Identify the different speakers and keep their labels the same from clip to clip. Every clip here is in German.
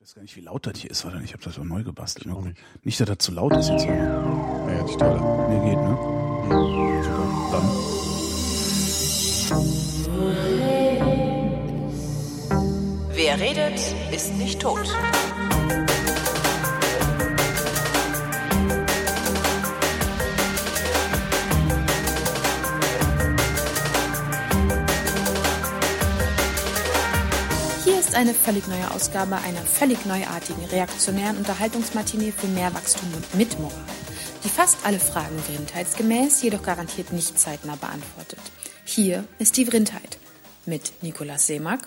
Speaker 1: weiß gar nicht, wie laut das hier ist. Warte, ich habe das auch neu gebastelt. Mal gucken. Nicht, dass das zu laut ist jetzt. Aber
Speaker 2: Ja, ja, die Stelle.
Speaker 1: mir geht, ne? Super. Dann.
Speaker 3: Wer redet, ist nicht tot.
Speaker 4: Hier ist eine völlig neue Ausgabe einer völlig neuartigen reaktionären Unterhaltungsmatinee für mehr Wachstum und mit Moral, die fast alle Fragen vrindheitsgemäß, jedoch garantiert nicht zeitnah beantwortet. Hier ist die Vrindheit mit Nikolaus Seemack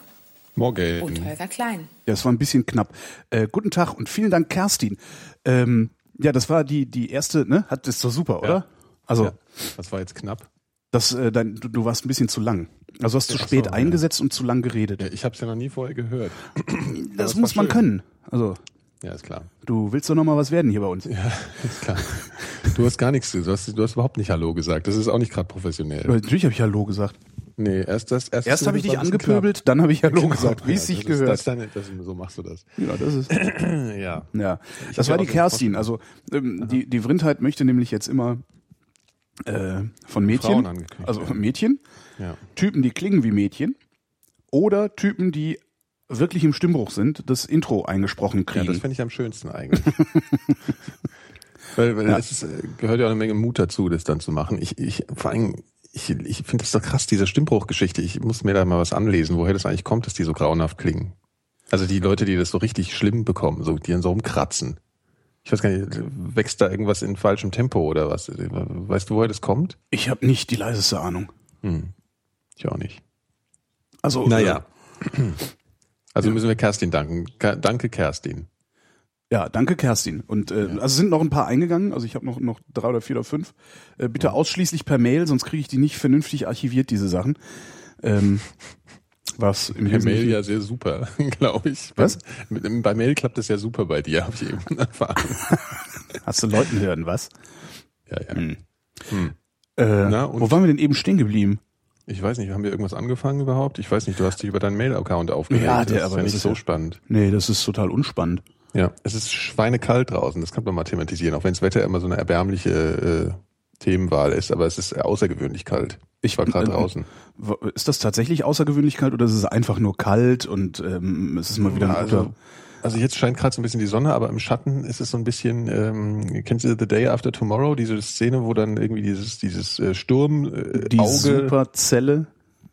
Speaker 2: Morgen.
Speaker 4: und Holger Klein.
Speaker 1: Ja, das war ein bisschen knapp. Äh, guten Tag und vielen Dank, Kerstin. Ähm, ja, das war die, die erste, ne? Hat das doch super, oder? Also,
Speaker 2: Ja, das war jetzt knapp.
Speaker 1: das, äh, dein, du, du warst ein bisschen zu lang. Also hast du
Speaker 2: ach
Speaker 1: spät
Speaker 2: so, ja.
Speaker 1: eingesetzt und zu lang geredet.
Speaker 2: Ja, ich habe es ja noch nie vorher gehört.
Speaker 1: das
Speaker 2: das
Speaker 1: muss
Speaker 2: war
Speaker 1: man können. Also,
Speaker 2: Ja, ist klar.
Speaker 1: du willst doch noch mal was werden hier bei uns.
Speaker 2: Ja, ist klar. Du hast gar nichts, du hast, du hast überhaupt nicht Hallo gesagt. Das ist auch nicht gerade professionell.
Speaker 1: Natürlich habe ich Hallo gesagt.
Speaker 2: Nee, erst das, erst,
Speaker 1: Erst habe ich
Speaker 2: das
Speaker 1: dich
Speaker 2: war ein bisschen
Speaker 1: angepöbelt, dann habe ich Hallo
Speaker 2: knapp. Genau,
Speaker 1: gesagt, wie
Speaker 2: Ja,
Speaker 1: es sich
Speaker 2: das ist-
Speaker 1: gehört.
Speaker 2: Das deine, das, so machst du das.
Speaker 1: ja, das ist.
Speaker 2: Ja.
Speaker 1: Ja,
Speaker 2: Ich
Speaker 1: das war
Speaker 2: hab ja
Speaker 1: die
Speaker 2: auch so
Speaker 1: Kerstin. Also ähm, die, die Vrindheit möchte nämlich jetzt immer äh, von Mädchen,
Speaker 2: Frauen angekündigt
Speaker 1: also
Speaker 2: werden.
Speaker 1: Mädchen,
Speaker 2: Ja.
Speaker 1: Typen, die klingen wie Mädchen, oder Typen, die wirklich im Stimmbruch sind, das Intro eingesprochen
Speaker 2: Ja, das
Speaker 1: kriegen.
Speaker 2: finde ich am schönsten eigentlich. weil weil es ist, äh, gehört ja auch eine Menge Mut dazu, das dann zu machen. Ich, ich vor allem, ich, ich finde das doch krass, diese Stimmbruchgeschichte. Ich muss mir da mal was anlesen, woher das eigentlich kommt, dass die so grauenhaft klingen. Also die Leute, die das so richtig schlimm bekommen, so, die dann so rumkratzen. Ich weiß gar nicht, wächst da irgendwas in falschem Tempo oder was? Weißt du, woher das kommt?
Speaker 1: ich habe nicht die leiseste Ahnung.
Speaker 2: Hm. Ich auch nicht.
Speaker 1: Also
Speaker 2: Naja. Also müssen wir Kerstin danken. Ka- Danke, Kerstin.
Speaker 1: äh, ja, danke Kerstin. Und äh, also sind noch ein paar eingegangen. Also ich habe noch noch drei oder vier oder fünf. Äh, bitte ausschließlich per Mail, sonst kriege ich die nicht vernünftig archiviert diese Sachen. Ähm, was im
Speaker 2: Per Mail
Speaker 1: Wesentlichen-
Speaker 2: ja sehr super, glaube ich.
Speaker 1: Was?
Speaker 2: Bei, mit- bei Mail klappt das ja super bei dir, habe ich eben erfahren.
Speaker 1: Hast du Leuten hören was?
Speaker 2: Ja, ja.
Speaker 1: Äh,
Speaker 2: Hm. Na, und-
Speaker 1: wo waren wir denn eben stehen geblieben?
Speaker 2: Ich weiß nicht, haben wir irgendwas angefangen überhaupt? Ich weiß nicht, du hast dich über deinen Mail-Account aufgeregt.
Speaker 1: Ja, der- aber
Speaker 2: das ist ja
Speaker 1: das
Speaker 2: nicht
Speaker 1: ist
Speaker 2: so
Speaker 1: ja-
Speaker 2: spannend.
Speaker 1: Nee, das ist total unspannend.
Speaker 2: Ja, es ist schweinekalt draußen, das kann man mal thematisieren, auch wenn das Wetter immer so eine erbärmliche äh, Themenwahl ist, aber es ist außergewöhnlich kalt. Ich war gerade
Speaker 1: äh,
Speaker 2: draußen.
Speaker 1: W- Ist das tatsächlich außergewöhnlich kalt oder ist es einfach nur kalt und ähm, es ist mal wieder ein guter...
Speaker 2: also, also jetzt scheint gerade so ein bisschen die Sonne, aber im Schatten ist es so ein bisschen, ähm, kennst du The Day After Tomorrow, diese Szene, wo dann irgendwie dieses, dieses äh, Sturm, äh,
Speaker 1: die
Speaker 2: Auge,
Speaker 1: Superzelle?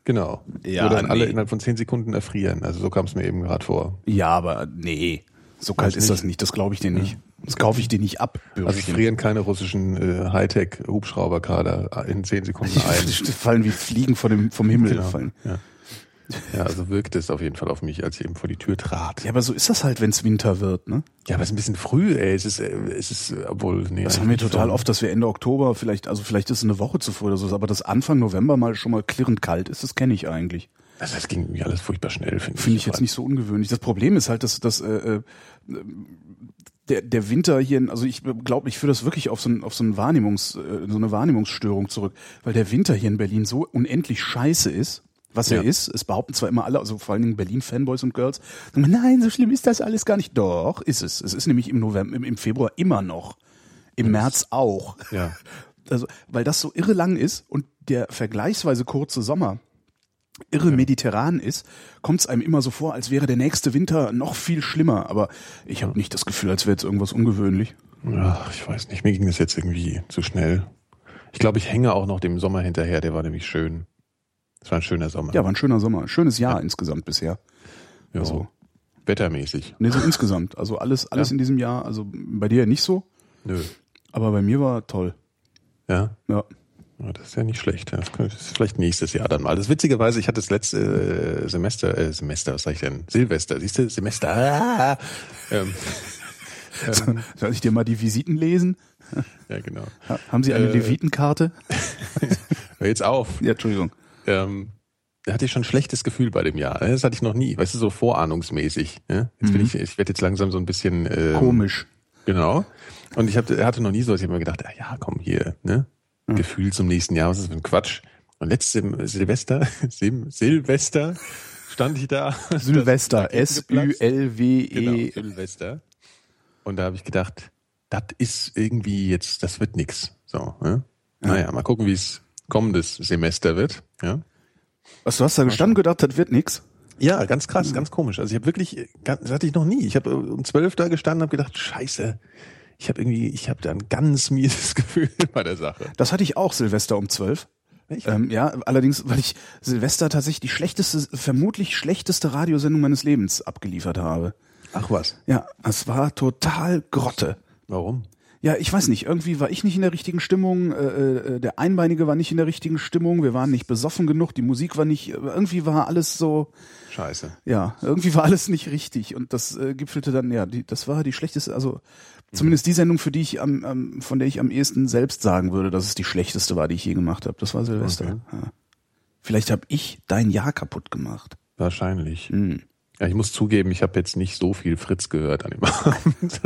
Speaker 2: Genau.
Speaker 1: Ja,
Speaker 2: Wo dann alle
Speaker 1: nee.
Speaker 2: innerhalb von zehn Sekunden erfrieren. Also so kam es mir eben gerade vor.
Speaker 1: Ja, aber nee, so kalt
Speaker 2: Weiß
Speaker 1: ist das nicht. Das glaube ich dir nicht. Das kaufe ich dir nicht ab.
Speaker 2: Also es
Speaker 1: Bürschchen.
Speaker 2: frieren keine russischen äh, Hightech-Hubschrauberkader äh, in zehn Sekunden
Speaker 1: Die
Speaker 2: ein.
Speaker 1: fallen wie Fliegen von dem, vom
Speaker 2: Genau.
Speaker 1: Himmel fallen.
Speaker 2: Ja. ja, also wirkte es auf jeden Fall auf mich, als ich eben vor die Tür trat.
Speaker 1: Ja, aber so ist das halt, wenn es Winter wird. Ne?
Speaker 2: Ja, aber es ist ein bisschen früh, ey. Es ist, äh, es ist, äh, obwohl, nee.
Speaker 1: Das haben wir
Speaker 2: eigentlich
Speaker 1: total
Speaker 2: schon.
Speaker 1: oft, dass wir Ende Oktober, vielleicht, also vielleicht ist es eine Woche zu früh oder so, aber dass Anfang November mal schon mal klirrend kalt ist, das kenne ich eigentlich.
Speaker 2: Also das ging irgendwie alles furchtbar schnell, finde
Speaker 1: Finde ich jetzt nicht so ungewöhnlich. Das Problem ist halt, dass, dass äh, äh, der, der Winter hier, in- also ich glaube, ich führe das wirklich auf so, ein, auf so, ein Wahrnehmungs, äh, so eine Wahrnehmungsstörung zurück, weil der Winter hier in Berlin so unendlich scheiße ist, was
Speaker 2: Ja.
Speaker 1: er ist. Es behaupten zwar immer alle, also vor allen Dingen Berlin-Fanboys und Girls, sagen, nein, so schlimm ist das alles gar nicht. Doch, ist es. Es ist nämlich im November, im, im Februar immer noch. Im März auch.
Speaker 2: Ja.
Speaker 1: Also, weil das so irre lang ist und der vergleichsweise kurze Sommer irre mediterran ist, kommt es einem immer so vor, als wäre der nächste Winter noch viel schlimmer. Aber ich habe nicht das Gefühl, als wäre jetzt irgendwas ungewöhnlich.
Speaker 2: Ach, ich weiß nicht. Mir ging das jetzt irgendwie zu schnell. Ich glaube, ich hänge auch noch dem Sommer hinterher. Der war nämlich schön. Es war ein schöner Sommer.
Speaker 1: Ja, war ein schöner Sommer. Schönes Jahr insgesamt bisher.
Speaker 2: Jo.
Speaker 1: Also,
Speaker 2: Wettermäßig.
Speaker 1: nee, so insgesamt. Also alles, alles
Speaker 2: Ja.
Speaker 1: in diesem Jahr. Also bei dir nicht so,
Speaker 2: Nö.
Speaker 1: aber bei mir war toll.
Speaker 2: Ja.
Speaker 1: Ja.
Speaker 2: Ja, Das ist ja nicht schlecht. Das könnte das ist vielleicht nächstes Jahr dann mal. Das ist witzigerweise, ich hatte das letzte äh, Semester, äh, Semester, was sag ich denn? Silvester, siehst du? Semester. Ah! Ähm,
Speaker 1: Soll ich dir mal die Visiten lesen?
Speaker 2: ja, genau.
Speaker 1: Ha- Haben Sie eine
Speaker 2: Äh.
Speaker 1: Levitenkarte?
Speaker 2: Hör jetzt auf.
Speaker 1: Ja, Entschuldigung.
Speaker 2: Ähm, da hatte ich schon ein schlechtes Gefühl bei dem Jahr. ne? Das hatte ich noch nie. Weißt du, so vorahnungsmäßig. Ja? Jetzt bin ich, ich werde jetzt langsam so ein bisschen ähm,
Speaker 1: Komisch.
Speaker 2: Genau. Und ich hab, er hatte noch nie so, ich habe mir gedacht, ah ja, komm hier, ne? Gefühl zum nächsten Jahr, was ist das für ein Quatsch? Und letztes Silvester, Sil Silvester stand ich da.
Speaker 1: Sylvester,
Speaker 2: Das ist geplatzt.
Speaker 1: S-Ü-L-W-E.
Speaker 2: Genau, Sylvester. Und da habe ich gedacht, das ist irgendwie jetzt, das wird nix. So, ne? Naja, mal gucken, wie es kommendes Semester wird. Ja?
Speaker 1: Was, du hast da gestanden und gedacht, das wird nix?
Speaker 2: ja, ganz krass, ganz komisch. Also ich habe wirklich, äh, ganz- das hatte ich noch nie. Ich habe äh, um zwölf da gestanden und habe gedacht, scheiße, ich habe irgendwie, ich habe da ein ganz mieses Gefühl bei der Sache.
Speaker 1: Das hatte ich auch Silvester um zwölf.
Speaker 2: Echt?
Speaker 1: Ähm, ja, allerdings, weil ich Silvester tatsächlich die schlechteste, vermutlich schlechteste Radiosendung meines Lebens abgeliefert habe.
Speaker 2: Ach was,
Speaker 1: Ja, es war total Grotte.
Speaker 2: warum?
Speaker 1: Ja, ich weiß nicht, irgendwie war ich nicht in der richtigen Stimmung, äh, äh, der Einbeinige war nicht in der richtigen Stimmung, wir waren nicht besoffen genug, die Musik war nicht, äh, irgendwie war alles so,
Speaker 2: Scheiße.
Speaker 1: ja, irgendwie war alles nicht richtig und das äh, gipfelte dann, ja, die, das war die schlechteste, also zumindest die Sendung, für die ich am, am, von der ich am ehesten selbst sagen würde, dass es die schlechteste war, die ich je gemacht habe. Das war Silvester. Ja. Vielleicht habe ich dein Jahr kaputt gemacht.
Speaker 2: Wahrscheinlich. Hm. Ja, ich muss zugeben, ich habe jetzt nicht so viel Fritz gehört an dem Abend.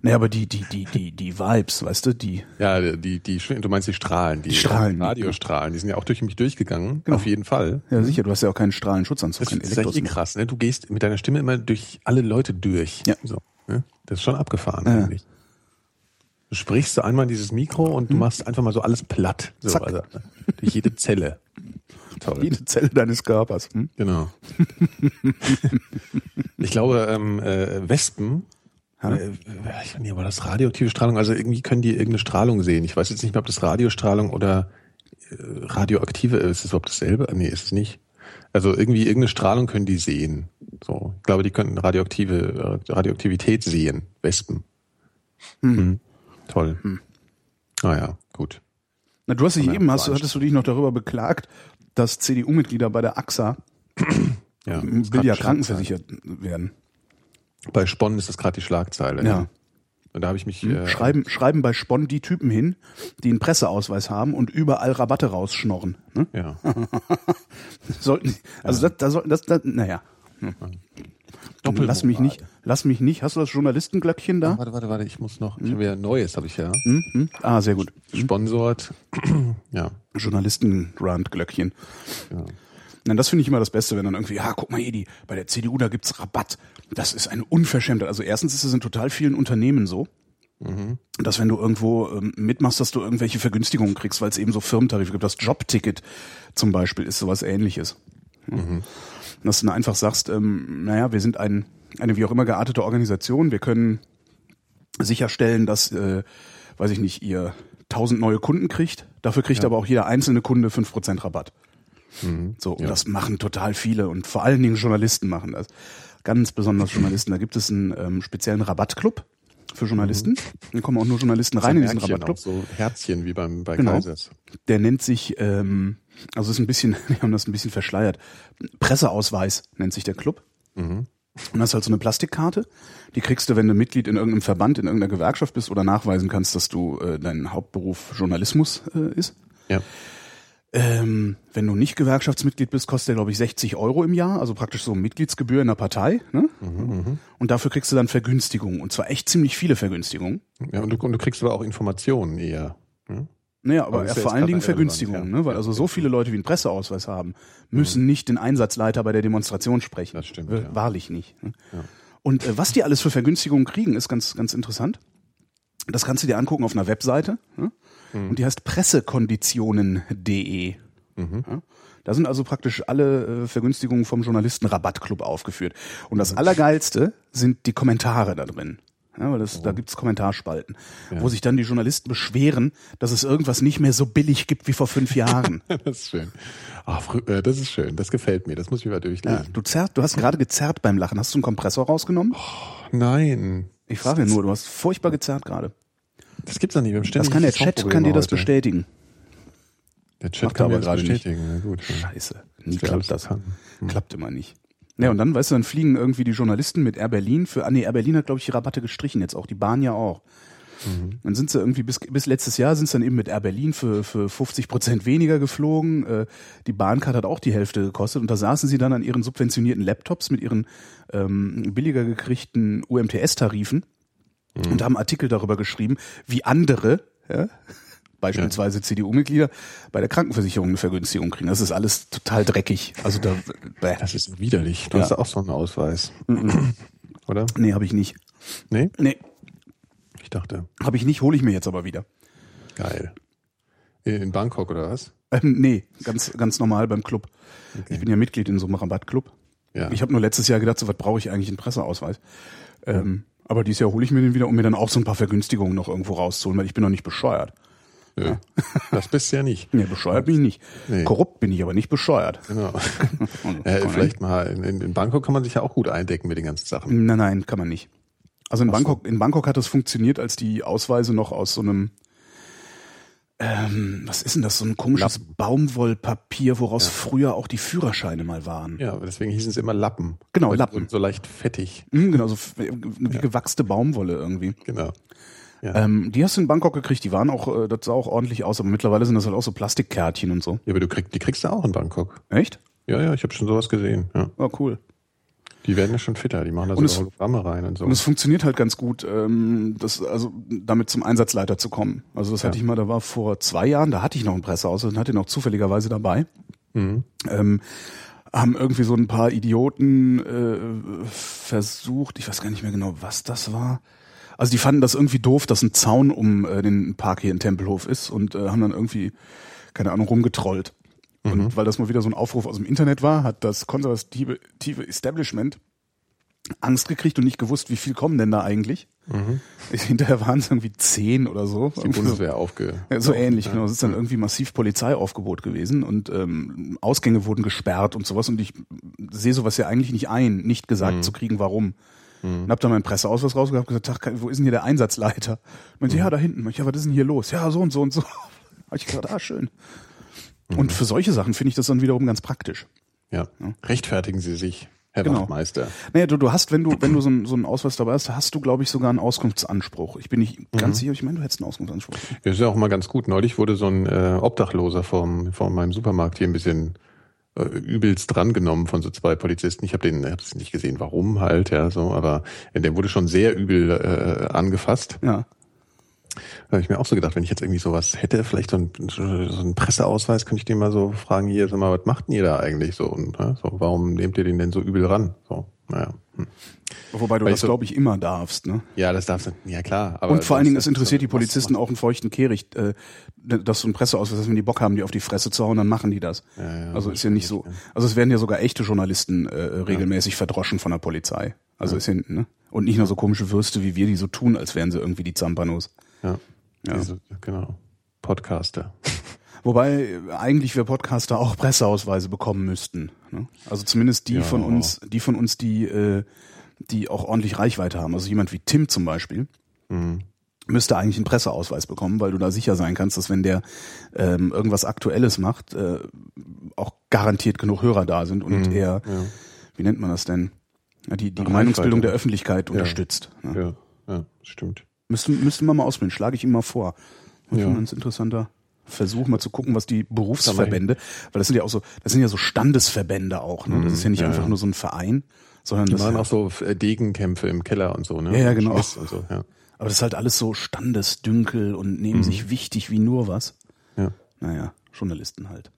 Speaker 1: Naja, aber die, die, die, die, die Vibes, weißt du, die,
Speaker 2: Ja, die, die, du meinst die Strahlen, die,
Speaker 1: Die Strahlen.
Speaker 2: Radiostrahlen, die sind ja auch durch mich durchgegangen,
Speaker 1: Genau.
Speaker 2: auf jeden Fall.
Speaker 1: ja sicher, du hast ja auch keinen Strahlenschutzanzug,
Speaker 2: Das,
Speaker 1: keinen
Speaker 2: das ist eigentlich eh
Speaker 1: Elektros.
Speaker 2: krass, ne? Du gehst mit deiner Stimme immer durch alle Leute durch.
Speaker 1: Ja.
Speaker 2: So, ne? Das ist schon abgefahren,
Speaker 1: Ja.
Speaker 2: eigentlich. Du sprichst so einmal in dieses Mikro und du machst einfach mal so alles platt. So,
Speaker 1: Mhm.
Speaker 2: also,
Speaker 1: Zack.
Speaker 2: durch jede Zelle. Toll.
Speaker 1: Jede Zelle deines Körpers. Hm?
Speaker 2: Genau. ich glaube, ähm, äh, Wespen, äh, ich weiß nicht, war das radioaktive Strahlung? Also irgendwie können die irgendeine Strahlung sehen. Ich weiß jetzt nicht mehr, ob das Radiostrahlung oder äh, radioaktive ist. Ist es überhaupt dasselbe? Nee, ist es nicht. Also irgendwie irgendeine Strahlung können die sehen. So, ich glaube, die könnten radioaktive äh, Radioaktivität sehen, Wespen.
Speaker 1: Hm.
Speaker 2: Mhm. Toll. Naja, gut.
Speaker 1: Na, du hast dich
Speaker 2: Kann man
Speaker 1: eben, hast, du-
Speaker 2: beeinflussen.
Speaker 1: hattest du dich noch darüber beklagt, dass CDU-Mitglieder bei der AXA
Speaker 2: Ja,
Speaker 1: will ja
Speaker 2: das kann Schlagzeilen.
Speaker 1: krankenversichert werden.
Speaker 2: Bei Sponnen ist das gerade die Schlagzeile.
Speaker 1: Ja. Hm.
Speaker 2: ne? Und da habe ich mich äh,
Speaker 1: Schreiben, schreiben bei Spon die Typen hin, die einen Presseausweis haben und überall Rabatte rausschnorren. Ne?
Speaker 2: Ja.
Speaker 1: Sollten, also das, da sollten das, das, naja. Hm.
Speaker 2: Doppelmoral.
Speaker 1: Lass mich nicht, lass mich nicht. Hast du das Journalistenglöckchen da?
Speaker 2: Warte, warte, warte, ich muss noch. Ich habe ja Neues, habe ich ja.
Speaker 1: Hm? Ah, sehr gut.
Speaker 2: Sponsort. ja.
Speaker 1: Journalisten-Rand-Glöckchen.
Speaker 2: Genau.
Speaker 1: Nein, das finde ich immer das Beste, wenn dann irgendwie, ja, guck mal, Edi, bei der CDU, da gibt's Rabatt. Das ist eine Unverschämtheit. Also erstens ist es in total vielen Unternehmen so, dass wenn du irgendwo ähm, mitmachst, dass du irgendwelche Vergünstigungen kriegst, weil es eben so Firmentarife gibt. Das Jobticket zum Beispiel ist sowas ähnliches. Dass du dann einfach sagst, ähm, naja, wir sind ein, eine wie auch immer geartete Organisation, wir können sicherstellen, dass, äh, weiß ich nicht, ihr 1000 neue Kunden kriegt. Dafür kriegt aber auch jeder einzelne Kunde 5% Rabatt. So, und das machen total viele und vor allen Dingen Journalisten machen das. Ganz besonders Journalisten. Da gibt es einen ähm, speziellen Rabattclub für Journalisten. Da kommen auch nur Journalisten rein in diesen
Speaker 2: Herzchen
Speaker 1: Rabattclub.
Speaker 2: auch, so Herzchen wie beim bei
Speaker 1: Genau.
Speaker 2: Kaisers.
Speaker 1: Der nennt sich, ähm, also ist ein bisschen, wir haben das ein bisschen verschleiert. Presseausweis nennt sich der Club.
Speaker 2: Mhm.
Speaker 1: Und das ist halt so eine Plastikkarte. Die kriegst du, wenn du Mitglied in irgendeinem Verband, in irgendeiner Gewerkschaft bist oder nachweisen kannst, dass du äh, dein Hauptberuf Journalismus äh, ist.
Speaker 2: Ja.
Speaker 1: Ähm, wenn du nicht Gewerkschaftsmitglied bist, kostet der, glaube ich, 60 Euro im Jahr, also praktisch so Mitgliedsgebühr in der Partei. Ne?
Speaker 2: Mhm,
Speaker 1: und dafür kriegst du dann Vergünstigungen, und zwar echt ziemlich viele Vergünstigungen.
Speaker 2: ja und, du, und du kriegst aber auch Informationen eher.
Speaker 1: Naja, aber,
Speaker 2: Aber ist ja
Speaker 1: vor allen
Speaker 2: jetzt gerade
Speaker 1: Dingen
Speaker 2: irrelevant,
Speaker 1: Vergünstigungen,
Speaker 2: ja. Mhm.
Speaker 1: ne? weil also so viele Leute, die einen Presseausweis haben, müssen nicht den Einsatzleiter bei der Demonstration sprechen.
Speaker 2: Das stimmt,
Speaker 1: Äh,
Speaker 2: ja.
Speaker 1: Wahrlich nicht. Ne? Und äh, was die alles für Vergünstigungen kriegen, ist ganz, ganz interessant. Das kannst du dir angucken auf einer Webseite. Ne?
Speaker 2: Mhm.
Speaker 1: Und die heißt pressekonditionen.de. Ja? Da sind also praktisch alle äh, Vergünstigungen vom Journalisten-Rabattclub aufgeführt. Und das Allergeilste sind die Kommentare da drin. Ja, weil das, Da gibt's Kommentarspalten, wo sich dann die Journalisten beschweren, dass es irgendwas nicht mehr so billig gibt wie vor fünf Jahren.
Speaker 2: Das ist schön. Ah, frü- äh, das ist schön. Das gefällt mir. Das muss ich mal
Speaker 1: ja,
Speaker 2: durchlesen.
Speaker 1: du, zerrt, du hast gerade gezerrt beim Lachen. Hast du einen Kompressor rausgenommen?
Speaker 2: Nein.
Speaker 1: Ich frage nur, du hast furchtbar gezerrt gerade.
Speaker 2: Das gibt's doch nicht. Wir haben
Speaker 1: Das
Speaker 2: ständig
Speaker 1: kann der Chat, kann dir das bestätigen.
Speaker 2: Der Chat
Speaker 1: Macht
Speaker 2: kann
Speaker 1: er aber
Speaker 2: mir das
Speaker 1: gerade nicht.
Speaker 2: bestätigen. Na gut. ja.
Speaker 1: Scheiße, nie
Speaker 2: Dass der
Speaker 1: klappt
Speaker 2: alles
Speaker 1: das. Hm.
Speaker 2: kann.
Speaker 1: Klappt immer nicht. Ja, und dann, weißt du, dann fliegen irgendwie die Journalisten mit Air Berlin für, ah nee, Air Berlin hat, glaube ich, die Rabatte gestrichen jetzt auch, die Bahn ja auch. Dann sind sie irgendwie, bis, bis letztes Jahr sind sie dann eben mit Air Berlin für, für 50 Prozent weniger geflogen. Äh, die Bahncard hat auch die Hälfte gekostet und da saßen sie dann an ihren subventionierten Laptops mit ihren ähm, billiger gekriegten UMTS-Tarifen und haben Artikel darüber geschrieben, wie andere ja, beispielsweise CDU-Mitglieder bei der Krankenversicherung eine Vergünstigung kriegen. Das ist alles total dreckig. Also da, bäh.
Speaker 2: Das ist widerlich. Du
Speaker 1: Ja.
Speaker 2: hast auch so einen Ausweis. Oder?
Speaker 1: nee, habe ich nicht.
Speaker 2: Nee?
Speaker 1: Nee,
Speaker 2: Ich dachte,
Speaker 1: habe ich nicht, hole ich mir jetzt aber wieder.
Speaker 2: geil. In Bangkok oder was?
Speaker 1: Ähm, nee, ganz, ganz normal beim Club. Ich bin ja Mitglied in so einem Rabattclub.
Speaker 2: Ja.
Speaker 1: Ich habe nur letztes Jahr gedacht, so was brauche ich eigentlich einen Presseausweis. Ähm, aber dieses Jahr hole ich mir den wieder, um mir dann auch so ein paar Vergünstigungen noch irgendwo rauszuholen, weil ich bin noch nicht bescheuert.
Speaker 2: Nö. Das bist du ja nicht.
Speaker 1: Nee, bescheuert bin ich nicht.
Speaker 2: Nee.
Speaker 1: Korrupt bin ich, aber nicht bescheuert.
Speaker 2: Genau.
Speaker 1: Also,
Speaker 2: äh,
Speaker 1: kann
Speaker 2: vielleicht mal, in, in in Bangkok kann man sich ja auch gut eindecken mit den ganzen Sachen.
Speaker 1: Nein, nein, kann man nicht. Also in Bangkok, in Bangkok hat es funktioniert, als die Ausweise noch aus so einem, ähm, was ist denn das, so ein komisches Baumwollpapier, woraus früher auch die Führerscheine mal waren.
Speaker 2: Ja, aber deswegen hießen es immer Lappen.
Speaker 1: Genau,
Speaker 2: Weil die
Speaker 1: Lappen.
Speaker 2: wurden So leicht fettig.
Speaker 1: Hm, genau, so f- wie gewachste Baumwolle irgendwie.
Speaker 2: Genau.
Speaker 1: Ähm, die hast du in Bangkok gekriegt, die waren auch, äh, das sah auch ordentlich aus, aber mittlerweile sind das halt auch so Plastikkärtchen und so.
Speaker 2: Ja, aber du kriegst, die kriegst du auch in Bangkok.
Speaker 1: Echt?
Speaker 2: Ja, ja, ich habe schon sowas gesehen. Ja.
Speaker 1: Oh, cool.
Speaker 2: Die werden ja schon fitter. Die machen da
Speaker 1: Und
Speaker 2: so
Speaker 1: es-
Speaker 2: Hologramme rein und so.
Speaker 1: Und es funktioniert halt ganz gut, ähm, das, also damit zum Einsatzleiter zu kommen. Also das hatte ich mal, da war vor zwei Jahren, da hatte ich noch einen Presseausweis und hatte ihn auch zufälligerweise dabei. Ähm, haben irgendwie so ein paar Idioten äh, versucht, ich weiß gar nicht mehr genau, was das war. Also die fanden das irgendwie doof, dass ein Zaun um äh, den Park hier in Tempelhof ist und äh, haben dann irgendwie, keine Ahnung, rumgetrollt. Und weil das mal wieder so ein Aufruf aus dem Internet war, hat das konservative tiefe Establishment Angst gekriegt und nicht gewusst, wie viel kommen denn da eigentlich. Hinterher waren es irgendwie zehn oder so.
Speaker 2: die Bundeswehr aufge.
Speaker 1: Ja, so ähnlich, genau. Es ist dann irgendwie massiv Polizeiaufgebot gewesen und ähm, Ausgänge wurden gesperrt und sowas und ich sehe sowas ja eigentlich nicht ein, nicht gesagt
Speaker 2: Mhm.
Speaker 1: zu kriegen, warum. Und hab dann meinen Presseausweis rausgehabt und gesagt, "Tag, wo ist denn hier der Einsatzleiter? Und
Speaker 2: Mhm.
Speaker 1: sie, ja, da hinten. Ich, ja, was ist denn hier los? Ja, so und so und so. Hab ich gesagt, ah, schön.
Speaker 2: Mhm.
Speaker 1: Und für solche Sachen finde ich das dann wiederum ganz praktisch.
Speaker 2: Ja. Rechtfertigen Sie sich, Herr
Speaker 1: Genau.
Speaker 2: Wachtmeister.
Speaker 1: Naja, du, du hast, wenn du, wenn du so, einen, so einen Ausweis dabei hast, hast du, glaube ich, sogar einen Auskunftsanspruch. Ich bin nicht
Speaker 2: Mhm.
Speaker 1: ganz sicher, ich meine, du hättest einen Auskunftsanspruch.
Speaker 2: Das ist ja auch mal ganz gut. Neulich wurde so ein äh, Obdachloser vom, von meinem Supermarkt hier ein bisschen äh, übelst drangenommen von so zwei Polizisten. Ich habe den hab's nicht gesehen, warum halt, ja, so, aber äh, der wurde schon sehr übel äh, angefasst.
Speaker 1: Ja.
Speaker 2: Da habe ich mir auch so gedacht, wenn ich jetzt irgendwie sowas hätte, vielleicht so, ein, so einen Presseausweis, könnte ich den mal so fragen, hier, sag mal, was macht denn ihr da eigentlich so? Und ne, so, warum nehmt ihr den denn so übel ran? So, naja. Hm.
Speaker 1: Wobei du
Speaker 2: Weil ich
Speaker 1: das,
Speaker 2: so-
Speaker 1: glaube ich, immer darfst, ne?
Speaker 2: Ja, das darfst du, ja klar. Aber
Speaker 1: Und vor allen Dingen, es
Speaker 2: das- äh,
Speaker 1: interessiert die
Speaker 2: was-
Speaker 1: Polizisten auch einen feuchten Kehricht, äh, dass so ein Presseausweis, dass wenn die Bock haben, die auf die Fresse zu hauen, dann machen die das.
Speaker 2: Ja, ja,
Speaker 1: also ist ja nicht so. Also es werden ja sogar echte Journalisten äh, regelmäßig verdroschen von der Polizei. Also ist hinten, ne? Und nicht nur so komische Würste wie wir, die so tun, als wären sie irgendwie die Zampanos.
Speaker 2: Ja,
Speaker 1: Ja.
Speaker 2: Diese, genau. Podcaster.
Speaker 1: Wobei äh, eigentlich wir Podcaster auch Presseausweise bekommen müssten. Ne? Also zumindest die
Speaker 2: Ja. genau.
Speaker 1: von uns, die von uns, die, äh, die auch ordentlich Reichweite haben. Also jemand wie Tim zum Beispiel.
Speaker 2: Mhm.
Speaker 1: müsste eigentlich einen Presseausweis bekommen, weil du da sicher sein kannst, dass wenn der ähm, irgendwas Aktuelles macht, äh, auch garantiert genug Hörer da sind und
Speaker 2: Mhm. Hm.
Speaker 1: er, wie nennt man das denn, ja, die, die
Speaker 2: Reichweite.
Speaker 1: Meinungsbildung der Öffentlichkeit unterstützt. Ne?
Speaker 2: Ja, ja stimmt.
Speaker 1: Müssten, müssten wir mal ausprobieren, schlage ich ihm mal vor. Das ist
Speaker 2: Ja.
Speaker 1: ein ganz interessanter Versuch, mal zu gucken, was die Berufsverbände, weil das sind ja auch so, das sind ja so Standesverbände auch. Ne? Das ist ja nicht
Speaker 2: Mhm. ja,
Speaker 1: einfach
Speaker 2: ja.
Speaker 1: nur so ein Verein, sondern
Speaker 2: Die
Speaker 1: das
Speaker 2: machen auch so äh, Degenkämpfe im Keller und so, ne?
Speaker 1: Ja, ja, genau.
Speaker 2: Schmiss Und so, ja.
Speaker 1: Aber das ist halt alles so Standesdünkel und nehmen
Speaker 2: Mhm.
Speaker 1: sich wichtig wie nur was.
Speaker 2: Ja.
Speaker 1: Naja, Journalisten halt.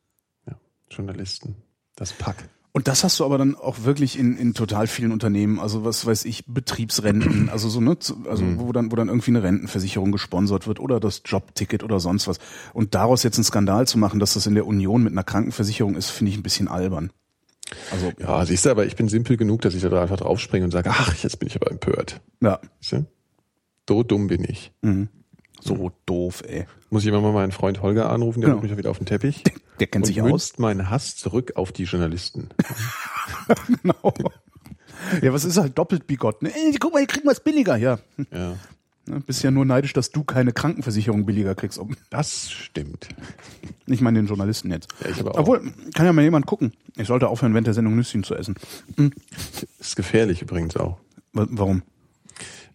Speaker 2: ja. Journalisten. Das Pack.
Speaker 1: Und das hast du aber dann auch wirklich in, in total vielen Unternehmen, also was weiß ich, Betriebsrenten, also so, ne, zu- also wo dann, wo dann irgendwie eine Rentenversicherung gesponsert wird oder das Jobticket oder sonst was. Und daraus jetzt einen Skandal zu machen, dass das in der Union mit einer Krankenversicherung ist, finde ich ein bisschen albern. Also, ja.
Speaker 2: Ja, siehst du, aber ich bin simpel genug, dass ich da einfach draufspringe und sage, ach, jetzt bin ich aber empört.
Speaker 1: ja.
Speaker 2: Weißt du? So dumm bin ich.
Speaker 1: So doof, ey.
Speaker 2: Muss ich immer mal meinen Freund Holger anrufen, der
Speaker 1: Genau.
Speaker 2: holt mich auch wieder auf den Teppich.
Speaker 1: Der kennt
Speaker 2: und
Speaker 1: sich aus.
Speaker 2: münzt meinen Hass zurück auf die Journalisten.
Speaker 1: Genau. Ja, was ist halt doppelt bigott? Ne? Ey, guck mal, hier kriegen wir es billiger. Ja.
Speaker 2: Ja,
Speaker 1: Ne, Bist ja nur neidisch, dass du keine Krankenversicherung billiger kriegst. Ob-
Speaker 2: das stimmt.
Speaker 1: Ich meine den Journalisten jetzt.
Speaker 2: Ja, ich aber auch.
Speaker 1: Obwohl, kann ja mal jemand gucken. Ich sollte aufhören, während der Sendung Nüsschen zu essen.
Speaker 2: Ist gefährlich übrigens auch.
Speaker 1: Wa- Warum?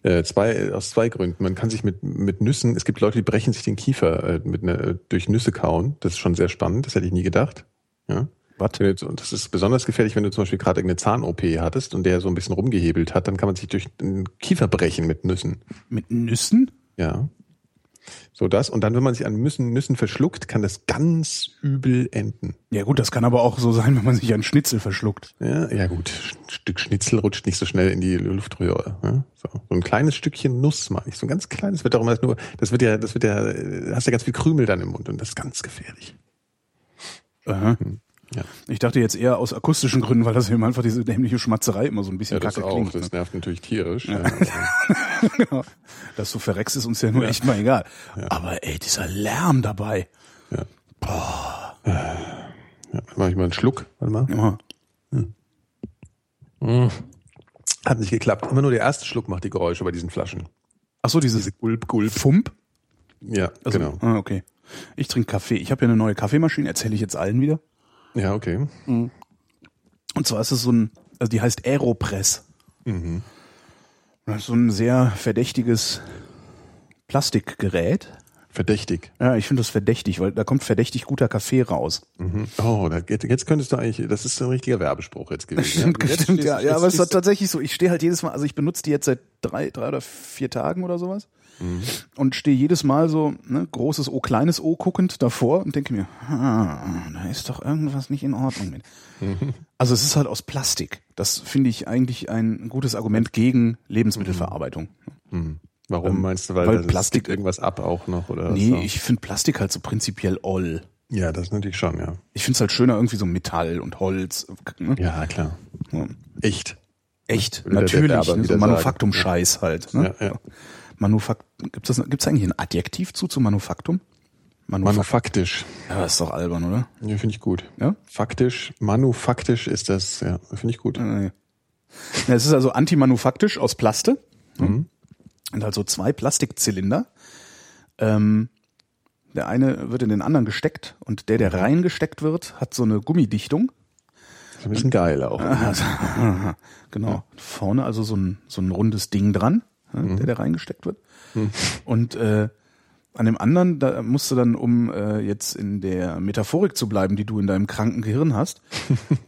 Speaker 2: Äh, zwei, äh, aus zwei Gründen. Man kann sich mit, mit Nüssen, es gibt Leute, die brechen sich den Kiefer äh, mit einer, durch Nüsse kauen. Das ist schon sehr spannend, das hätte ich nie gedacht. Ja.
Speaker 1: Was?
Speaker 2: Wenn du jetzt- Und das ist besonders gefährlich, wenn du zum Beispiel gerade eine Zahn-OP hattest und der so ein bisschen rumgehebelt hat, dann kann man sich durch den Kiefer brechen mit Nüssen.
Speaker 1: Mit Nüssen?
Speaker 2: Ja. So das. Und dann, wenn man sich an Müssen, Nüssen verschluckt, kann das ganz übel enden.
Speaker 1: Ja gut, das kann aber auch so sein, wenn man sich an Schnitzel verschluckt.
Speaker 2: Ja, ja gut, ein Stück Schnitzel rutscht nicht so schnell in die Luftröhre. Ne? So. so ein kleines Stückchen Nuss meine ich, so ein ganz kleines. Wird auch immer nur, das wird ja, das wird ja, äh, hast ja ganz viel Krümel dann im Mund und das ist ganz gefährlich.
Speaker 1: Aha.
Speaker 2: Hm, Ja,
Speaker 1: Ich dachte jetzt eher aus akustischen Gründen, weil das eben einfach diese dämliche Schmatzerei immer so ein bisschen
Speaker 2: ja das
Speaker 1: kacke
Speaker 2: auch.
Speaker 1: klingt.
Speaker 2: das
Speaker 1: ne?
Speaker 2: nervt natürlich tierisch. Ja. also,
Speaker 1: genau. Dass du verreckst, ist uns ja nur echt mal egal. Aber ey, dieser Lärm dabei.
Speaker 2: ja. Mach ich mal einen Schluck. Warte mal.
Speaker 1: Ja.
Speaker 2: Hat nicht geklappt. Immer nur der erste Schluck macht die Geräusche bei diesen Flaschen.
Speaker 1: Ach so, dieses
Speaker 2: Gulp, Gulp.
Speaker 1: Fump.
Speaker 2: Ja,
Speaker 1: Also,
Speaker 2: genau.
Speaker 1: Ah, okay. Ich trinke Kaffee. Ich habe ja eine neue Kaffeemaschine, erzähle ich jetzt allen wieder.
Speaker 2: Ja, okay.
Speaker 1: Und zwar ist es so ein, also die heißt Aeropress. Mhm. Das ist so ein sehr verdächtiges Plastikgerät.
Speaker 2: Verdächtig.
Speaker 1: Ja, ich finde das verdächtig, weil da kommt verdächtig guter Kaffee raus.
Speaker 2: Mhm. Oh, da, jetzt, jetzt könntest du eigentlich, das ist ein richtiger Werbespruch jetzt gewesen.
Speaker 1: Stimmt,
Speaker 2: ja, Jetzt
Speaker 1: stimmt,
Speaker 2: stehst-
Speaker 1: ja. Ja,
Speaker 2: jetzt
Speaker 1: aber es ist
Speaker 2: stehst-
Speaker 1: tatsächlich so. Ich stehe halt jedes Mal, also ich benutze die jetzt seit drei, drei oder vier Tagen oder sowas
Speaker 2: Mhm.
Speaker 1: und stehe jedes Mal so, ne, großes O, kleines O guckend davor und denke mir, ah, da ist doch irgendwas nicht in Ordnung mit. Also es ist halt aus Plastik. Das finde ich eigentlich ein gutes Argument gegen Lebensmittelverarbeitung.
Speaker 2: Mhm. Warum meinst du, weil,
Speaker 1: weil
Speaker 2: das- es
Speaker 1: Plastik-
Speaker 2: gibt irgendwas ab auch noch oder
Speaker 1: Nee,
Speaker 2: so?
Speaker 1: ich finde Plastik halt so prinzipiell all.
Speaker 2: Ja, das natürlich schon, ja.
Speaker 1: Ich finde es halt schöner irgendwie so Metall und Holz. Ne?
Speaker 2: Ja, klar.
Speaker 1: Ja.
Speaker 2: Echt.
Speaker 1: Echt,
Speaker 2: Würde der
Speaker 1: natürlich.
Speaker 2: Werber
Speaker 1: Ne? So
Speaker 2: wieder
Speaker 1: Manufaktum-Scheiß halt. Ne?
Speaker 2: Ja, ja.
Speaker 1: Manufakt gibt's das, gibt's eigentlich ein Adjektiv zu, zu Manufaktum? Manufaktum.
Speaker 2: Manufaktisch.
Speaker 1: ja, ist doch albern, oder?
Speaker 2: Ja, finde ich gut.
Speaker 1: Ja?
Speaker 2: Faktisch, manufaktisch ist das, ja, finde ich gut.
Speaker 1: Nee. Na, es ist also antimanufaktisch aus Plaste. ne?
Speaker 2: Mhm.
Speaker 1: Und halt so zwei Plastikzylinder. Ähm, der eine wird in den anderen gesteckt und der,
Speaker 2: Mhm.
Speaker 1: der reingesteckt wird, hat so eine Gummidichtung.
Speaker 2: Ist ein bisschen geil auch.
Speaker 1: Also, genau. Vorne also so ein, so ein rundes Ding dran, ne, der da reingesteckt wird. Und äh, an dem anderen, da musst du dann, um äh, jetzt in der Metaphorik zu bleiben, die du in deinem kranken Gehirn hast,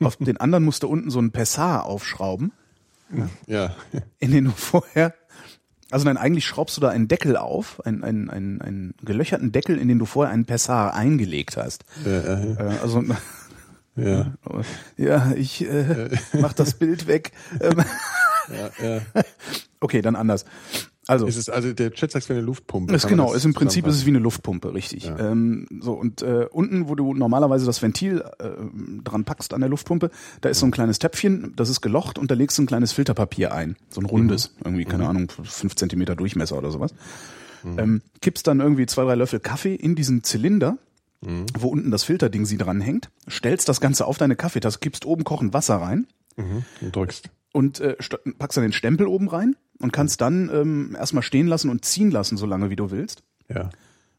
Speaker 1: auf den anderen musst du unten so einen Pessar aufschrauben,
Speaker 2: Ja.
Speaker 1: in den du vorher. Also nein, eigentlich schraubst du da einen Deckel auf, einen, einen, einen, einen gelöcherten Deckel, in den du vorher einen Pessar eingelegt hast.
Speaker 2: Äh, äh,
Speaker 1: Äh, also
Speaker 2: ja.
Speaker 1: ja, ich äh, mach das Bild weg. Ähm, Okay, dann anders. Also,
Speaker 2: Ist es, also der Chat sagt, es wäre eine Luftpumpe.
Speaker 1: ist
Speaker 2: Kann man
Speaker 1: genau,
Speaker 2: das
Speaker 1: ist im Prinzip ist es
Speaker 2: zusammenfassen?
Speaker 1: wie eine Luftpumpe, richtig. Ähm, so und äh, unten, wo du normalerweise das Ventil äh, dran packst an der Luftpumpe, da ist so ein kleines Töpfchen, das ist gelocht und da legst du ein kleines Filterpapier ein, so ein rundes,
Speaker 2: Mhm.
Speaker 1: irgendwie keine Ahnung, fünf Zentimeter Durchmesser oder sowas.
Speaker 2: Mhm.
Speaker 1: Ähm, kippst dann irgendwie zwei drei Löffel Kaffee in diesen Zylinder.
Speaker 2: Mhm.
Speaker 1: Wo unten das Filterding sie dranhängt, stellst das Ganze auf deine Kaffeetasse, kippst oben kochend Wasser rein,
Speaker 2: Und drückst.
Speaker 1: und äh, st- packst dann den Stempel oben rein und kannst
Speaker 2: Mhm.
Speaker 1: dann ähm, erstmal stehen lassen und ziehen lassen, so lange wie du willst.
Speaker 2: Ja.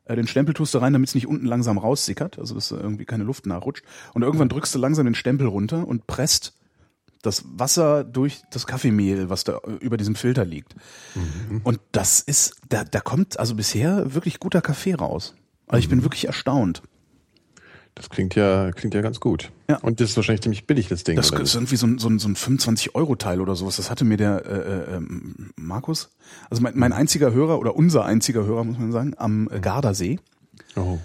Speaker 1: Äh, den Stempel tust du rein, damit es nicht unten langsam raussickert, also dass äh, irgendwie keine Luft nachrutscht. Und irgendwann drückst du langsam den Stempel runter und presst das Wasser durch das Kaffeemehl, was da äh, über diesem Filter liegt. Und das ist, da, da kommt also bisher wirklich guter Kaffee raus. Also ich bin wirklich erstaunt.
Speaker 2: Das klingt ja, klingt ja ganz gut.
Speaker 1: Ja.
Speaker 2: Und das ist wahrscheinlich ziemlich billig, das Ding.
Speaker 1: Das
Speaker 2: oder
Speaker 1: ist
Speaker 2: nicht?
Speaker 1: irgendwie so ein, so ein, so ein 25-Euro-Teil oder sowas. Das hatte mir der äh, äh, ähm, Markus, also mein, mein einziger Hörer oder unser einziger Hörer, muss man sagen, am äh, Gardasee,
Speaker 2: oh.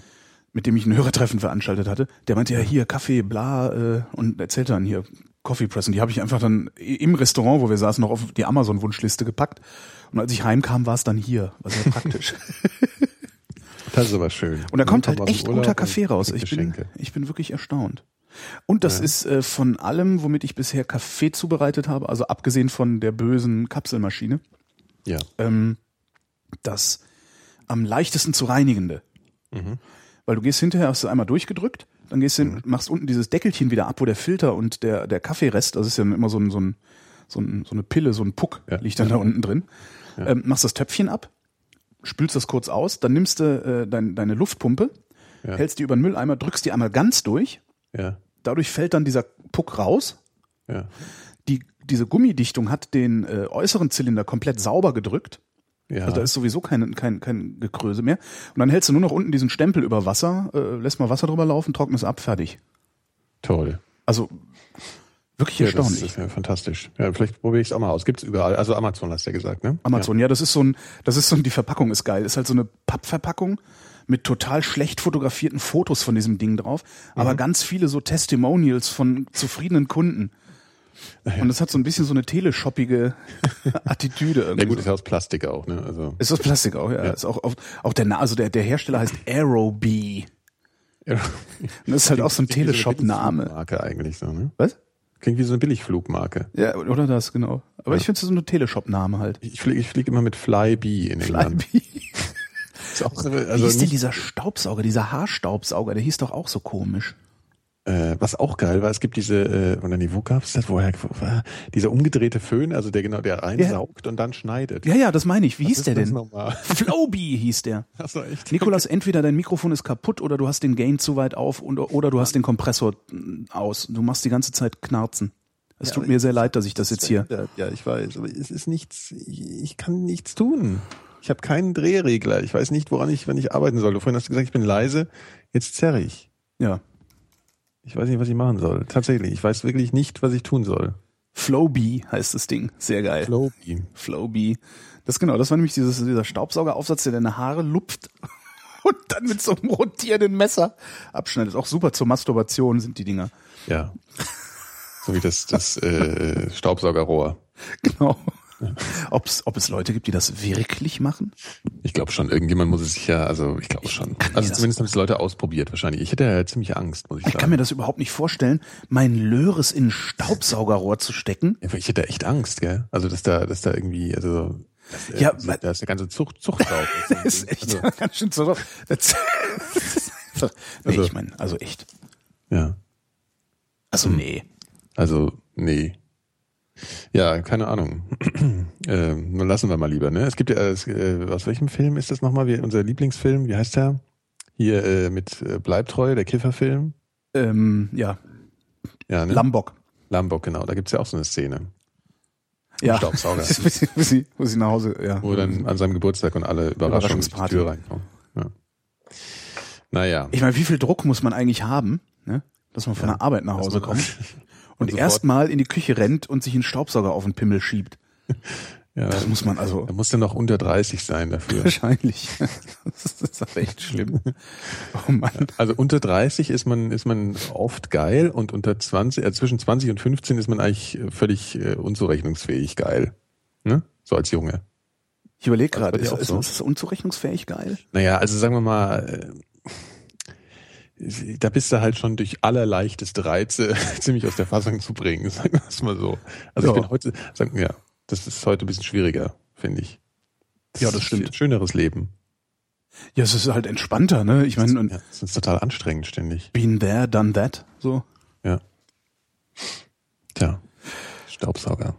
Speaker 1: mit dem ich ein Hörertreffen veranstaltet hatte, der meinte ja hier Kaffee, bla äh, und erzählte dann hier Coffee Press. Und die habe ich einfach dann i- im Restaurant, wo wir saßen, noch auf die Amazon-Wunschliste gepackt. Und als ich heimkam, war es dann hier. Was ja praktisch.
Speaker 2: Das ist aber schön.
Speaker 1: Und da kommt
Speaker 2: Man
Speaker 1: halt
Speaker 2: aus dem
Speaker 1: echt
Speaker 2: Urlaub
Speaker 1: guter
Speaker 2: und
Speaker 1: Kaffee raus.
Speaker 2: kriegt
Speaker 1: Ich bin,
Speaker 2: Geschenke.
Speaker 1: ich bin wirklich erstaunt. Und das ist äh, von allem, womit ich bisher Kaffee zubereitet habe, also abgesehen von der bösen Kapselmaschine,
Speaker 2: Ja.
Speaker 1: ähm, das am leichtesten zu reinigende.
Speaker 2: Mhm.
Speaker 1: Weil du gehst hinterher, hast du einmal durchgedrückt, dann gehst du hin, machst unten dieses Deckelchen wieder ab, wo der Filter und der, der Kaffeerest, das ist ja immer so ein, so ein, so ein so eine Pille, so ein Puck
Speaker 2: Ja.
Speaker 1: liegt dann da unten drin. Ähm, machst das Töpfchen ab, spülst das kurz aus, dann nimmst du äh, dein, deine Luftpumpe,
Speaker 2: Ja.
Speaker 1: hältst die über den Mülleimer, drückst die einmal ganz durch,
Speaker 2: Ja.
Speaker 1: dadurch fällt dann dieser Puck raus.
Speaker 2: Ja.
Speaker 1: Die, diese Gummidichtung hat den äh, äußeren Zylinder komplett sauber gedrückt.
Speaker 2: Ja.
Speaker 1: Also da ist sowieso kein, kein, kein Gekröse mehr. Und dann hältst du nur noch unten diesen Stempel über Wasser, äh, lässt mal Wasser drüber laufen, trocknest ab, fertig.
Speaker 2: Toll.
Speaker 1: Also Wirklich
Speaker 2: Ja, das
Speaker 1: erstaunlich.
Speaker 2: ist ja fantastisch. Ja, vielleicht probiere ich es auch mal aus. Gibt's überall. Also Amazon hast du ja gesagt, ne?
Speaker 1: Amazon, ja. das ist so ein, das ist so ein, die Verpackung ist geil. Ist halt so eine Pappverpackung mit total schlecht fotografierten Fotos von diesem Ding drauf,
Speaker 2: Mhm.
Speaker 1: aber ganz viele so Testimonials von zufriedenen Kunden. Und das hat so ein bisschen so eine teleshoppige Attitüde
Speaker 2: Ja,
Speaker 1: irgendwie.
Speaker 2: ja gut, ist ja aus Plastik auch, ne? Also
Speaker 1: Ist das Plastik auch, ja. Ist auch, auch, auch der, Na- also der, der Hersteller heißt Aerobee. Und das ist halt auch so ein
Speaker 2: Klingt wie so eine
Speaker 1: Teleshop-Name.
Speaker 2: Billigflugmarke eigentlich so, ne?
Speaker 1: Was?
Speaker 2: Klingt wie so eine Billigflugmarke.
Speaker 1: Ja, oder das, genau. Aber ich finde es so eine Teleshop-Name halt.
Speaker 2: Ich fliege ich flieg immer mit Flybe in England.
Speaker 1: Wie
Speaker 2: Ist auch, äh, also
Speaker 1: hieß denn
Speaker 2: nicht,
Speaker 1: dieser Staubsauger, dieser Haarstaubsauger, der hieß doch auch so komisch.
Speaker 2: äh, was auch geil war, es gibt diese, äh, oder nee, wo gab's das? Woher? Wo, war- dieser umgedrehte Föhn, also der genau, der reinsaugt und dann schneidet.
Speaker 1: Ja, ja, das meine ich. Wie hieß
Speaker 2: ist
Speaker 1: der
Speaker 2: das
Speaker 1: denn?
Speaker 2: nochmal?
Speaker 1: Flowbee hieß der.
Speaker 2: Hast du echt?
Speaker 1: Nikolas, entweder dein Mikrofon ist kaputt oder du hast den Gain zu weit auf und, oder du hast den Kompressor mm, aus. Du machst die ganze Zeit knarzen. Es
Speaker 2: Ja,
Speaker 1: tut
Speaker 2: aber
Speaker 1: mir sehr leid, dass ich das jetzt hier.
Speaker 2: Ja, ich weiß, aber es ist nichts, ich ich kann nichts tun. Ich habe keinen Drehregler. Ich weiß nicht, woran ich, wenn ich arbeiten soll. Du Vorhin hast du gesagt, ich bin leise, jetzt zerre ich.
Speaker 1: Ja.
Speaker 2: Ich weiß nicht, was ich machen soll. Tatsächlich, ich weiß wirklich nicht, was ich tun soll.
Speaker 1: Flowbee heißt das Ding. Sehr geil.
Speaker 2: Flowbee.
Speaker 1: Flowbee. Das genau, das war nämlich dieses, dieser Staubsaugeraufsatz, der deine Haare lupft und dann mit so einem rotierenden Messer abschneidet. Auch super zur Masturbation sind die Dinger.
Speaker 2: Ja. So wie das, das äh, Staubsaugerrohr.
Speaker 1: Genau. Ob's, ob es Leute gibt, die das wirklich machen?
Speaker 2: Ich glaube schon, irgendjemand muss es sich ja, also ich glaube schon. Also
Speaker 1: das-
Speaker 2: zumindest haben es Leute ausprobiert wahrscheinlich. Ich hätte ja ziemlich Angst, muss ich
Speaker 1: Ich kann
Speaker 2: sagen.
Speaker 1: mir das überhaupt nicht vorstellen, mein Löres in ein Staubsaugerrohr zu stecken.
Speaker 2: Ja, aber Ich hätte echt Angst, gell? Also dass da, dass da irgendwie, also dass, äh,
Speaker 1: Ja,
Speaker 2: also,
Speaker 1: weil-
Speaker 2: da ist also- der ganze Zucht, Zuchtraum.
Speaker 1: Das ist echt ganz schön so. Das nee,
Speaker 2: Also-
Speaker 1: ich meine, also echt.
Speaker 2: ja. Hm.
Speaker 1: Also nee.
Speaker 2: Also, nee. Ja, keine Ahnung. ähm, nun lassen wir mal lieber, ne? Es gibt ja, es, äh, aus welchem Film ist das nochmal? Wie, unser Lieblingsfilm, wie heißt der? Hier äh, mit äh, Bleibtreu, der Kifferfilm.
Speaker 1: Ähm, ja,
Speaker 2: Ja, ne?
Speaker 1: Lambok.
Speaker 2: Lambock, genau. Da gibt's ja auch so eine Szene.
Speaker 1: Ja.
Speaker 2: Staubsauger.
Speaker 1: Wo sie, wo sie, wo sie nach Hause, ja.
Speaker 2: Wo er dann an seinem Geburtstag und alle Überraschungen durch
Speaker 1: Überraschungsparty.
Speaker 2: die Tür reinkommen. Ja. Naja.
Speaker 1: Ich meine, wie viel Druck muss man eigentlich haben, ne? dass man von der Arbeit nach Hause kommt und
Speaker 2: sofort-
Speaker 1: erstmal in die Küche rennt und sich einen Staubsauger auf den Pimmel schiebt?
Speaker 2: ja,
Speaker 1: Das muss man also
Speaker 2: da muss er noch unter 30 sein dafür.
Speaker 1: wahrscheinlich. Das ist aber echt schlimm. Oh Mann.
Speaker 2: Also unter 30 ist man, ist man oft geil und unter 20, äh, zwischen 20 und 15 ist man eigentlich äh, völlig äh, unzurechnungsfähig geil. Ne? So als Junge.
Speaker 1: Ich überlege gerade,
Speaker 2: Das
Speaker 1: ist,
Speaker 2: wird ja
Speaker 1: ist,
Speaker 2: auch so.
Speaker 1: ist das unzurechnungsfähig geil?
Speaker 2: Naja, also sagen wir mal, äh, da bist du halt schon durch allerleichteste Reize ziemlich aus der Fassung zu bringen, sagen wir es mal so. Also ich
Speaker 1: Ja.
Speaker 2: bin heute, sagen, ja, das ist heute ein bisschen schwieriger, finde ich.
Speaker 1: Ja, das
Speaker 2: ist
Speaker 1: stimmt.
Speaker 2: Ein schöneres Leben.
Speaker 1: Ja, es ist halt entspannter, ne? Ich meine, und
Speaker 2: Ja, das ist total anstrengend ständig.
Speaker 1: been there, done that, so.
Speaker 2: Ja. Tja. Staubsauger.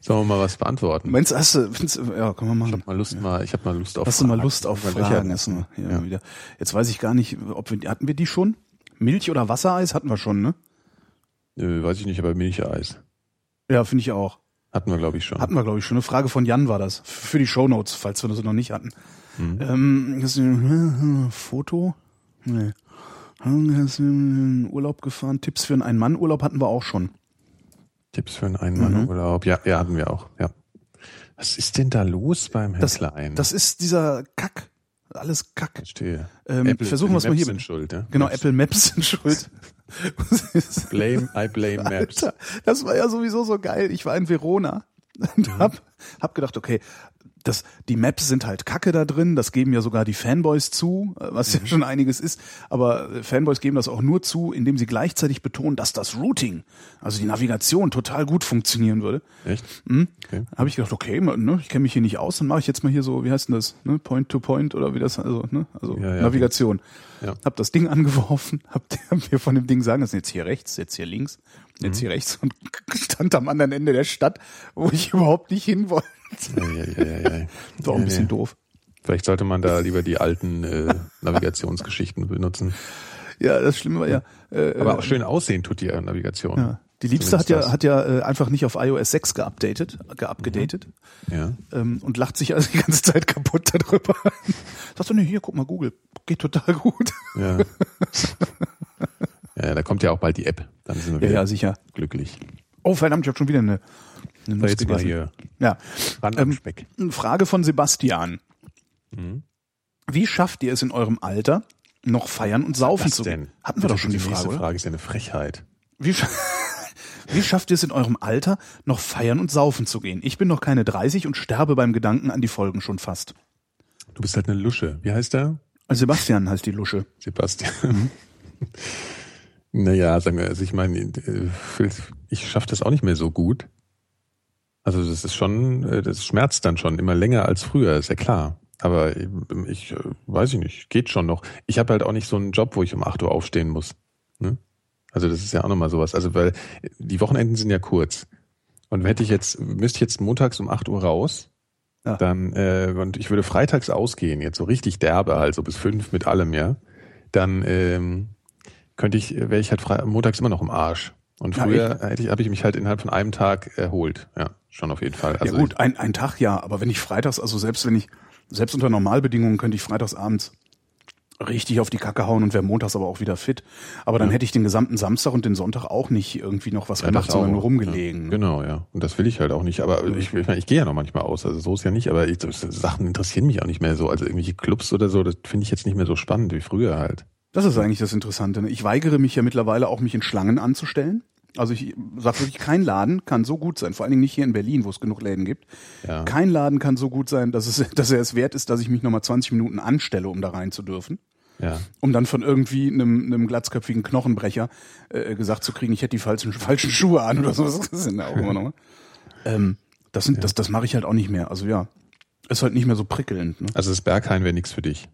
Speaker 2: Sollen wir mal was beantworten?
Speaker 1: Meinst du, hast du, findest, du- ja, kann man machen.
Speaker 2: Mal Lust mal, ich habe mal Lust auf
Speaker 1: Hast du mal Lust auf
Speaker 2: Löcher
Speaker 1: Fragen?
Speaker 2: lassen.
Speaker 1: Essen wir hier
Speaker 2: Ja.
Speaker 1: wieder. Jetzt weiß ich gar nicht, ob wir, hatten wir die schon? Milch oder Wassereis hatten wir schon, ne?
Speaker 2: Nö, weiß ich nicht, aber Milcheis.
Speaker 1: Ja, finde ich auch.
Speaker 2: Hatten wir, glaube ich, schon.
Speaker 1: Hatten wir, glaube ich, schon. Eine Frage von Jan war das. Für die Shownotes, falls wir das noch nicht hatten. Ähm, hast du ein Foto? Nee. Hm, Hast du in Urlaub gefahren? Tipps für einen Ein-Mann-Urlaub hatten wir auch schon.
Speaker 2: Tipps für einen
Speaker 1: Mhm.
Speaker 2: Einmannurlaub. Ja, ja, hatten wir auch. Ja. Was ist denn da los beim Herrn
Speaker 1: Das-
Speaker 2: Klein?
Speaker 1: Das ist dieser Kack. Alles Kack.
Speaker 2: verstehe.
Speaker 1: Ähm, versuchen wir's
Speaker 2: die
Speaker 1: mal
Speaker 2: Maps
Speaker 1: hier
Speaker 2: Sind
Speaker 1: mit-
Speaker 2: schuld, ja?
Speaker 1: Genau,
Speaker 2: Maps.
Speaker 1: Apple Maps sind schuld.
Speaker 2: Blame, I blame Maps.
Speaker 1: Alter, das war ja sowieso so geil. Ich war in Verona und hab, hab gedacht, okay, das, die Maps sind halt kacke da drin, das geben ja sogar die Fanboys zu, äh, was ja schon einiges ist, aber äh, Fanboys geben das auch nur zu, indem sie gleichzeitig betonen, dass das Routing, also die Navigation, total gut funktionieren würde.
Speaker 2: Echt?
Speaker 1: Mhm.
Speaker 2: Okay.
Speaker 1: Habe ich gedacht, okay, ma- ne, ich kenne mich hier nicht aus, dann mache ich jetzt mal hier so, wie heißt denn das, ne, Point to Point oder wie das, also, ne, also
Speaker 2: Ja, ja.
Speaker 1: Navigation.
Speaker 2: Ja.
Speaker 1: Hab das Ding angeworfen, hab, der- hab mir von dem Ding sagen lassen, jetzt hier rechts, jetzt hier links,
Speaker 2: Mhm.
Speaker 1: jetzt hier rechts und stand am anderen Ende der Stadt, wo ich überhaupt nicht hin wollte.
Speaker 2: Ja, ja, ja, ja, ja.
Speaker 1: War auch ein
Speaker 2: Ja,
Speaker 1: bisschen
Speaker 2: ja.
Speaker 1: doof.
Speaker 2: Vielleicht sollte man da lieber die alten äh, Navigationsgeschichten benutzen.
Speaker 1: Ja, das Schlimme war ja, äh,
Speaker 2: Aber auch schön aussehen tut die äh, Navigation.
Speaker 1: ja. die Liebste hat ja,
Speaker 2: Zumindest
Speaker 1: hat ja äh, einfach nicht auf iOS 6 geupdatet, geupdatet.
Speaker 2: das. ja.
Speaker 1: ähm, und lacht sich also die ganze Zeit kaputt darüber. Sagst du, nee, hier, guck mal, Google, geht total gut.
Speaker 2: Ja. ja. Äh, da kommt ja auch bald die App. Dann sind
Speaker 1: Ja,
Speaker 2: wir wieder
Speaker 1: ja, sicher.
Speaker 2: glücklich.
Speaker 1: Oh, verdammt, ich habe schon wieder eine, eine
Speaker 2: So,
Speaker 1: Nuss
Speaker 2: jetzt mal
Speaker 1: gegessen.
Speaker 2: hier
Speaker 1: Ja.
Speaker 2: ran am
Speaker 1: Ähm,
Speaker 2: Speck.
Speaker 1: Eine Frage von Sebastian.
Speaker 2: Mhm.
Speaker 1: Wie schafft ihr es in eurem Alter, noch feiern und saufen
Speaker 2: Was
Speaker 1: zu
Speaker 2: denn?
Speaker 1: gehen? Hatten wir doch schon die,
Speaker 2: nächste
Speaker 1: Frage, oder?
Speaker 2: Frage ist ja eine Frechheit.
Speaker 1: Wie, scha- wie schafft ihr es in eurem Alter, noch feiern und saufen zu gehen? Ich bin noch keine 30 und sterbe beim Gedanken an die Folgen schon fast.
Speaker 2: Du bist halt eine Lusche. Wie heißt der?
Speaker 1: Sebastian heißt die Lusche.
Speaker 2: Sebastian. naja, sagen wir, also ich meine, äh, ich schaffe das auch nicht mehr so gut. Also das ist schon, äh, das schmerzt dann schon immer länger als früher, ist ja klar. Aber ähm, ich äh, weiß ich nicht, geht schon noch. Ich habe halt auch nicht so einen Job, wo ich um 8 Uhr aufstehen muss. Ne? Also das ist ja auch nochmal sowas. Also weil äh, die Wochenenden sind ja kurz. Und hätte ich jetzt, müsste ich jetzt montags um 8 Uhr raus,
Speaker 1: Ja.
Speaker 2: dann, äh, und ich würde freitags ausgehen, jetzt so richtig derbe halt, so bis fünf mit allem, ja, dann ähm, könnte ich, wäre ich halt frei, montags immer noch im Arsch. Und
Speaker 1: Ja,
Speaker 2: früher hätte ich, habe ich mich halt innerhalb von einem Tag erholt. Ja, schon auf jeden Fall. Also
Speaker 1: ja gut, ein, ein Tag ja, aber wenn ich freitags, also selbst wenn ich, selbst unter Normalbedingungen könnte ich freitags abends richtig auf die Kacke hauen und wäre montags aber auch wieder fit. Aber dann hätte ich den gesamten Samstag und den Sonntag auch nicht irgendwie noch was
Speaker 2: Ja,
Speaker 1: gemacht,
Speaker 2: das auch.
Speaker 1: sondern nur rumgelegen.
Speaker 2: Ja, genau, ja. Und das will ich halt auch nicht. Aber ich, ich, meine, ich gehe ja noch manchmal aus. Also so ist ja nicht. Aber ich, so Sachen interessieren mich auch nicht mehr so. Also irgendwelche Clubs oder so, das finde ich jetzt nicht mehr so spannend wie früher halt.
Speaker 1: Das ist eigentlich das Interessante. Ne? Ich weigere mich ja mittlerweile auch, mich in Schlangen anzustellen. Also ich sag wirklich, kein Laden kann so gut sein, vor allen Dingen nicht hier in Berlin, wo es genug Läden gibt.
Speaker 2: Ja.
Speaker 1: Kein Laden kann so gut sein, dass, es, dass er es wert ist, dass ich mich nochmal 20 Minuten anstelle, um da rein zu dürfen.
Speaker 2: Ja.
Speaker 1: Um dann von irgendwie einem, einem glatzköpfigen Knochenbrecher äh, gesagt zu kriegen, ich hätte die falschen, falschen Schuhe an oder so. Das sind ja auch immer nochmal. Ähm, das, sind, das, das mache ich halt auch nicht mehr. Also ja, ist halt nicht mehr so prickelnd. Ne?
Speaker 2: Also das Berghain wäre nichts für dich.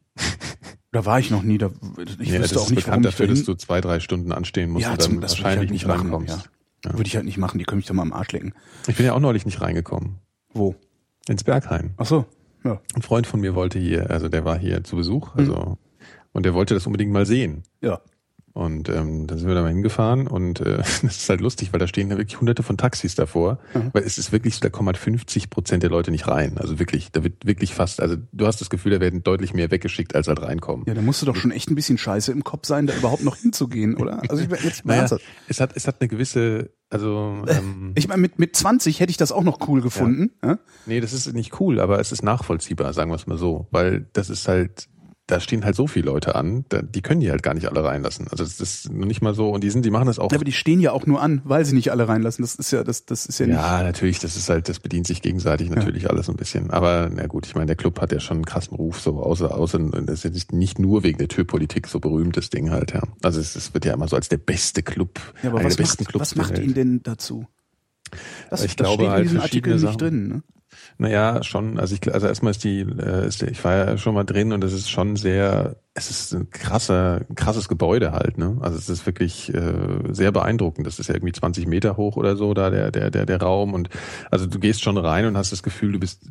Speaker 1: Da war ich noch nie. Da, ich
Speaker 2: Ja,
Speaker 1: wüsste
Speaker 2: das
Speaker 1: auch
Speaker 2: ist
Speaker 1: nicht, warum
Speaker 2: bekannt
Speaker 1: ich
Speaker 2: dafür,
Speaker 1: dahin-
Speaker 2: dass du zwei, drei Stunden anstehen musst
Speaker 1: Ja,
Speaker 2: und
Speaker 1: zum-
Speaker 2: dann
Speaker 1: das würd ich
Speaker 2: wahrscheinlich
Speaker 1: halt
Speaker 2: nicht
Speaker 1: nicht machen,
Speaker 2: rankommst. Ja.
Speaker 1: Würde ich halt nicht machen, die können mich doch mal am Arsch lecken.
Speaker 2: Ich bin ja auch neulich nicht reingekommen.
Speaker 1: Wo?
Speaker 2: Ins Berghain.
Speaker 1: Ach so. Ja.
Speaker 2: Ein Freund von mir wollte hier, also der war hier zu Besuch,
Speaker 1: Hm.
Speaker 2: also und der wollte das unbedingt mal sehen.
Speaker 1: Ja.
Speaker 2: Und ähm, dann sind wir da mal hingefahren und äh, das ist halt lustig, weil da stehen ja wirklich hunderte von Taxis davor.
Speaker 1: Mhm.
Speaker 2: Weil es ist wirklich so, da kommen halt 50 Prozent der Leute nicht rein. Also wirklich, da wird wirklich fast, also du hast das Gefühl, da werden deutlich mehr weggeschickt, als halt reinkommen.
Speaker 1: Ja, da musst du doch schon echt ein bisschen scheiße im Kopf sein, da überhaupt noch hinzugehen, oder? Also ich mein, jetzt mal
Speaker 2: Naja,
Speaker 1: ernsthaft.
Speaker 2: es hat, es hat eine gewisse, also ähm,
Speaker 1: Ich meine, mit, mit 20 hätte ich das auch noch cool gefunden. Ja.
Speaker 2: Nee, das ist nicht cool, aber es ist nachvollziehbar, sagen wir es mal so. Weil das ist halt, da stehen halt so viele Leute an, da, die können die halt gar nicht alle reinlassen. Also das ist noch nicht mal so, und die sind, die machen das auch.
Speaker 1: Aber die stehen ja auch nur an, weil sie nicht alle reinlassen. Das ist ja, das, das ist ja, nicht.
Speaker 2: ja, natürlich, das ist halt, das bedient sich gegenseitig natürlich alles ein bisschen. Aber na gut, ich meine, der Club hat ja schon einen krassen Ruf, so außer, außer, und das ist jetzt nicht nur wegen der Türpolitik so berühmt, das Ding halt, ja. Also es, es wird ja immer so als der beste Club,
Speaker 1: Ja, aber
Speaker 2: einer
Speaker 1: was
Speaker 2: der besten
Speaker 1: macht,
Speaker 2: Clubs
Speaker 1: was
Speaker 2: der
Speaker 1: macht
Speaker 2: Welt.
Speaker 1: ihn denn dazu? Das,
Speaker 2: Ich
Speaker 1: das
Speaker 2: glaube
Speaker 1: steht in
Speaker 2: halt
Speaker 1: diesem Artikel
Speaker 2: verschiedene
Speaker 1: nicht drin.
Speaker 2: Sachen.
Speaker 1: Ne?
Speaker 2: Naja, schon. Also ich, also erstmal ist die, äh, ist, ich war ja schon mal drin und es ist schon sehr, es ist ein krasser, ein krasses Gebäude halt, ne? Also es ist wirklich äh, sehr beeindruckend. Das ist ja irgendwie 20 Meter hoch oder so, da der, der, der, der Raum. Und also du gehst schon rein und hast das Gefühl, du bist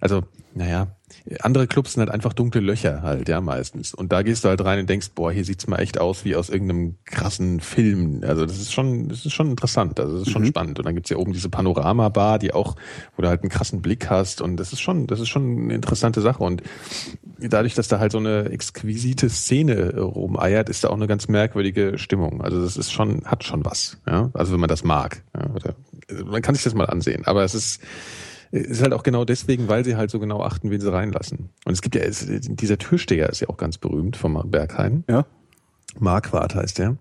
Speaker 2: also, naja, andere Clubs sind halt einfach dunkle Löcher halt, ja, meistens. Und da gehst du halt rein und denkst, boah, hier sieht's mal echt aus wie aus irgendeinem krassen Film. Also, das ist schon, das ist schon interessant. Also, das ist schon spannend. Und dann gibt's ja oben diese Panoramabar, die auch, wo du halt einen krassen Blick hast. Und das ist schon, das ist schon eine interessante Sache. Und dadurch, dass da halt so eine exquisite Szene äh, rumeiert, ist da auch eine ganz merkwürdige Stimmung. Also das ist schon, hat schon was. Ja? Also wenn man das mag. Ja? Oder, also man kann sich das mal ansehen. Aber es ist, es ist halt auch genau deswegen, weil sie halt so genau achten, wen sie reinlassen. Und es gibt ja, es, dieser Türsteher ist ja auch ganz berühmt vom Berghain.
Speaker 1: Ja.
Speaker 2: Marquardt heißt der.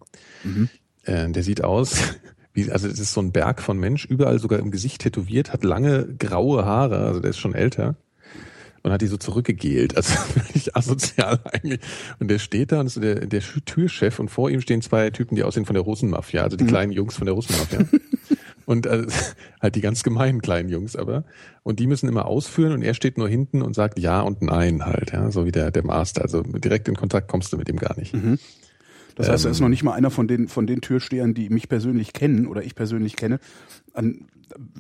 Speaker 2: Äh, der sieht aus, wie, also es ist so ein Berg von Mensch, überall sogar im Gesicht tätowiert, hat lange graue Haare, also der ist schon älter. Und hat die so zurückgegelt, also wirklich asozial eigentlich. Und der steht da und ist so der, der Türchef und vor ihm stehen zwei Typen, die aussehen von der Russenmafia, also die kleinen Jungs von der Russenmafia. Und äh, halt die ganz gemeinen kleinen Jungs aber. Und die müssen immer ausführen und er steht nur hinten und sagt Ja und Nein halt, ja, so wie der, der Master. Also direkt in Kontakt kommst du mit ihm gar nicht.
Speaker 1: Das heißt, er
Speaker 2: Ähm.
Speaker 1: ist noch nicht mal einer von den, von den Türstehern, die mich persönlich kennen oder ich persönlich kenne, an,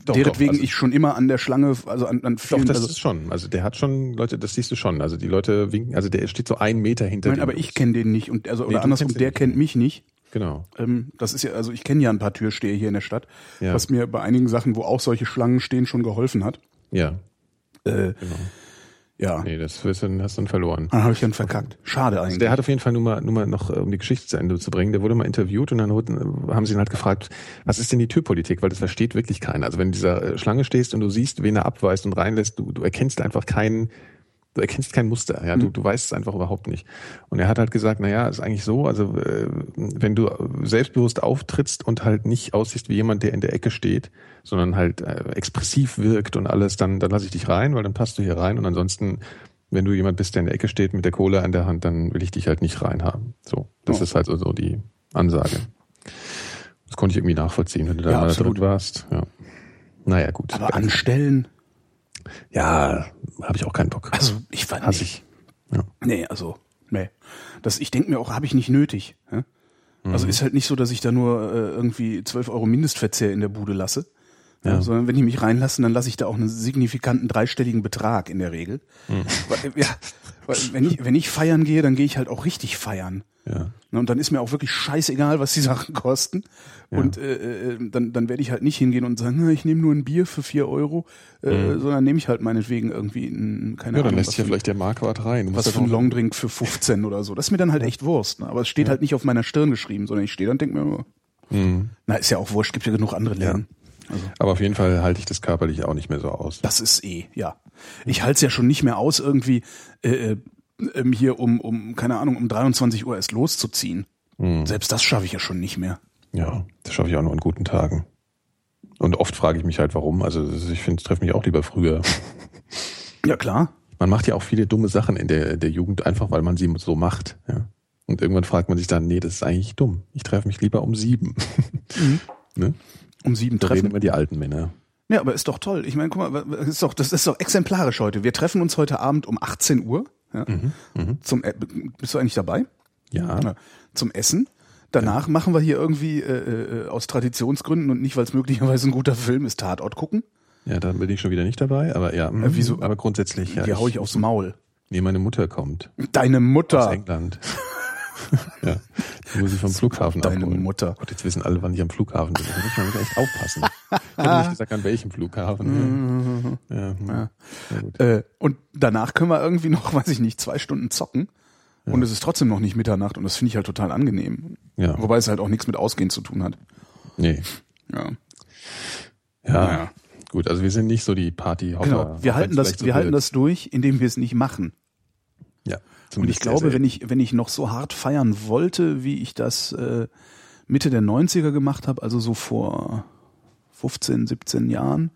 Speaker 2: Doch,
Speaker 1: deretwegen
Speaker 2: doch, also-
Speaker 1: ich schon immer an der Schlange, also an, an
Speaker 2: Doch,
Speaker 1: vielen,
Speaker 2: das
Speaker 1: also,
Speaker 2: ist schon. Also der hat schon, Leute, das siehst du schon. Also die Leute winken, also der steht so einen Meter hinter
Speaker 1: nein,
Speaker 2: dir.
Speaker 1: aber ich kenne den nicht und, also,
Speaker 2: Nee,
Speaker 1: oder
Speaker 2: du
Speaker 1: andersrum,
Speaker 2: kennst den
Speaker 1: der
Speaker 2: nicht.
Speaker 1: kennt mich nicht.
Speaker 2: Genau.
Speaker 1: Ähm, das ist ja, also ich kenne ja ein paar Türsteher hier in der Stadt,
Speaker 2: Ja.
Speaker 1: was
Speaker 2: Genau.
Speaker 1: mir bei einigen Sachen, wo auch solche Schlangen stehen, schon geholfen hat.
Speaker 2: Ja.
Speaker 1: Äh, Ja.
Speaker 2: Nee, das wirst du, hast du dann verloren.
Speaker 1: Dann habe ich dann verkackt. Schade eigentlich.
Speaker 2: Also der hat auf jeden Fall nur mal, nur mal noch, äh, um die Geschichte zu Ende zu bringen, der wurde mal interviewt und dann wurden- haben sie ihn halt gefragt, was ist denn die Türpolitik? Weil das versteht wirklich keiner. Also wenn du in dieser äh, Schlange stehst und du siehst, wen er abweist und reinlässt, du, du erkennst einfach keinen, du erkennst kein Muster. Ja,
Speaker 1: Hm.
Speaker 2: du, du weißt es einfach überhaupt nicht. Und er hat halt gesagt, naja, ist eigentlich so, also äh, wenn du selbstbewusst auftrittst und halt nicht aussiehst wie jemand, der in der Ecke steht, sondern halt äh, expressiv wirkt und alles, dann, dann lasse ich dich rein, weil dann passt du hier rein. Und ansonsten, wenn du jemand bist, der in der Ecke steht mit der Kohle an der Hand, dann will ich dich halt nicht reinhaben. So, das
Speaker 1: Ja.
Speaker 2: ist halt so, so die Ansage. Das konnte ich irgendwie nachvollziehen, wenn du da
Speaker 1: Ja,
Speaker 2: mal
Speaker 1: absolut.
Speaker 2: drin warst. Ja. Naja, gut.
Speaker 1: Aber anstellen,
Speaker 2: ja, habe ich auch keinen Bock.
Speaker 1: also ich war
Speaker 2: Hasse
Speaker 1: nicht.
Speaker 2: ich. Ja.
Speaker 1: Nee, also, nee. Das, ich denke mir auch, habe ich nicht nötig. Ja? Also
Speaker 2: Mhm.
Speaker 1: ist halt nicht so, dass ich da nur äh, irgendwie 12 Euro Mindestverzehr in der Bude lasse. Ja.
Speaker 2: Ja.
Speaker 1: sondern wenn die mich reinlassen, dann lasse ich da auch einen signifikanten dreistelligen Betrag in der Regel.
Speaker 2: Mhm.
Speaker 1: Weil, ja, weil wenn, ich, wenn ich feiern gehe, dann gehe ich halt auch richtig feiern.
Speaker 2: Ja.
Speaker 1: Ne, Und dann ist mir auch wirklich scheißegal, was die Sachen kosten. Und äh, äh, dann, dann werde ich halt nicht hingehen und sagen, na, ich nehme nur ein Bier für 4 Euro, äh, sondern nehme ich halt meinetwegen irgendwie, ein, keine
Speaker 2: Mhm. Ja, dann
Speaker 1: Ahnung,
Speaker 2: lässt
Speaker 1: was
Speaker 2: sich ja
Speaker 1: für-
Speaker 2: vielleicht der Marquardt rein. Du musst
Speaker 1: was
Speaker 2: halt
Speaker 1: für ein
Speaker 2: auch-
Speaker 1: Longdrink für 15 oder so. Das ist mir dann halt echt Wurst. Ne? Aber es steht halt nicht auf meiner Stirn geschrieben, sondern ich stehe dann und denke mir, immer,
Speaker 2: Mhm.
Speaker 1: na ist ja auch Wurst, gibt ja genug andere Läden.
Speaker 2: Aber auf jeden Fall halte ich das körperlich auch nicht mehr so aus.
Speaker 1: Das ist eh, ja. Ich halte es ja schon nicht mehr aus, irgendwie äh, äh, ähm, hier um, um, keine Ahnung, um 23 Uhr erst loszuziehen.
Speaker 2: Mhm.
Speaker 1: Selbst das schaffe ich ja schon nicht mehr.
Speaker 2: Ja, das schaffe ich auch nur an guten Tagen. Und oft frage ich mich halt, warum. Also das ist- ich finde, treffe mich auch lieber früher.
Speaker 1: Ja, klar.
Speaker 2: Man macht ja auch viele dumme Sachen in der, der Jugend, einfach weil man sie so macht. Ja. Und irgendwann fragt man sich dann, nee, das ist eigentlich dumm. Ich treffe mich lieber um sieben. ne?
Speaker 1: Um sieben
Speaker 2: Da reden
Speaker 1: treffen.
Speaker 2: immer die alten ne? Männer.
Speaker 1: Ja, aber ist doch toll. Ich meine, guck mal, wa- wa- ist doch, das ist doch exemplarisch heute. Wir treffen uns heute Abend um 18 Uhr. Ja,
Speaker 2: Mhm,
Speaker 1: zum, E- bist du eigentlich dabei?
Speaker 2: Ja.
Speaker 1: Ja, zum Essen. Danach machen wir hier irgendwie äh, äh, aus Traditionsgründen und nicht, weil es möglicherweise ein guter Film ist, Tatort gucken.
Speaker 2: Ja, dann bin ich schon wieder nicht dabei, aber ja. mhm.
Speaker 1: Äh, wieso?
Speaker 2: Aber grundsätzlich, ja.
Speaker 1: Ja, Hier hau ich Ah.
Speaker 2: auch.
Speaker 1: aufs Maul.
Speaker 2: Nee, meine Mutter kommt
Speaker 1: Deine
Speaker 2: aus
Speaker 1: Mutter.
Speaker 2: England. ja. Die muss ich vom Flughafen
Speaker 1: Deine
Speaker 2: abholen.
Speaker 1: Mutter.
Speaker 2: Gott, jetzt wissen alle, wann ich am Flughafen bin. Da muss man wirklich echt aufpassen. Ich habe nicht gesagt, an welchem Flughafen.
Speaker 1: Mhm.
Speaker 2: ja. hm. Ja. Na gut.
Speaker 1: Äh, und danach können wir irgendwie noch, weiß ich nicht, zwei Stunden zocken. Und es ist trotzdem noch nicht Mitternacht und das finde ich halt total angenehm.
Speaker 2: Ja.
Speaker 1: Wobei es halt auch nichts mit Ausgehen zu tun hat.
Speaker 2: Nee.
Speaker 1: Ja.
Speaker 2: Ja.
Speaker 1: Ja.
Speaker 2: Gut, also wir sind nicht so die party
Speaker 1: Genau. Wir halten das, wir halten das durch, indem wir es nicht machen.
Speaker 2: Ja.
Speaker 1: Und ich glaube, wenn ich, wenn ich noch so hart feiern wollte, wie ich das äh, Mitte der 90er gemacht habe, also so vor 15, 17 Jahren,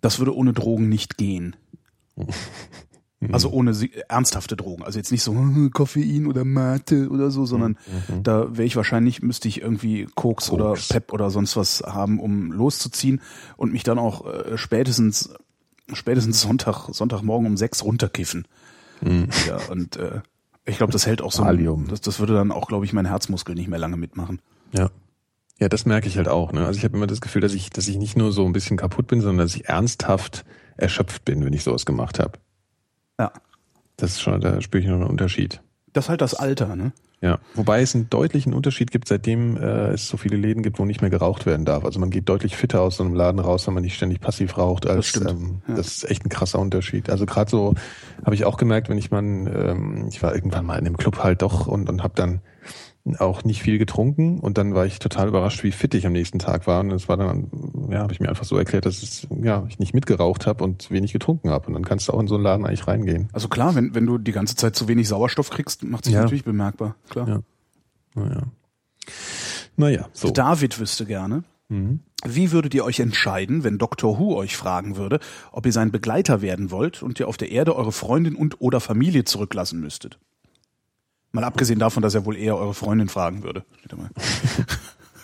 Speaker 1: das würde ohne Drogen nicht gehen. Also ohne si- ernsthafte Drogen. Also jetzt nicht so hm, Koffein oder Mate oder so, sondern da wäre ich wahrscheinlich, müsste ich irgendwie Koks, oder
Speaker 2: Koks.
Speaker 1: Pep oder sonst was haben, um loszuziehen und mich dann auch äh, spätestens spätestens Sonntag, Sonntagmorgen um sechs runterkiffen.
Speaker 2: Mhm.
Speaker 1: Ja, und äh, ich glaube, das hält auch so.
Speaker 2: Valium.
Speaker 1: Das, das würde dann auch, glaube ich, mein Herzmuskel nicht mehr lange mitmachen.
Speaker 2: Ja. Ja, das merke ich halt auch. Ne? Also ich habe immer das Gefühl, dass ich, dass ich nicht nur so ein bisschen kaputt bin, sondern dass ich ernsthaft erschöpft bin, wenn ich sowas gemacht habe.
Speaker 1: Ja.
Speaker 2: Das ist schon, da spüre ich noch einen Unterschied.
Speaker 1: Das ist halt das Alter, ne?
Speaker 2: Ja, wobei es einen deutlichen Unterschied gibt, seitdem äh, es so viele Läden gibt, wo nicht mehr geraucht werden darf. Also man geht deutlich fitter aus so einem Laden raus, wenn man nicht ständig passiv raucht. Als, das,
Speaker 1: stimmt.
Speaker 2: Ähm, das ist echt ein krasser Unterschied. Also gerade so habe ich auch gemerkt, wenn ich mal, ähm, ich war irgendwann mal in einem Club halt doch und, und habe dann auch nicht viel getrunken und dann war ich total überrascht, wie fit ich am nächsten Tag war. Und das war dann, ja, habe ich mir einfach so erklärt, dass es, ja, ich nicht mitgeraucht habe und wenig getrunken habe. Und dann kannst du auch in so einen Laden eigentlich reingehen.
Speaker 1: Also klar, wenn, wenn du die ganze Zeit zu wenig Sauerstoff kriegst, macht sich
Speaker 2: Ja.
Speaker 1: natürlich bemerkbar. Klar.
Speaker 2: Ja. Naja. Naja, so.
Speaker 1: David wüsste gerne.
Speaker 2: Mhm.
Speaker 1: Wie würdet ihr euch entscheiden, wenn Dr. Who euch fragen würde, ob ihr sein Begleiter werden wollt und ihr auf der Erde eure Freundin und oder Familie zurücklassen müsstet? Mal abgesehen davon, dass er wohl eher eure Freundin fragen würde. Steht da mal.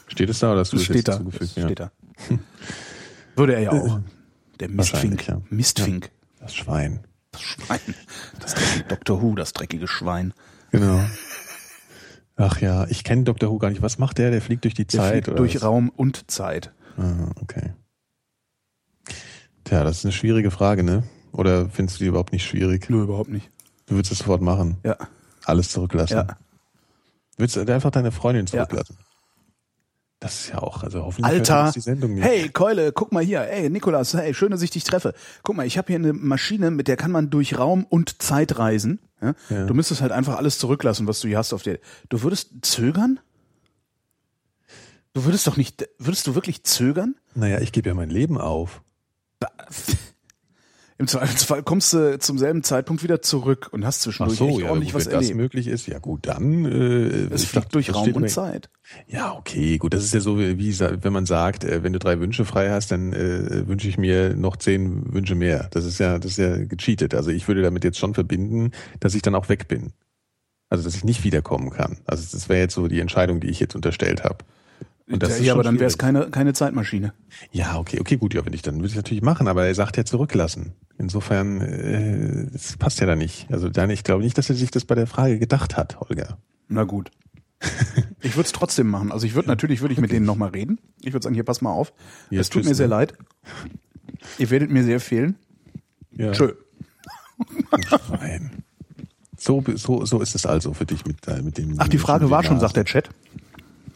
Speaker 2: Steht es da oder hast du
Speaker 1: Das
Speaker 2: das
Speaker 1: steht
Speaker 2: jetzt
Speaker 1: da. Das
Speaker 2: zugefügt? Ja.
Speaker 1: steht da. Würde er ja auch. Der Mistfink.
Speaker 2: Äh, Wahrscheinlich, ja.
Speaker 1: Mistfink.
Speaker 2: Das Schwein.
Speaker 1: Das Schwein. Das dreckige Dr. Who, das dreckige Schwein.
Speaker 2: Genau. Ach ja, ich kenne Dr. Who gar nicht. Was macht der? Der fliegt durch die
Speaker 1: Der
Speaker 2: Zeit.
Speaker 1: fliegt durch
Speaker 2: was?
Speaker 1: Raum und Zeit.
Speaker 2: Ah, okay. Tja, das ist eine schwierige Frage, ne? Oder findest du die überhaupt nicht schwierig?
Speaker 1: Nö, überhaupt nicht.
Speaker 2: Du würdest es sofort machen.
Speaker 1: Ja.
Speaker 2: Alles zurücklassen.
Speaker 1: Ja.
Speaker 2: Würdest du einfach deine Freundin zurücklassen? Das ist ja auch, also hoffentlich hört
Speaker 1: Alter,
Speaker 2: uns die Sendung nicht.
Speaker 1: hey Keule, guck mal hier, ey Nikolas, hey, schön, dass ich dich treffe. Guck mal, ich habe hier eine Maschine, mit der kann man durch Raum und Zeit reisen. Ja?
Speaker 2: Ja.
Speaker 1: Du müsstest halt einfach alles zurücklassen, was du hier hast auf der. Du würdest zögern? Du würdest doch nicht, würdest du wirklich zögern?
Speaker 2: Naja, ich gebe ja mein Leben auf.
Speaker 1: Im Zweifelsfall kommst du zum selben Zeitpunkt wieder zurück und hast zwischendurch echt ordentlich was
Speaker 2: wenn das
Speaker 1: erlebt.
Speaker 2: möglich ist, ja gut, dann. Äh,
Speaker 1: Es
Speaker 2: ich
Speaker 1: fliegt
Speaker 2: dachte,
Speaker 1: durch
Speaker 2: das
Speaker 1: Raum
Speaker 2: steht
Speaker 1: und
Speaker 2: mir-
Speaker 1: Zeit.
Speaker 2: Ja, okay, gut. Das ist ja so, wie, wie sa- wenn man sagt, äh, wenn du drei Wünsche frei hast, dann äh, wünsche ich mir noch zehn Wünsche mehr. Das ist ja, das ist ja gecheatet. Also ich würde damit jetzt schon verbinden, dass ich dann auch weg bin. Also dass ich nicht wiederkommen kann. Also das wäre jetzt so die Entscheidung, die ich jetzt unterstellt habe. Und das ist
Speaker 1: ja, aber
Speaker 2: schon
Speaker 1: dann wäre es
Speaker 2: schwierig.
Speaker 1: keine, keine Zeitmaschine.
Speaker 2: Ja, okay, okay, gut, ja, wenn ich dann würde ich natürlich machen, aber er sagt ja zurücklassen. Insofern, äh, das passt ja da nicht. Also dann, ich glaube nicht, dass er sich das bei der Frage gedacht hat, Holger.
Speaker 1: Na gut. Ich würde es trotzdem machen. Also ich würde natürlich würde ich mit denen nochmal reden. Ich würde sagen, hier pass mal auf.
Speaker 2: Ja,
Speaker 1: es tut
Speaker 2: tschüss,
Speaker 1: mir sehr
Speaker 2: ne?
Speaker 1: leid. Ihr werdet mir sehr fehlen.
Speaker 2: Ja.
Speaker 1: Tschö.
Speaker 2: Nein. So, so, so ist es also für dich mit, äh, mit dem.
Speaker 1: Ach, die Frage war schon, sagt
Speaker 2: sagt
Speaker 1: der Chat.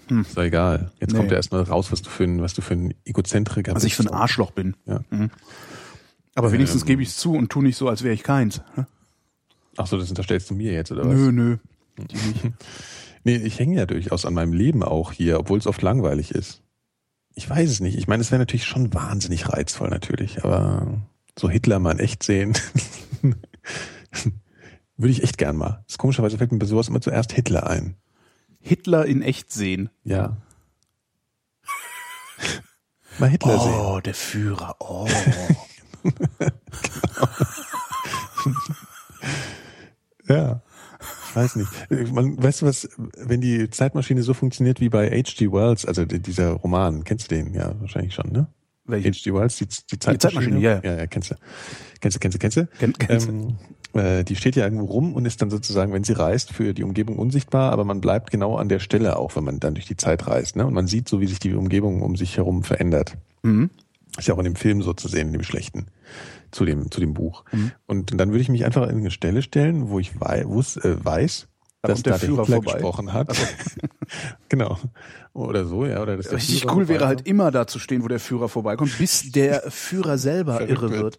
Speaker 2: Ist doch egal. Jetzt
Speaker 1: Nee.
Speaker 2: kommt ja erstmal raus, was du für ein, was du für ein Egozentriker
Speaker 1: Also ich für ein Mhm. Arschloch bin.
Speaker 2: Ja.
Speaker 1: Aber wenigstens
Speaker 2: Ähm.
Speaker 1: gebe ich es zu und tu nicht so, als wäre ich keins. Hä?
Speaker 2: Ach so, das unterstellst du mir jetzt, oder was?
Speaker 1: Nö, nö.
Speaker 2: Nee, ich hänge ja durchaus an meinem Leben auch hier, obwohl es oft langweilig ist. Ich weiß es nicht. Ich meine, es wäre natürlich schon wahnsinnig reizvoll, natürlich, aber so Hitler mal in echt sehen, würde ich echt gern mal. Das komischerweise fällt mir bei sowas immer zuerst Hitler ein.
Speaker 1: Hitler in echt sehen.
Speaker 2: Ja. Mal Hitler sehen. Genau.
Speaker 1: Oh, der Führer. Oh.
Speaker 2: Ja. Ich weiß nicht. Man, weißt du was, wenn die Zeitmaschine so funktioniert wie bei H.G. Wells, also di- dieser Roman, kennst du den? Ja, wahrscheinlich schon, ne?
Speaker 1: Welche?
Speaker 2: H.G. Wells, die, die Zeitmaschine.
Speaker 1: Zeitmaschine, ja, ja.
Speaker 2: ja. Ja, kennst du. Kennst du, kennst du, kennst du?
Speaker 1: Kenn- kennst du.
Speaker 2: ähm, äh, die steht ja irgendwo rum und ist dann sozusagen, wenn sie reist, für die Umgebung unsichtbar, aber man bleibt genau an der Stelle auch, wenn man dann durch die Zeit reist, ne? Und man sieht so, wie sich die Umgebung um sich herum verändert.
Speaker 1: Mhm.
Speaker 2: Ist ja auch in dem Film so zu sehen, in dem schlechten, zu dem, zu dem Buch.
Speaker 1: Mhm.
Speaker 2: Und dann würde ich mich einfach an eine Stelle stellen, wo ich wei wuss, äh, weiß,
Speaker 1: Da
Speaker 2: dass
Speaker 1: kommt der
Speaker 2: da der
Speaker 1: Führer
Speaker 2: Hitler
Speaker 1: vorbei. Also
Speaker 2: gesprochen hat. genau. Oder so, ja. Oder dass der
Speaker 1: Richtig
Speaker 2: Führer
Speaker 1: cool
Speaker 2: vorbei
Speaker 1: wäre
Speaker 2: war.
Speaker 1: halt immer da zu stehen, wo der Führer vorbeikommt, bis der Führer selber irre
Speaker 2: wird.
Speaker 1: wird.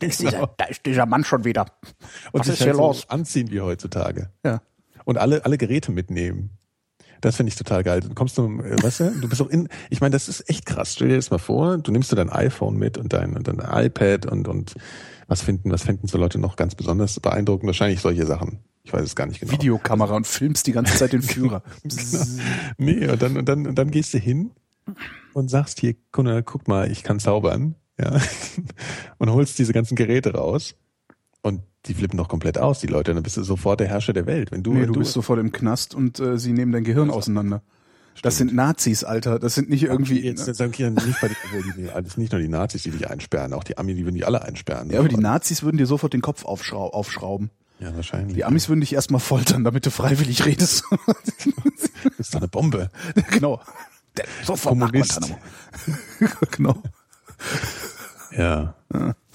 Speaker 1: Da ist, dieser, da ist dieser Mann schon wieder.
Speaker 2: Und
Speaker 1: Was
Speaker 2: sich
Speaker 1: ist hier
Speaker 2: halt
Speaker 1: los?
Speaker 2: so anziehen wie heutzutage.
Speaker 1: Ja.
Speaker 2: Und alle, alle Geräte mitnehmen. Das finde ich total geil. Du kommst du, äh, weißt du, du bist auch in, ich meine, das ist echt krass. Stell dir das mal vor, du nimmst du dein iPhone mit und dein, und dein iPad und, und was finden, was finden so Leute noch ganz besonders beeindruckend? Wahrscheinlich solche Sachen. Ich weiß es gar nicht genau.
Speaker 1: Videokamera und filmst die ganze Zeit den Führer.
Speaker 2: Nee, und dann, und dann, und dann gehst du hin und sagst hier, Kunde, guck mal, ich kann zaubern, ja, und holst diese ganzen Geräte raus. Und die flippen doch komplett aus, die Leute. Dann bist du sofort der Herrscher der Welt. Wenn du,
Speaker 1: Nee,
Speaker 2: wenn
Speaker 1: du bist sofort im Knast und äh, sie nehmen dein Gehirn auseinander. Das sind Nazis, Alter. Das sind nicht irgendwie.
Speaker 2: Okay, jetzt,
Speaker 1: ne?
Speaker 2: jetzt sagen wir nicht bei den, obwohl die, nee, das sind nicht nur die Nazis, die dich einsperren, auch die Amis, die würden die alle einsperren.
Speaker 1: Ja, aber die Nazis würden dir sofort den Kopf aufschrau aufschrauben.
Speaker 2: ja, wahrscheinlich.
Speaker 1: Die Amis würden dich erstmal foltern, damit du freiwillig redest.
Speaker 2: das ist doch eine Bombe.
Speaker 1: genau. Der, sofort nach
Speaker 2: Kommunist.
Speaker 1: Guantanamo. genau.
Speaker 2: Ja.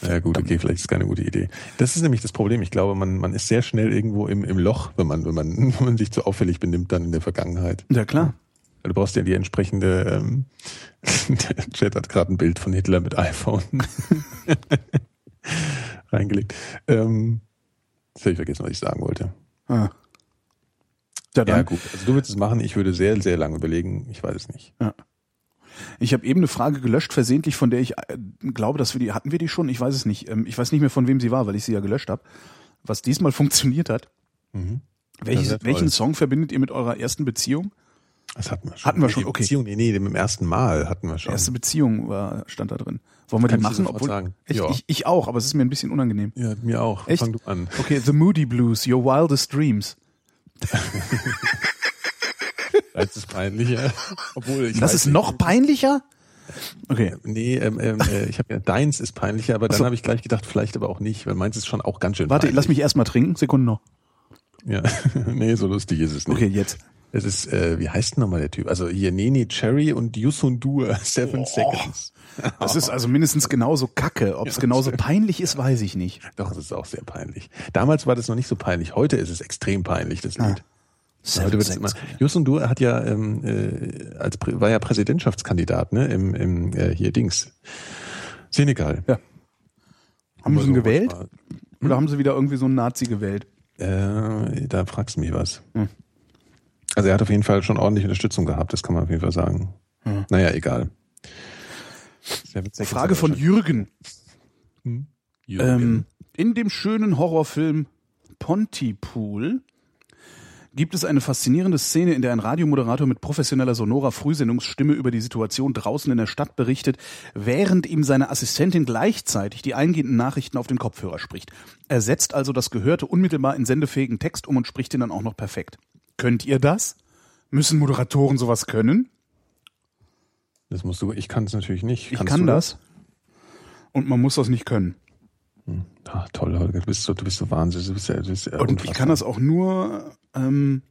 Speaker 2: Ja gut, okay, vielleicht ist keine gute Idee. Das ist nämlich das Problem. Ich glaube, man, man ist sehr schnell irgendwo im, im Loch, wenn man, wenn man, wenn man sich zu auffällig benimmt dann in der Vergangenheit.
Speaker 1: Ja, klar.
Speaker 2: Du brauchst ja die entsprechende, ähm, der Chat hat gerade ein Bild von Hitler mit iPhone reingelegt. Ähm, jetzt habe ich vergessen, was ich sagen wollte.
Speaker 1: Ah. Ja,
Speaker 2: Ja,
Speaker 1: dann.
Speaker 2: gut. Also du würdest es machen, ich würde sehr, sehr lange überlegen. Ich weiß es nicht.
Speaker 1: Ich habe eben eine Frage gelöscht, versehentlich, von der ich äh, glaube, dass wir die, hatten wir die schon? Ich weiß es nicht. Ähm, ich weiß nicht mehr, von wem sie war, weil ich sie ja gelöscht habe. Was diesmal funktioniert hat.
Speaker 2: Das
Speaker 1: Welches,
Speaker 2: wär Mhm. toll.
Speaker 1: welchen Song verbindet ihr mit eurer ersten Beziehung?
Speaker 2: Das hatten wir schon.
Speaker 1: Hatten wir schon,
Speaker 2: Die
Speaker 1: okay.
Speaker 2: Beziehung, nee, nee, dem ersten Mal hatten wir schon.
Speaker 1: Erste Beziehung war, stand da drin. Wollen wir
Speaker 2: Kann
Speaker 1: die
Speaker 2: ich dir
Speaker 1: machen?
Speaker 2: sofort sagen.
Speaker 1: Ich,
Speaker 2: Ja.
Speaker 1: ich, ich auch, aber es ist mir ein bisschen unangenehm.
Speaker 2: ja, mir auch.
Speaker 1: Echt?
Speaker 2: Fang du an.
Speaker 1: Okay, The Moody Blues, Your Wildest Dreams.
Speaker 2: Das ist peinlich, ja. Obwohl ich
Speaker 1: Das
Speaker 2: weiß
Speaker 1: ist
Speaker 2: nicht.
Speaker 1: noch peinlicher? Okay.
Speaker 2: Nee, ähm, ähm, äh, ich habe ja deins ist peinlicher, aber dann habe ich gleich gedacht, vielleicht aber auch nicht, weil meins ist schon auch ganz schön
Speaker 1: Warte, lass
Speaker 2: peinlich.
Speaker 1: mich erstmal trinken. Sekunde noch.
Speaker 2: lass mich. Ja. nee, so lustig ist es nicht.
Speaker 1: Okay, jetzt.
Speaker 2: Es ist, äh, wie heißt denn nochmal der Typ? Also hier Neni Cherry und Yusundur, Seven Seconds.
Speaker 1: Das ist also mindestens genauso kacke. Ob es genauso peinlich ist, weiß ich nicht. Ah.
Speaker 2: Doch, es ist auch sehr peinlich. Damals war das noch nicht so peinlich. Heute ist es extrem peinlich, das Lied. Heute wird's immer. Jus und Du hat ja ähm, äh, als Prä- war ja Präsidentschaftskandidat, ne? Im, im äh, hier Dings. Senegal.
Speaker 1: Ja. Haben sie ihn
Speaker 2: Also,
Speaker 1: gewählt? Oder haben sie wieder irgendwie so einen Nazi gewählt?
Speaker 2: Äh, da fragst du mich was.
Speaker 1: Hm.
Speaker 2: Also er hat auf jeden Fall schon ordentlich Unterstützung gehabt, das kann man auf jeden Fall sagen. Naja, egal. Sehr witzig.
Speaker 1: Hm. Frage von Jürgen.
Speaker 2: Jürgen.
Speaker 1: Ähm, in dem schönen Horrorfilm Pontypool gibt es eine faszinierende Szene, in der ein Radiomoderator mit professioneller sonorer Frühsendungsstimme über die Situation draußen in der Stadt berichtet, während ihm seine Assistentin gleichzeitig die eingehenden Nachrichten auf den Kopfhörer spricht. Er setzt also das Gehörte unmittelbar in sendefähigen Text um und spricht ihn dann auch noch perfekt. Könnt ihr das? Müssen Moderatoren sowas können?
Speaker 2: das musst du, ich kann es natürlich nicht.
Speaker 1: Ich
Speaker 2: Kannst
Speaker 1: kann
Speaker 2: du
Speaker 1: das. Und man muss das nicht können.
Speaker 2: Ah, toll, Holger, du bist so, du bist so wahnsinnig. Du bist ja, du bist ja
Speaker 1: Und ich
Speaker 2: unfassbar,
Speaker 1: kann das auch nur, ähm,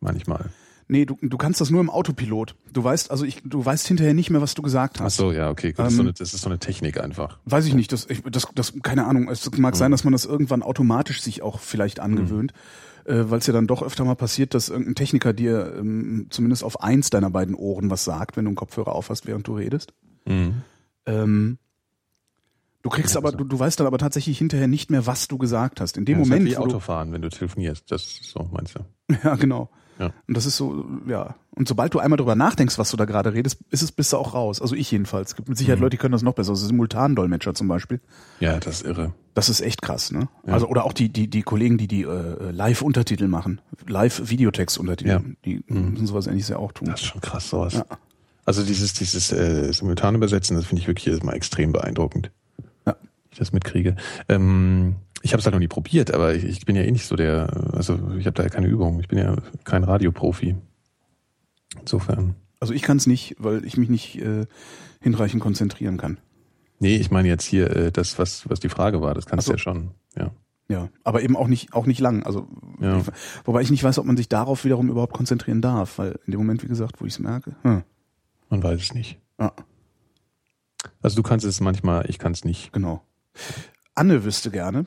Speaker 2: manchmal.
Speaker 1: Nee, du, du kannst das nur im Autopilot. Du weißt, also ich, du weißt hinterher nicht mehr, was du gesagt
Speaker 2: Ach
Speaker 1: hast. Ähm,
Speaker 2: so, ja, okay. gut. Das, ist so eine, das ist so eine Technik einfach.
Speaker 1: Weiß ich nicht, das, ich, das, das, keine Ahnung. Es mag
Speaker 2: Mhm.
Speaker 1: sein, dass man das irgendwann automatisch sich auch vielleicht angewöhnt,
Speaker 2: Mhm.
Speaker 1: äh, weil es ja dann doch öfter mal passiert, dass irgendein Techniker dir ähm, zumindest auf eins deiner beiden Ohren was sagt, wenn du einen Kopfhörer aufhast, während du redest.
Speaker 2: Mhm.
Speaker 1: Ähm, du kriegst aber, du, du weißt dann aber tatsächlich hinterher nicht mehr, was du gesagt hast. In dem
Speaker 2: Das ist
Speaker 1: Moment,
Speaker 2: Halt wie
Speaker 1: wo du-
Speaker 2: Autofahren, wenn du telefonierst. Das ist so, meinst du?
Speaker 1: Ja, genau.
Speaker 2: Ja.
Speaker 1: Und das ist so, ja. Und sobald du einmal drüber nachdenkst, was du da gerade redest, ist es bist du auch raus. Also ich jedenfalls. Es gibt mit
Speaker 2: Mhm.
Speaker 1: Sicherheit Leute, die können das noch besser. Also Simultandolmetscher zum Beispiel.
Speaker 2: Ja, das ist irre.
Speaker 1: Das ist echt krass, ne? Also, oder auch die, die, die Kollegen, die die äh, Live-Untertitel machen, Live-Videotext-Untertitel,
Speaker 2: Ja. Mhm.
Speaker 1: die müssen sowas ähnliches ja auch tun.
Speaker 2: Das ist schon krass, sowas. Also dieses, dieses äh, simultane Übersetzen, das finde ich wirklich jedes Mal extrem beeindruckend.
Speaker 1: Ja.
Speaker 2: Ich das mitkriege. Ähm, ich habe es halt noch nie probiert, aber ich, ich bin ja eh nicht so der, also ich habe da ja keine Übung. Ich bin ja kein Radioprofi. Insofern.
Speaker 1: Also ich kann es nicht, weil ich mich nicht äh, hinreichend konzentrieren kann.
Speaker 2: Nee, ich meine jetzt hier äh, das, was, was die Frage war, das kannst
Speaker 1: Ach so.
Speaker 2: du ja schon. Ja.
Speaker 1: Ja, aber eben auch nicht, auch nicht lang. Also,
Speaker 2: Ja.
Speaker 1: ich, wobei ich nicht weiß, ob man sich darauf wiederum überhaupt konzentrieren darf, weil in dem Moment, wie gesagt, wo ich es merke, hm,
Speaker 2: Man weiß es nicht.
Speaker 1: ja.
Speaker 2: Also du kannst es manchmal, ich kann es nicht.
Speaker 1: Genau. Anne wüsste gerne,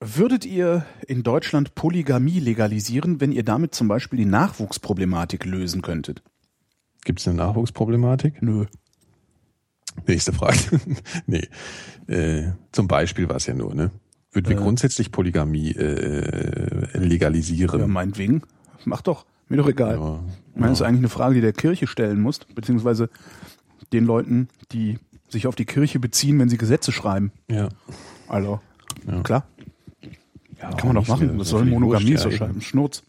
Speaker 1: würdet ihr in Deutschland Polygamie legalisieren, wenn ihr damit zum Beispiel die Nachwuchsproblematik lösen könntet?
Speaker 2: Gibt es eine Nachwuchsproblematik?
Speaker 1: Nö.
Speaker 2: Nächste Frage. nee. Äh, zum Beispiel war es ja nur, ne? Würden
Speaker 1: Äh.
Speaker 2: wir grundsätzlich Polygamie äh,
Speaker 1: Ja,
Speaker 2: legalisieren?
Speaker 1: meinetwegen. Mach doch. Mir doch egal. Ja.
Speaker 2: Aber-
Speaker 1: Das ist eigentlich eine Frage, die der Kirche stellen muss, beziehungsweise den Leuten, die sich auf die Kirche beziehen, wenn sie Gesetze schreiben.
Speaker 2: ja.
Speaker 1: Also, klar.
Speaker 2: ja
Speaker 1: Kann man doch machen. Das soll Monogamie so schreiben. Schnurz.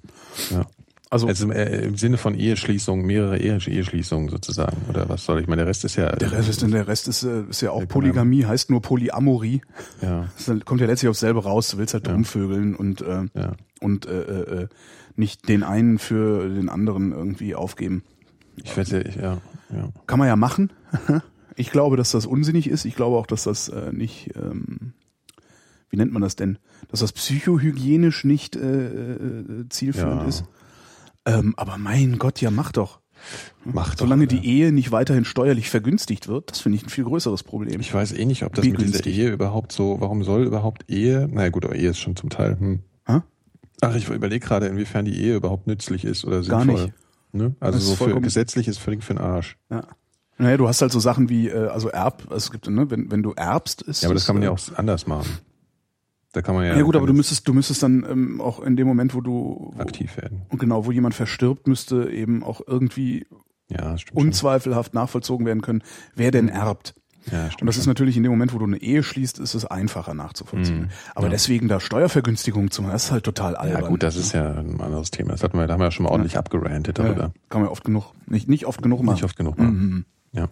Speaker 2: Ja.
Speaker 1: Also,
Speaker 2: Also äh, im Sinne von Eheschließung, mehrere Ehe Eheschließungen sozusagen. Oder was soll ich? Ich meine, der Rest ist ja.
Speaker 1: der Rest ist, der Rest ist, äh, ist ja auch
Speaker 2: kann
Speaker 1: Polygamie, heißt nur Polyamorie.
Speaker 2: Ja.
Speaker 1: Es kommt ja letztlich aufs selbe raus, du willst halt rumvögeln und, äh,
Speaker 2: Ja.
Speaker 1: und äh, äh, äh, nicht den einen für den anderen irgendwie aufgeben.
Speaker 2: Ich wette, ich, ja. ja.
Speaker 1: Kann man ja machen. Ich glaube, dass das unsinnig ist. Ich glaube auch, dass das äh, nicht, ähm, wie nennt man das denn, dass das psychohygienisch nicht äh, äh, zielführend
Speaker 2: Ja.
Speaker 1: ist. Ähm, aber mein Gott, ja, mach doch.
Speaker 2: Macht
Speaker 1: Solange
Speaker 2: doch,
Speaker 1: die Ehe nicht weiterhin steuerlich vergünstigt wird, das finde ich ein viel größeres Problem.
Speaker 2: Ich weiß eh nicht, ob das mit dieser
Speaker 1: Begünstigt.
Speaker 2: Ehe überhaupt so, warum soll überhaupt Ehe, naja gut, aber Ehe ist schon zum Teil, hm.
Speaker 1: Hä?
Speaker 2: Ach, ich überlege gerade, inwiefern die Ehe überhaupt nützlich ist oder
Speaker 1: Gar
Speaker 2: sinnvoll.
Speaker 1: nicht.
Speaker 2: Ne? Also
Speaker 1: Das ist
Speaker 2: so für,
Speaker 1: vollkommen-
Speaker 2: gesetzlich ist völlig für den Arsch.
Speaker 1: Ja. Naja, du hast halt so Sachen wie, äh, also Erb, also es gibt, ne, wenn, wenn du erbst, ist
Speaker 2: Ja, aber das kann man ja
Speaker 1: äh,
Speaker 2: auch anders machen. Da kann man ja,
Speaker 1: Ja, gut, aber du
Speaker 2: kann
Speaker 1: müsstest, du müsstest dann ähm, auch in dem Moment, wo du wo,
Speaker 2: aktiv werden.
Speaker 1: und genau, wo jemand verstirbt, müsste eben auch irgendwie
Speaker 2: Ja, stimmt. schon.
Speaker 1: unzweifelhaft nachvollzogen werden können, wer denn erbt.
Speaker 2: ja,
Speaker 1: Und
Speaker 2: Hm. stimmt.
Speaker 1: das ist natürlich in dem Moment, wo du eine Ehe schließt, ist es einfacher nachzuvollziehen. Aber deswegen da Steuervergünstigungen zu machen, das ist halt total
Speaker 2: Hm, ja
Speaker 1: albern.
Speaker 2: gut, das ist ja ein anderes Thema. Das hatten wir, da haben wir ja schon mal ordentlich abgerantet
Speaker 1: ja,
Speaker 2: darüber.
Speaker 1: kann man ja oft genug, nicht, nicht oft genug machen.
Speaker 2: Nicht oft genug. Mhm. Ja.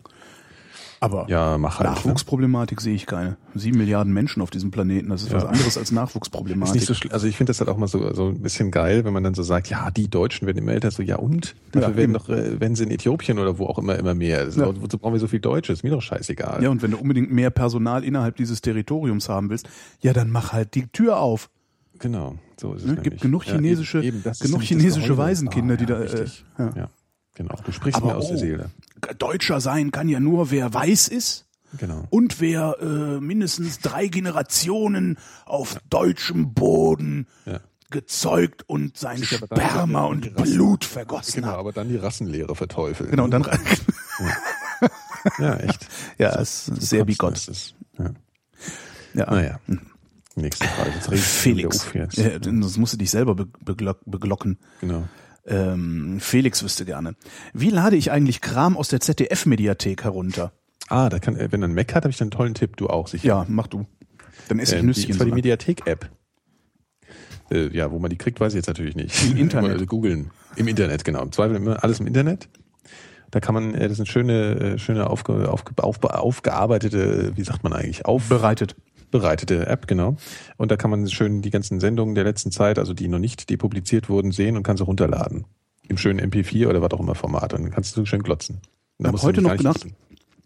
Speaker 1: aber
Speaker 2: ja, mach halt.
Speaker 1: Nachwuchsproblematik sehe ich keine. Sieben Milliarden Menschen auf diesem Planeten, das ist was anderes als
Speaker 2: Ist
Speaker 1: Nachwuchsproblematik.
Speaker 2: nicht so schl- also ich finde das halt auch mal so, so ein bisschen geil, wenn man dann so sagt, ja, die Deutschen werden immer älter, so ja und? Dafür
Speaker 1: Ja,
Speaker 2: werden
Speaker 1: eben.
Speaker 2: doch, äh, werden sie in Äthiopien oder wo auch immer immer mehr. Also,
Speaker 1: Ja.
Speaker 2: Wozu brauchen wir so viel Deutsche? Ist mir doch scheißegal.
Speaker 1: Ja, und wenn du unbedingt mehr Personal innerhalb dieses Territoriums haben willst, ja, dann mach halt die Tür auf.
Speaker 2: Genau, so ist es.
Speaker 1: Ne?
Speaker 2: nämlich.
Speaker 1: Gibt genug
Speaker 2: Ja,
Speaker 1: chinesische,
Speaker 2: eben, eben, das ist
Speaker 1: genug
Speaker 2: nämlich das
Speaker 1: chinesische
Speaker 2: Geheule.
Speaker 1: Waisenkinder,
Speaker 2: Ah,
Speaker 1: die
Speaker 2: ja,
Speaker 1: da. Äh,
Speaker 2: richtig. ja. genau. Du sprichst mir aus der Seele.
Speaker 1: oh, Deutscher sein kann ja nur, wer weiß ist
Speaker 2: Genau.
Speaker 1: und wer äh, mindestens drei Generationen auf deutschem Boden
Speaker 2: Ja.
Speaker 1: gezeugt und sein
Speaker 2: Sicher, aber dann-
Speaker 1: Sperma und Blut vergossen
Speaker 2: Genau,
Speaker 1: hat.
Speaker 2: aber dann die Rassenlehre verteufeln.
Speaker 1: Genau, und dann
Speaker 2: Ja, echt.
Speaker 1: Ja, es ist sehr
Speaker 2: Kopfschmerz
Speaker 1: bigott.
Speaker 2: ist- Ja.
Speaker 1: Ja.
Speaker 2: Naja. Nächste Frage. Jetzt regt
Speaker 1: Felix.
Speaker 2: sich der Uf Jetzt.
Speaker 1: Ja, das musst du dich selber be beglock- beglocken.
Speaker 2: Genau.
Speaker 1: Ähm, Felix wüsste gerne. Wie lade ich eigentlich Kram aus der ZDF-Mediathek herunter?
Speaker 2: Ah, da kann, wenn er einen Mac hat, habe ich einen tollen Tipp. Du auch sicher.
Speaker 1: Ja, mach du. Dann esse ich
Speaker 2: Ähm, die,
Speaker 1: Nüsschen.
Speaker 2: das war die
Speaker 1: so lange.
Speaker 2: Mediathek-App. Äh, ja, wo man die kriegt, weiß ich jetzt natürlich nicht.
Speaker 1: Im Internet.
Speaker 2: Immer, äh, googeln. Im Internet, genau. Im Zweifel immer alles im Internet. Da kann man, äh, das sind schöne, äh, schöne aufge, aufge, aufbe- aufgearbeitete, äh, wie sagt man eigentlich,
Speaker 1: Bereitet.
Speaker 2: aufbereitete App, genau. Und da kann man schön die ganzen Sendungen der letzten Zeit, also die noch nicht, die publiziert wurden, sehen und kann sie runterladen. Im schönen MP4 oder was auch immer Format. Und dann kannst du schön glotzen. Und
Speaker 1: Hab
Speaker 2: dann musst du
Speaker 1: heute
Speaker 2: nämlich
Speaker 1: noch
Speaker 2: gar nicht wissen.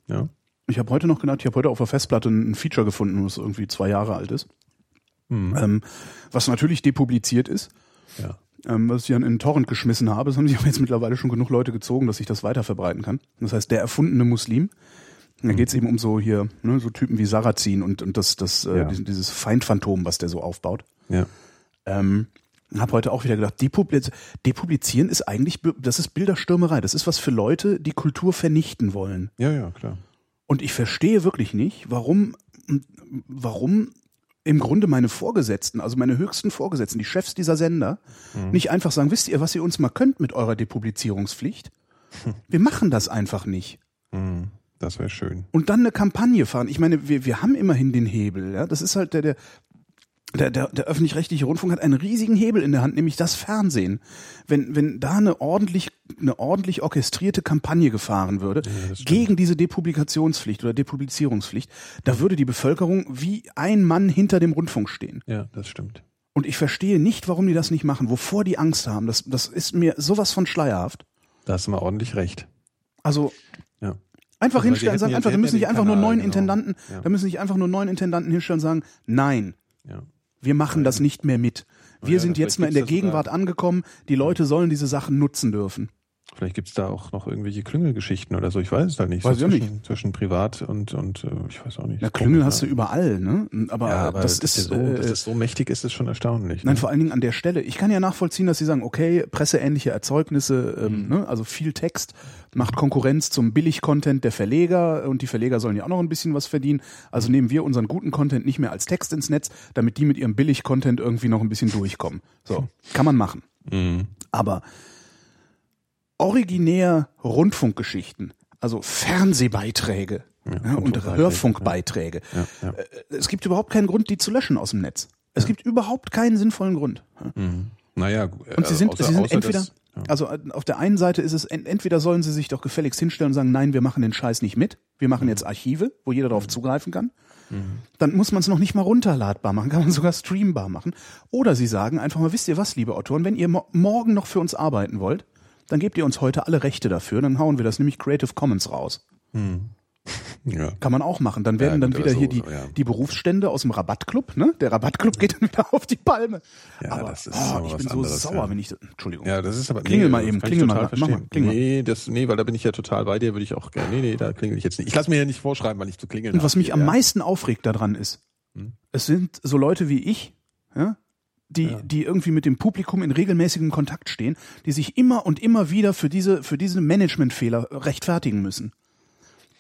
Speaker 2: Ja.
Speaker 1: Ich habe heute noch gedacht, ich habe heute auf der Festplatte ein ein Feature gefunden, das irgendwie zwei Jahre alt ist. Ähm, was natürlich depubliziert ist,
Speaker 2: Hm. Ja.
Speaker 1: ähm, was ich dann in den Torrent geschmissen habe. Das haben sich aber jetzt mittlerweile schon genug Leute gezogen, dass ich das weiter verbreiten kann. Das heißt, der erfundene Muslim. Da
Speaker 2: Hm.
Speaker 1: geht's eben um so hier, ne, so Typen wie Sarrazin und, und das, das, äh,
Speaker 2: Ja.
Speaker 1: dies- dieses Feindphantom, was der so aufbaut.
Speaker 2: Ja.
Speaker 1: Ähm, habe heute auch wieder gedacht, depubliz depublizieren ist eigentlich, be- das ist Bilderstürmerei. Das ist was für Leute, die Kultur vernichten wollen.
Speaker 2: Ja, ja, klar.
Speaker 1: Und ich verstehe wirklich nicht, warum, warum im Grunde meine Vorgesetzten, also meine höchsten Vorgesetzten, die Chefs dieser Sender, nicht einfach sagen, wisst ihr, was ihr uns mal könnt mit eurer Depublizierungspflicht? Wir machen das einfach nicht.
Speaker 2: Mhm. Das wäre schön.
Speaker 1: Und dann eine Kampagne fahren. Ich meine, wir, wir haben immerhin den Hebel. Ja? Das ist halt der, der, der, der, der öffentlich-rechtliche Rundfunk hat einen riesigen Hebel in der Hand, nämlich das Fernsehen. Wenn, wenn da eine ordentlich, eine ordentlich orchestrierte Kampagne gefahren würde gegen diese Depublikationspflicht oder Depublizierungspflicht, da würde die Bevölkerung wie ein Mann hinter dem Rundfunk stehen.
Speaker 2: Ja, das stimmt.
Speaker 1: Und ich verstehe nicht, warum die das nicht machen, wovor die Angst haben. Das, das ist mir sowas von schleierhaft.
Speaker 2: Da hast du mal ordentlich recht.
Speaker 1: Also
Speaker 2: Ja.
Speaker 1: Einfach
Speaker 2: Also, weil
Speaker 1: hinstellen und
Speaker 2: die
Speaker 1: sagen,
Speaker 2: hätten ja-
Speaker 1: einfach, da
Speaker 2: hätten
Speaker 1: müssen
Speaker 2: ja
Speaker 1: sich
Speaker 2: den
Speaker 1: einfach nur
Speaker 2: Kanal,
Speaker 1: neun
Speaker 2: genau.
Speaker 1: Intendanten,
Speaker 2: Ja.
Speaker 1: da müssen sich einfach nur neun Intendanten hinstellen und sagen, nein,
Speaker 2: Ja. Oh
Speaker 1: wir machen das nicht mehr mit. Wir
Speaker 2: ja,
Speaker 1: sind
Speaker 2: vielleicht
Speaker 1: jetzt mal in der
Speaker 2: gibt's das
Speaker 1: Gegenwart angekommen, die Leute sollen diese Sachen nutzen dürfen.
Speaker 2: Vielleicht gibt's da auch noch irgendwelche Klüngelgeschichten oder so. Ich weiß es halt nicht.
Speaker 1: Weiß
Speaker 2: so
Speaker 1: ich auch
Speaker 2: zwischen, zwischen privat und, und äh, ich weiß auch nicht.
Speaker 1: Na, Klüngel hast du überall, ne? Aber,
Speaker 2: Ja, aber
Speaker 1: das,
Speaker 2: dass
Speaker 1: ist,
Speaker 2: der so, dass
Speaker 1: äh,
Speaker 2: das so mächtig ist, ist schon erstaunlich.
Speaker 1: nein,
Speaker 2: ne?
Speaker 1: vor allen Dingen an der Stelle. Ich kann ja nachvollziehen, dass sie sagen, okay, presseähnliche Erzeugnisse,
Speaker 2: Mhm.
Speaker 1: ähm, ne? also viel Text macht Konkurrenz zum Billig-Content der Verleger und die Verleger sollen ja auch noch ein bisschen was verdienen. Also nehmen wir unseren guten Content nicht mehr als Text ins Netz, damit die mit ihrem Billig-Content irgendwie noch ein bisschen durchkommen.
Speaker 2: Hm.
Speaker 1: So, kann man machen.
Speaker 2: Mhm.
Speaker 1: Aber originär Rundfunkgeschichten, also Fernsehbeiträge ja, und
Speaker 2: Rundfunkbeiträge,
Speaker 1: Hörfunkbeiträge,
Speaker 2: Ja, ja.
Speaker 1: äh, es gibt überhaupt keinen Grund, die zu löschen aus dem Netz. Es gibt überhaupt keinen sinnvollen Grund.
Speaker 2: Mhm. Naja, gut.
Speaker 1: Und sie sind, sie sind entweder,
Speaker 2: äh, Das, ja.
Speaker 1: also äh, auf der einen Seite ist es, en- entweder sollen sie sich doch gefälligst hinstellen und sagen, nein, wir machen den Scheiß nicht mit, wir
Speaker 2: Mhm.
Speaker 1: machen jetzt Archive, wo jeder darauf zugreifen kann. Dann muss man es noch nicht mal runterladbar machen, kann man sogar streambar machen. Oder sie sagen einfach mal, wisst ihr was, liebe Autoren, wenn ihr mo morgen noch für uns arbeiten wollt, dann gebt ihr uns heute alle Rechte dafür, dann hauen wir das nämlich Creative Commons raus.
Speaker 2: ja.
Speaker 1: Kann man auch machen. Dann werden
Speaker 2: Ja,
Speaker 1: dann
Speaker 2: gut,
Speaker 1: wieder
Speaker 2: aber
Speaker 1: hier
Speaker 2: so,
Speaker 1: die,
Speaker 2: so, ja.
Speaker 1: die Berufsstände aus dem Rabattclub, ne? Der Rabattclub geht dann wieder auf die Palme.
Speaker 2: Ja,
Speaker 1: aber
Speaker 2: das ist
Speaker 1: oh,
Speaker 2: noch
Speaker 1: ich
Speaker 2: was
Speaker 1: bin so
Speaker 2: anderes,
Speaker 1: sauer,
Speaker 2: ja.
Speaker 1: wenn ich. Entschuldigung.
Speaker 2: Ja, das ist aber.
Speaker 1: Klingel mal
Speaker 2: das
Speaker 1: eben,
Speaker 2: kann
Speaker 1: klingel
Speaker 2: ich
Speaker 1: mal,
Speaker 2: total
Speaker 1: mach mal,
Speaker 2: verstehen.
Speaker 1: klingel mal.
Speaker 2: Nee, das, nee, weil da bin ich ja total bei dir, würde ich auch gerne. Nee, nee, da klingel ich jetzt nicht. Ich lasse mir ja nicht vorschreiben, wann ich zu klingeln
Speaker 1: Und was
Speaker 2: habe.
Speaker 1: mich am
Speaker 2: Ja.
Speaker 1: meisten aufregt daran ist, es sind so Leute wie ich, ja, die, die irgendwie mit dem Publikum in regelmäßigem Kontakt stehen, die sich immer und immer wieder für diese, für diese Managementfehler rechtfertigen müssen.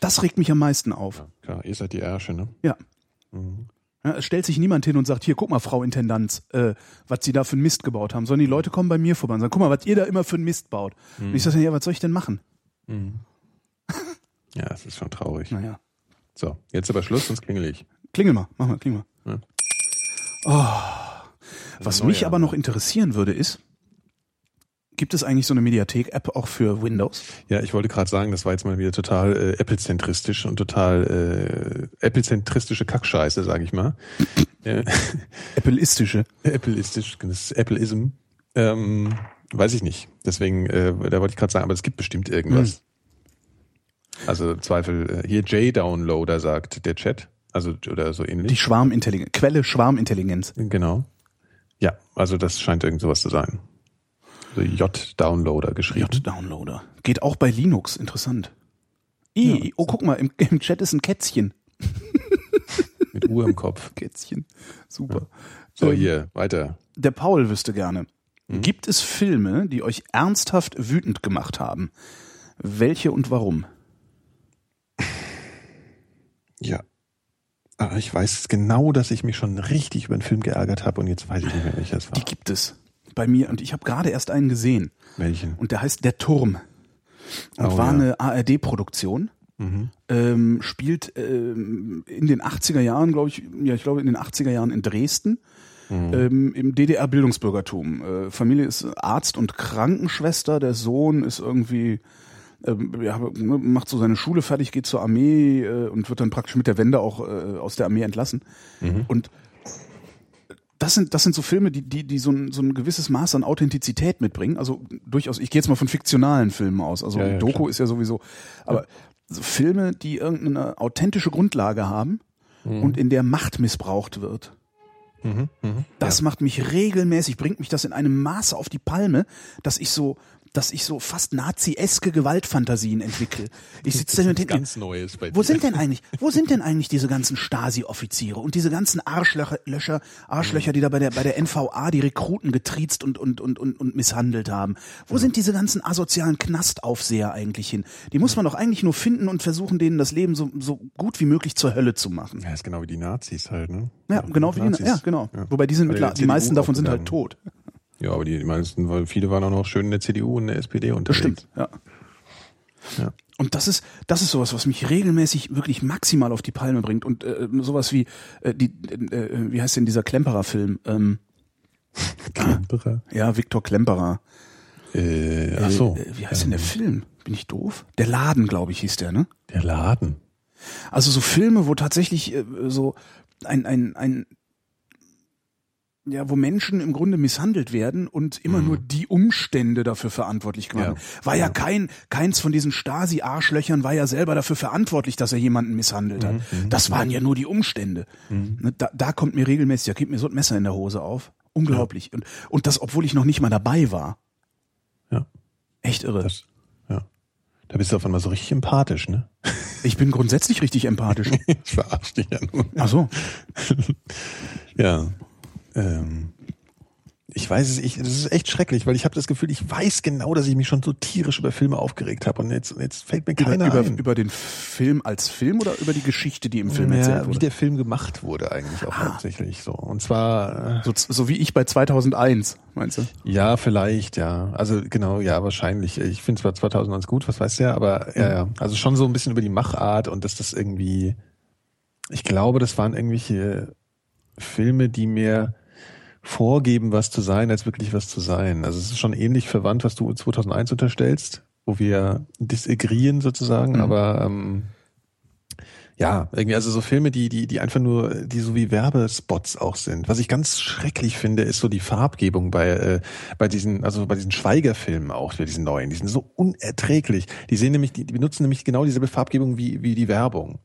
Speaker 1: Das regt mich am meisten auf.
Speaker 2: Klar, ihr seid die Ärsche, ne?
Speaker 1: Ja. ja. Es stellt sich niemand hin und sagt, hier, guck mal, Frau Intendanz, äh, was Sie da für einen Mist gebaut haben, sondern die Leute kommen bei mir vorbei und sagen, guck mal, was ihr da immer für einen Mist baut. Und ich sage, ja, was soll ich denn machen?
Speaker 2: Ja, das ist schon traurig.
Speaker 1: Naja.
Speaker 2: So, jetzt aber Schluss, sonst klingel ich.
Speaker 1: Klingel mal, mach mal, klingel mal.
Speaker 2: Ja. Also,
Speaker 1: Oh. Was
Speaker 2: Neuer.
Speaker 1: mich aber noch interessieren würde, ist, gibt es eigentlich so eine Mediathek-App auch für Windows?
Speaker 2: Ja, ich wollte gerade sagen, das war jetzt mal wieder total äh, Apple-zentristisch und total äh, Apple-zentristische Kackscheiße, sage ich mal. Äh,
Speaker 1: Appleistische.
Speaker 2: Apple-istisch, das ist Apple-ism. Ähm, weiß ich nicht. Deswegen, äh, da wollte ich gerade sagen, aber es gibt bestimmt irgendwas. Also im Zweifel, äh, hier J-Downloader sagt der Chat, also oder so
Speaker 1: Die
Speaker 2: ähnlich.
Speaker 1: Schwarmintelligenz, Quelle Schwarmintelligenz.
Speaker 2: genau. Ja, also das scheint irgend sowas zu sein. So J-Downloader geschrieben.
Speaker 1: J-Downloader. Geht auch bei Linux, interessant. I, oh, guck mal, im, im Chat ist ein Kätzchen.
Speaker 2: Mit Uhr im Kopf.
Speaker 1: Kätzchen. Super.
Speaker 2: So,
Speaker 1: Ähm,
Speaker 2: hier, Mhm. weiter.
Speaker 1: Der Paul wüsste gerne. Gibt es Filme, die euch ernsthaft wütend gemacht haben? Welche und warum?
Speaker 2: Ja. Aber ich weiß genau, dass ich mich schon richtig über den Film geärgert habe und jetzt weiß ich nicht mehr, welcher es war.
Speaker 1: Die gibt es bei mir und ich habe gerade erst einen gesehen
Speaker 2: Welchen?
Speaker 1: und der heißt Der Turm und
Speaker 2: Oh,
Speaker 1: war
Speaker 2: ja. Mhm.
Speaker 1: eine ARD-Produktion. Ähm, spielt ähm, in den 80er Jahren, glaube ich, ja, ich glaube in den 80er Jahren in Dresden.
Speaker 2: Mhm.
Speaker 1: Ähm, Im DDR-Bildungsbürgertum. Äh, Familie ist Arzt und Krankenschwester. Der Sohn ist irgendwie ähm, ja, ne, macht so seine Schule fertig, geht zur Armee äh, und wird dann praktisch mit der Wende auch äh, aus der Armee entlassen.
Speaker 2: Mhm.
Speaker 1: Und das sind, das sind so Filme, die, die, die so, ein, so ein gewisses Maß an Authentizität mitbringen. Also durchaus, ich gehe jetzt mal von fiktionalen Filmen aus. Also
Speaker 2: Ja, ja,
Speaker 1: Doku
Speaker 2: klar.
Speaker 1: ist ja sowieso. Aber so Filme, die irgendeine authentische Grundlage haben
Speaker 2: Mhm.
Speaker 1: und in der Macht missbraucht wird.
Speaker 2: mhm.
Speaker 1: Das macht mich regelmäßig, bringt mich das in einem Maße auf die Palme, dass ich so, dass ich so fast nazieske Gewaltfantasien entwickle. Ich sitze da und denke,
Speaker 2: Neues bei
Speaker 1: wo sind denn eigentlich, wo sind denn eigentlich diese ganzen Stasi-Offiziere und diese ganzen Arschlöcher, Löcher,
Speaker 2: Mhm.
Speaker 1: Arschlöcher, die da bei der, bei der NVA die Rekruten getriezt und, und, und, und, und misshandelt haben? Wo sind diese ganzen asozialen Knastaufseher eigentlich hin? Die muss man doch eigentlich nur finden und versuchen, denen das Leben so, so gut wie möglich zur Hölle zu machen.
Speaker 2: Ja, ist genau wie die Nazis halt, ne?
Speaker 1: Ja, genau wie die, ja, genau. Wobei die sind
Speaker 2: Weil
Speaker 1: mittler,
Speaker 2: die
Speaker 1: die meisten
Speaker 2: CDU
Speaker 1: davon sind halt
Speaker 2: aufgegangen.
Speaker 1: tot.
Speaker 2: Ja, aber die meisten, weil viele waren auch noch schön in der CDU und in der SPD unterwegs.
Speaker 1: Bestimmt, ja.
Speaker 2: Ja.
Speaker 1: Und das ist, das ist sowas, was mich regelmäßig wirklich maximal auf die Palme bringt. Und äh, sowas wie, äh, die, äh, wie heißt denn dieser Klemperer-Film? Ähm,
Speaker 2: Klemperer.
Speaker 1: ja, Viktor Klemperer.
Speaker 2: Äh,
Speaker 1: Äh,
Speaker 2: ach so. Ähm.
Speaker 1: Äh, wie heißt denn der Film? Bin ich doof? Der Laden, glaube ich, hieß der, ne?
Speaker 2: Der Laden.
Speaker 1: Also so Filme, wo tatsächlich äh, so ein, ein, ein, ja, wo Menschen im Grunde misshandelt werden und immer nur die Umstände dafür verantwortlich gemacht
Speaker 2: Mhm. Ja.
Speaker 1: werden. War ja, kein, keins von diesen Stasi-Arschlöchern war ja selber dafür verantwortlich, dass er jemanden misshandelt hat.
Speaker 2: Mhm.
Speaker 1: Das waren ja nur die Umstände. Ne, Da, da kommt mir regelmäßig, da geht mir so ein Messer in der Hose auf. Unglaublich. Und, und das, obwohl ich noch nicht mal dabei war.
Speaker 2: Ja.
Speaker 1: Echt irre.
Speaker 2: Das, ja. Da bist du auf einmal so richtig empathisch, ne?
Speaker 1: ich bin grundsätzlich richtig empathisch.
Speaker 2: ich verarsch dich ja nur.
Speaker 1: Ach so.
Speaker 2: Ja. Ähm, ich weiß es, ich, das ist echt schrecklich, weil ich habe das Gefühl, ich weiß genau, dass ich mich schon so tierisch über Filme aufgeregt habe und jetzt, jetzt fällt mir keiner
Speaker 1: über,
Speaker 2: ein.
Speaker 1: über, über den Film als Film oder über die Geschichte, die im Film erzählt
Speaker 2: ja, wie
Speaker 1: wurde? Ah.
Speaker 2: der Film gemacht wurde eigentlich auch hauptsächlich so. Und zwar, äh,
Speaker 1: So, so wie ich bei 2001, meinst du?
Speaker 2: ja, vielleicht, ja. Also genau, ja, wahrscheinlich. Ich finde zwar 2001 gut, was weiß der, aber ja, ja. Also schon so ein bisschen über die Machart und dass das irgendwie, ich glaube, das waren irgendwelche Filme, die mir vorgeben, was zu sein, als wirklich was zu sein. Also es ist schon ähnlich verwandt, was du 2001 unterstellst, wo wir disagreeen sozusagen,
Speaker 1: Mhm.
Speaker 2: aber ähm, ja, irgendwie also so Filme, die die die einfach nur die so wie Werbespots auch sind. Was ich ganz schrecklich finde, ist so die Farbgebung bei äh, bei diesen also bei diesen Schweigerfilmen auch, bei diesen neuen, die sind so unerträglich. Die sehen nämlich die, die benutzen nämlich genau dieselbe Farbgebung wie wie die Werbung.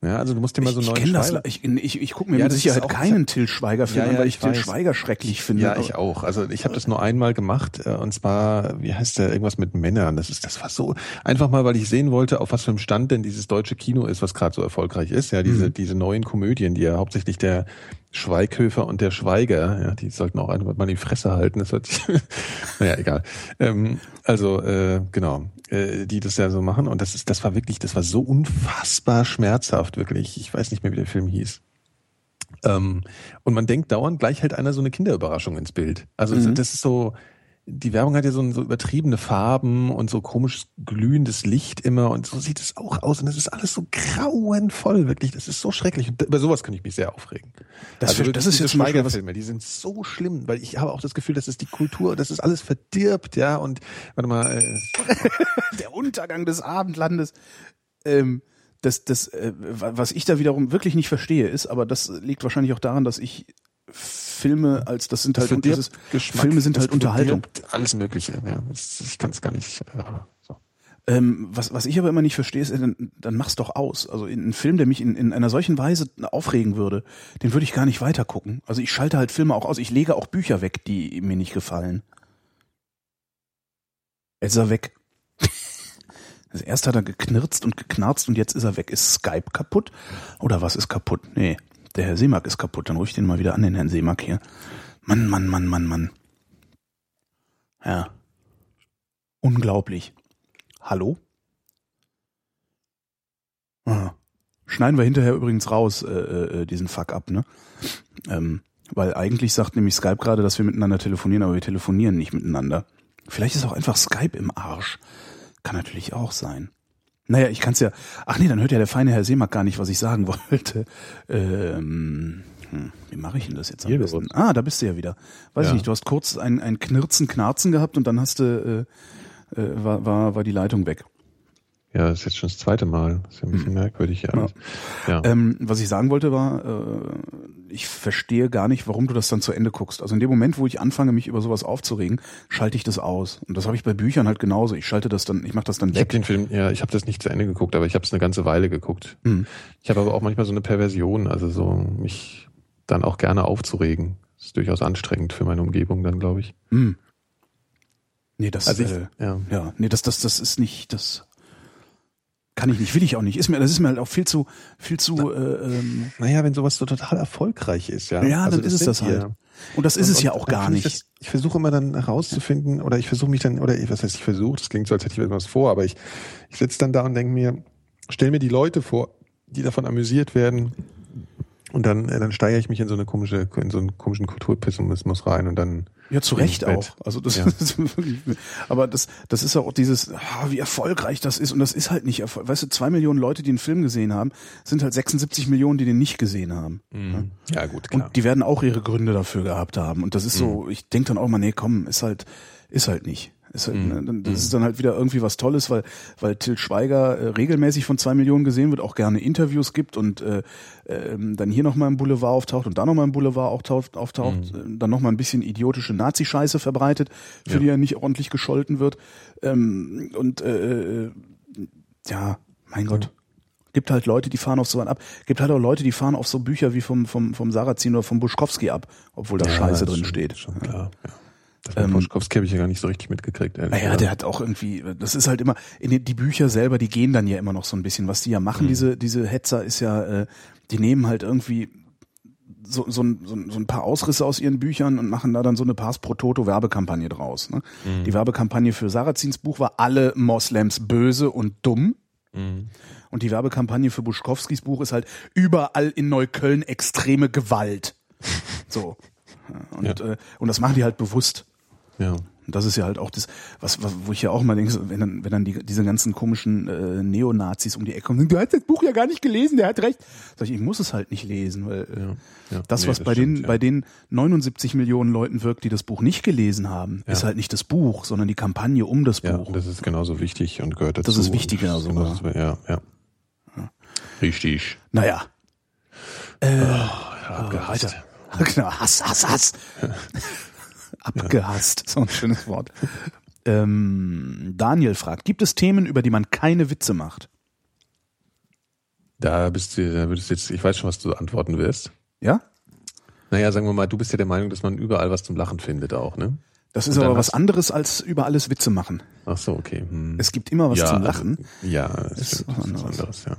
Speaker 2: Ja, also du musst dir mal so
Speaker 1: ich
Speaker 2: neuen
Speaker 1: kenn das.
Speaker 2: Schweiger-
Speaker 1: Ich, ich, ich gucke mir
Speaker 2: Ja,
Speaker 1: mit
Speaker 2: das ist
Speaker 1: Sicherheit
Speaker 2: auch-
Speaker 1: keinen Till Schweiger-Film
Speaker 2: Ja,
Speaker 1: an,
Speaker 2: ja,
Speaker 1: weil ich,
Speaker 2: ich
Speaker 1: Till
Speaker 2: weiß.
Speaker 1: Schweiger schrecklich finde.
Speaker 2: Ja, ich auch. Also ich habe das nur einmal gemacht äh, und zwar, wie heißt der, irgendwas mit Männern. Das ist, das war so einfach mal, weil ich sehen wollte, auf was für einem Stand denn dieses deutsche Kino ist, was gerade so erfolgreich ist. Ja, diese diese neuen Komödien, die ja hauptsächlich der Schweighöfer und der Schweiger, ja, die sollten auch einfach mal die Fresse halten. Das hört sich, naja, egal. Ähm, also äh, genau, äh, die das ja so machen und das ist, das war wirklich, das war so unfassbar schmerzhaft wirklich. Ich weiß nicht mehr, wie der Film hieß. Ähm, und man denkt dauernd, gleich hält einer so eine Kinderüberraschung ins Bild. Also
Speaker 1: Mhm.
Speaker 2: das- das ist so, die Werbung hat ja so, ein- so übertriebene Farben und so komisches glühendes Licht immer und so sieht es auch aus und das ist alles so grauenvoll, wirklich. Das ist so schrecklich. Und über sowas kann ich mich sehr aufregen. Also
Speaker 1: Das ver- das
Speaker 2: wirklich
Speaker 1: ist
Speaker 2: diese
Speaker 1: jetzt zum Beispiel was-
Speaker 2: Schweigerfilme, die sind so schlimm, weil ich habe auch das Gefühl, das ist die Kultur, das ist alles verdirbt, ja. Und warte mal, äh,
Speaker 1: der Untergang des Abendlandes. Ähm, das, das, äh, wa- was ich da wiederum wirklich nicht verstehe, ist, aber das liegt wahrscheinlich auch daran, dass ich Filme als das sind halt und das ist,
Speaker 2: Geschmack,
Speaker 1: Filme sind
Speaker 2: das
Speaker 1: halt Unterhaltung.
Speaker 2: verdirbt Alles Mögliche. Ja, Das- ich kann es gar nicht. Äh, so.
Speaker 1: Ähm, was, was ich aber immer nicht verstehe, ist, äh, dann, dann mach's doch aus. Also in- ein Film, der mich in, in einer solchen Weise aufregen würde, den würde ich gar nicht weitergucken. Also ich schalte halt Filme auch aus. Ich lege auch Bücher weg, die mir nicht gefallen. Jetzt ist er weg. Also erst hat er geknirzt und geknarzt und jetzt ist er weg. Ist Skype kaputt? Oder was ist kaputt? Nee, der Herr Seemack ist kaputt. Dann rufe ich den mal wieder an, den Herrn Seemack hier. Mann, Mann, Mann, Mann, Mann. Ja. Unglaublich. Hallo? Ah. Schneiden wir hinterher übrigens raus, äh, äh, diesen Fuck up, ne? Ähm, weil eigentlich sagt nämlich Skype gerade, dass wir miteinander telefonieren, aber wir telefonieren nicht miteinander. Vielleicht ist auch einfach Skype im Arsch. Kann natürlich auch sein. Naja, ich kann es ja. Ach nee, dann hört ja der feine Herr Seemack gar nicht, was ich sagen wollte. Ähm, hm, wie mache ich denn das jetzt am
Speaker 2: Hier, du
Speaker 1: besten?
Speaker 2: bist-
Speaker 1: Ah, da bist du ja wieder. Weiß
Speaker 2: Ja.
Speaker 1: ich nicht, du hast kurz ein, ein Knirzen, Knarzen gehabt und dann hast du, äh, äh, war, war, war die Leitung weg.
Speaker 2: Ja, das ist jetzt schon das zweite Mal. Das ist ja ein bisschen merkwürdig. Hm. Ja. alles. ja.
Speaker 1: Ähm, was ich sagen wollte war, äh, ich verstehe gar nicht, warum du das dann zu Ende guckst. Also in dem Moment, wo ich anfange, mich über sowas aufzuregen, schalte ich das aus. Und das habe ich bei Büchern halt genauso. Ich schalte das dann, ich mache das dann
Speaker 2: Ich habe
Speaker 1: weg.
Speaker 2: den Film, ja, ich habe das nicht zu Ende geguckt, aber ich habe es eine ganze Weile geguckt.
Speaker 1: Hm.
Speaker 2: Ich habe aber auch manchmal so eine Perversion, also so mich dann auch gerne aufzuregen. Das ist durchaus anstrengend für meine Umgebung dann, glaube ich.
Speaker 1: Hm. Nee, das,
Speaker 2: Also ich,
Speaker 1: äh,
Speaker 2: ja.
Speaker 1: ja, nee, das, das, das ist nicht, das kann ich nicht, will ich auch nicht. Ist mir, das ist mir halt auch viel zu, viel zu. Äh, ähm,
Speaker 2: Naja, wenn sowas so total erfolgreich ist, ja. Also
Speaker 1: Ja, dann ist es
Speaker 2: sind
Speaker 1: das
Speaker 2: wir.
Speaker 1: halt. und das ist
Speaker 2: Und-
Speaker 1: es ja
Speaker 2: und
Speaker 1: auch
Speaker 2: dann
Speaker 1: gar
Speaker 2: kann ich
Speaker 1: nicht.
Speaker 2: das- Ich versuche immer dann herauszufinden, oder ich versuche mich dann, oder ich, was heißt, ich versuche, das klingt so, als hätte ich mir was vor, aber ich, ich sitze dann da und denke mir, stell mir die Leute vor, die davon amüsiert werden. Und dann, äh, dann steigere ich mich in so eine komische, in so einen komischen Kulturpessimismus rein und dann.
Speaker 1: Ja, zu Recht
Speaker 2: Bett.
Speaker 1: auch. Also das
Speaker 2: Ja.
Speaker 1: ist wirklich, aber das, das ist ja auch dieses, ah, wie erfolgreich das ist. Und das ist halt nicht erfolgreich. Weißt du, zwei Millionen Leute, die den Film gesehen haben, sind halt 76 Millionen, die den nicht gesehen haben.
Speaker 2: Mhm. Ja, gut,
Speaker 1: Und die werden auch ihre Gründe dafür gehabt haben. Und das ist so, ich denk dann auch mal, nee, komm, ist halt, ist halt nicht. Ist halt, ne, dann- Das ist dann halt wieder irgendwie was Tolles, weil, weil Till Schweiger äh, regelmäßig von zwei Millionen gesehen wird, auch gerne Interviews gibt und äh, ähm, dann hier nochmal im Boulevard auftaucht und da nochmal im Boulevard auftaucht, auftaucht äh, dann nochmal ein bisschen idiotische Nazi-Scheiße verbreitet, für die er nicht ordentlich gescholten wird. Ähm, und äh, äh, ja, mein Gott. Gibt halt Leute, die fahren auf so einen ab. Gibt halt auch Leute, die fahren auf so Bücher wie vom, vom, vom Sarrazin oder vom Buschkowski ab, obwohl da Scheiße drin steht.
Speaker 2: Schon klar. Ja. Das mit Boschkowski habe ich ja gar nicht so richtig mitgekriegt. ehrlich
Speaker 1: Naja,
Speaker 2: gesagt.
Speaker 1: Ähm, Ah der hat auch irgendwie, das ist halt immer, in den, die Bücher selber, die gehen dann ja immer noch so ein bisschen. Was die ja machen, diese, diese Hetzer, ist ja, äh, die nehmen halt irgendwie so, so, ein, so, ein, so ein paar Ausrisse aus ihren Büchern und machen da dann so eine Pass pro Toto Werbekampagne draus. Ne? Die Werbekampagne für Sarrazins Buch war alle Moslems böse und dumm. Und die Werbekampagne für Buschkowskis Buch ist halt überall in Neukölln extreme Gewalt. So. Und, äh, und das machen die halt bewusst.
Speaker 2: ja.
Speaker 1: Und das ist ja halt auch das, was, was wo ich ja auch mal denke, so, wenn dann, wenn dann die, diese ganzen komischen äh, Neonazis um die Ecke kommen, du hast das Buch ja gar nicht gelesen, der hat recht. Sag ich, ich muss es halt nicht lesen, weil äh,
Speaker 2: ja.
Speaker 1: das,
Speaker 2: Nee,
Speaker 1: was
Speaker 2: das
Speaker 1: bei, den,
Speaker 2: stimmt, ja.
Speaker 1: bei den 79 Millionen Leuten wirkt, die das Buch nicht gelesen haben, ist halt nicht das Buch, sondern die Kampagne um das
Speaker 2: Ja,
Speaker 1: Buch.
Speaker 2: das ist genauso wichtig und gehört dazu.
Speaker 1: ist wichtiger
Speaker 2: Und
Speaker 1: sogar.
Speaker 2: genauso- Ja, ja. Richtig.
Speaker 1: naja. Äh,
Speaker 2: Oh,
Speaker 1: oh,
Speaker 2: Abgehasst.
Speaker 1: Alter. Genau, Hass, Hass, Hass. Abgehasst, so ein schönes Wort. ähm, Daniel fragt, gibt es Themen, über die man keine Witze macht?
Speaker 2: Da bist du, da würdest du jetzt, ich weiß schon, was du antworten wirst.
Speaker 1: Ja?
Speaker 2: Naja, sagen wir mal, du bist ja der Meinung, dass man überall was zum Lachen findet auch, ne?
Speaker 1: Das ist
Speaker 2: Und dann
Speaker 1: aber was
Speaker 2: hast-
Speaker 1: anderes als über alles Witze machen.
Speaker 2: Ach so, okay. Hm.
Speaker 1: Es gibt immer was zum Lachen.
Speaker 2: Also, ja, das
Speaker 1: Ist
Speaker 2: ist,
Speaker 1: was
Speaker 2: das ist was
Speaker 1: anderes.
Speaker 2: anderes, ja.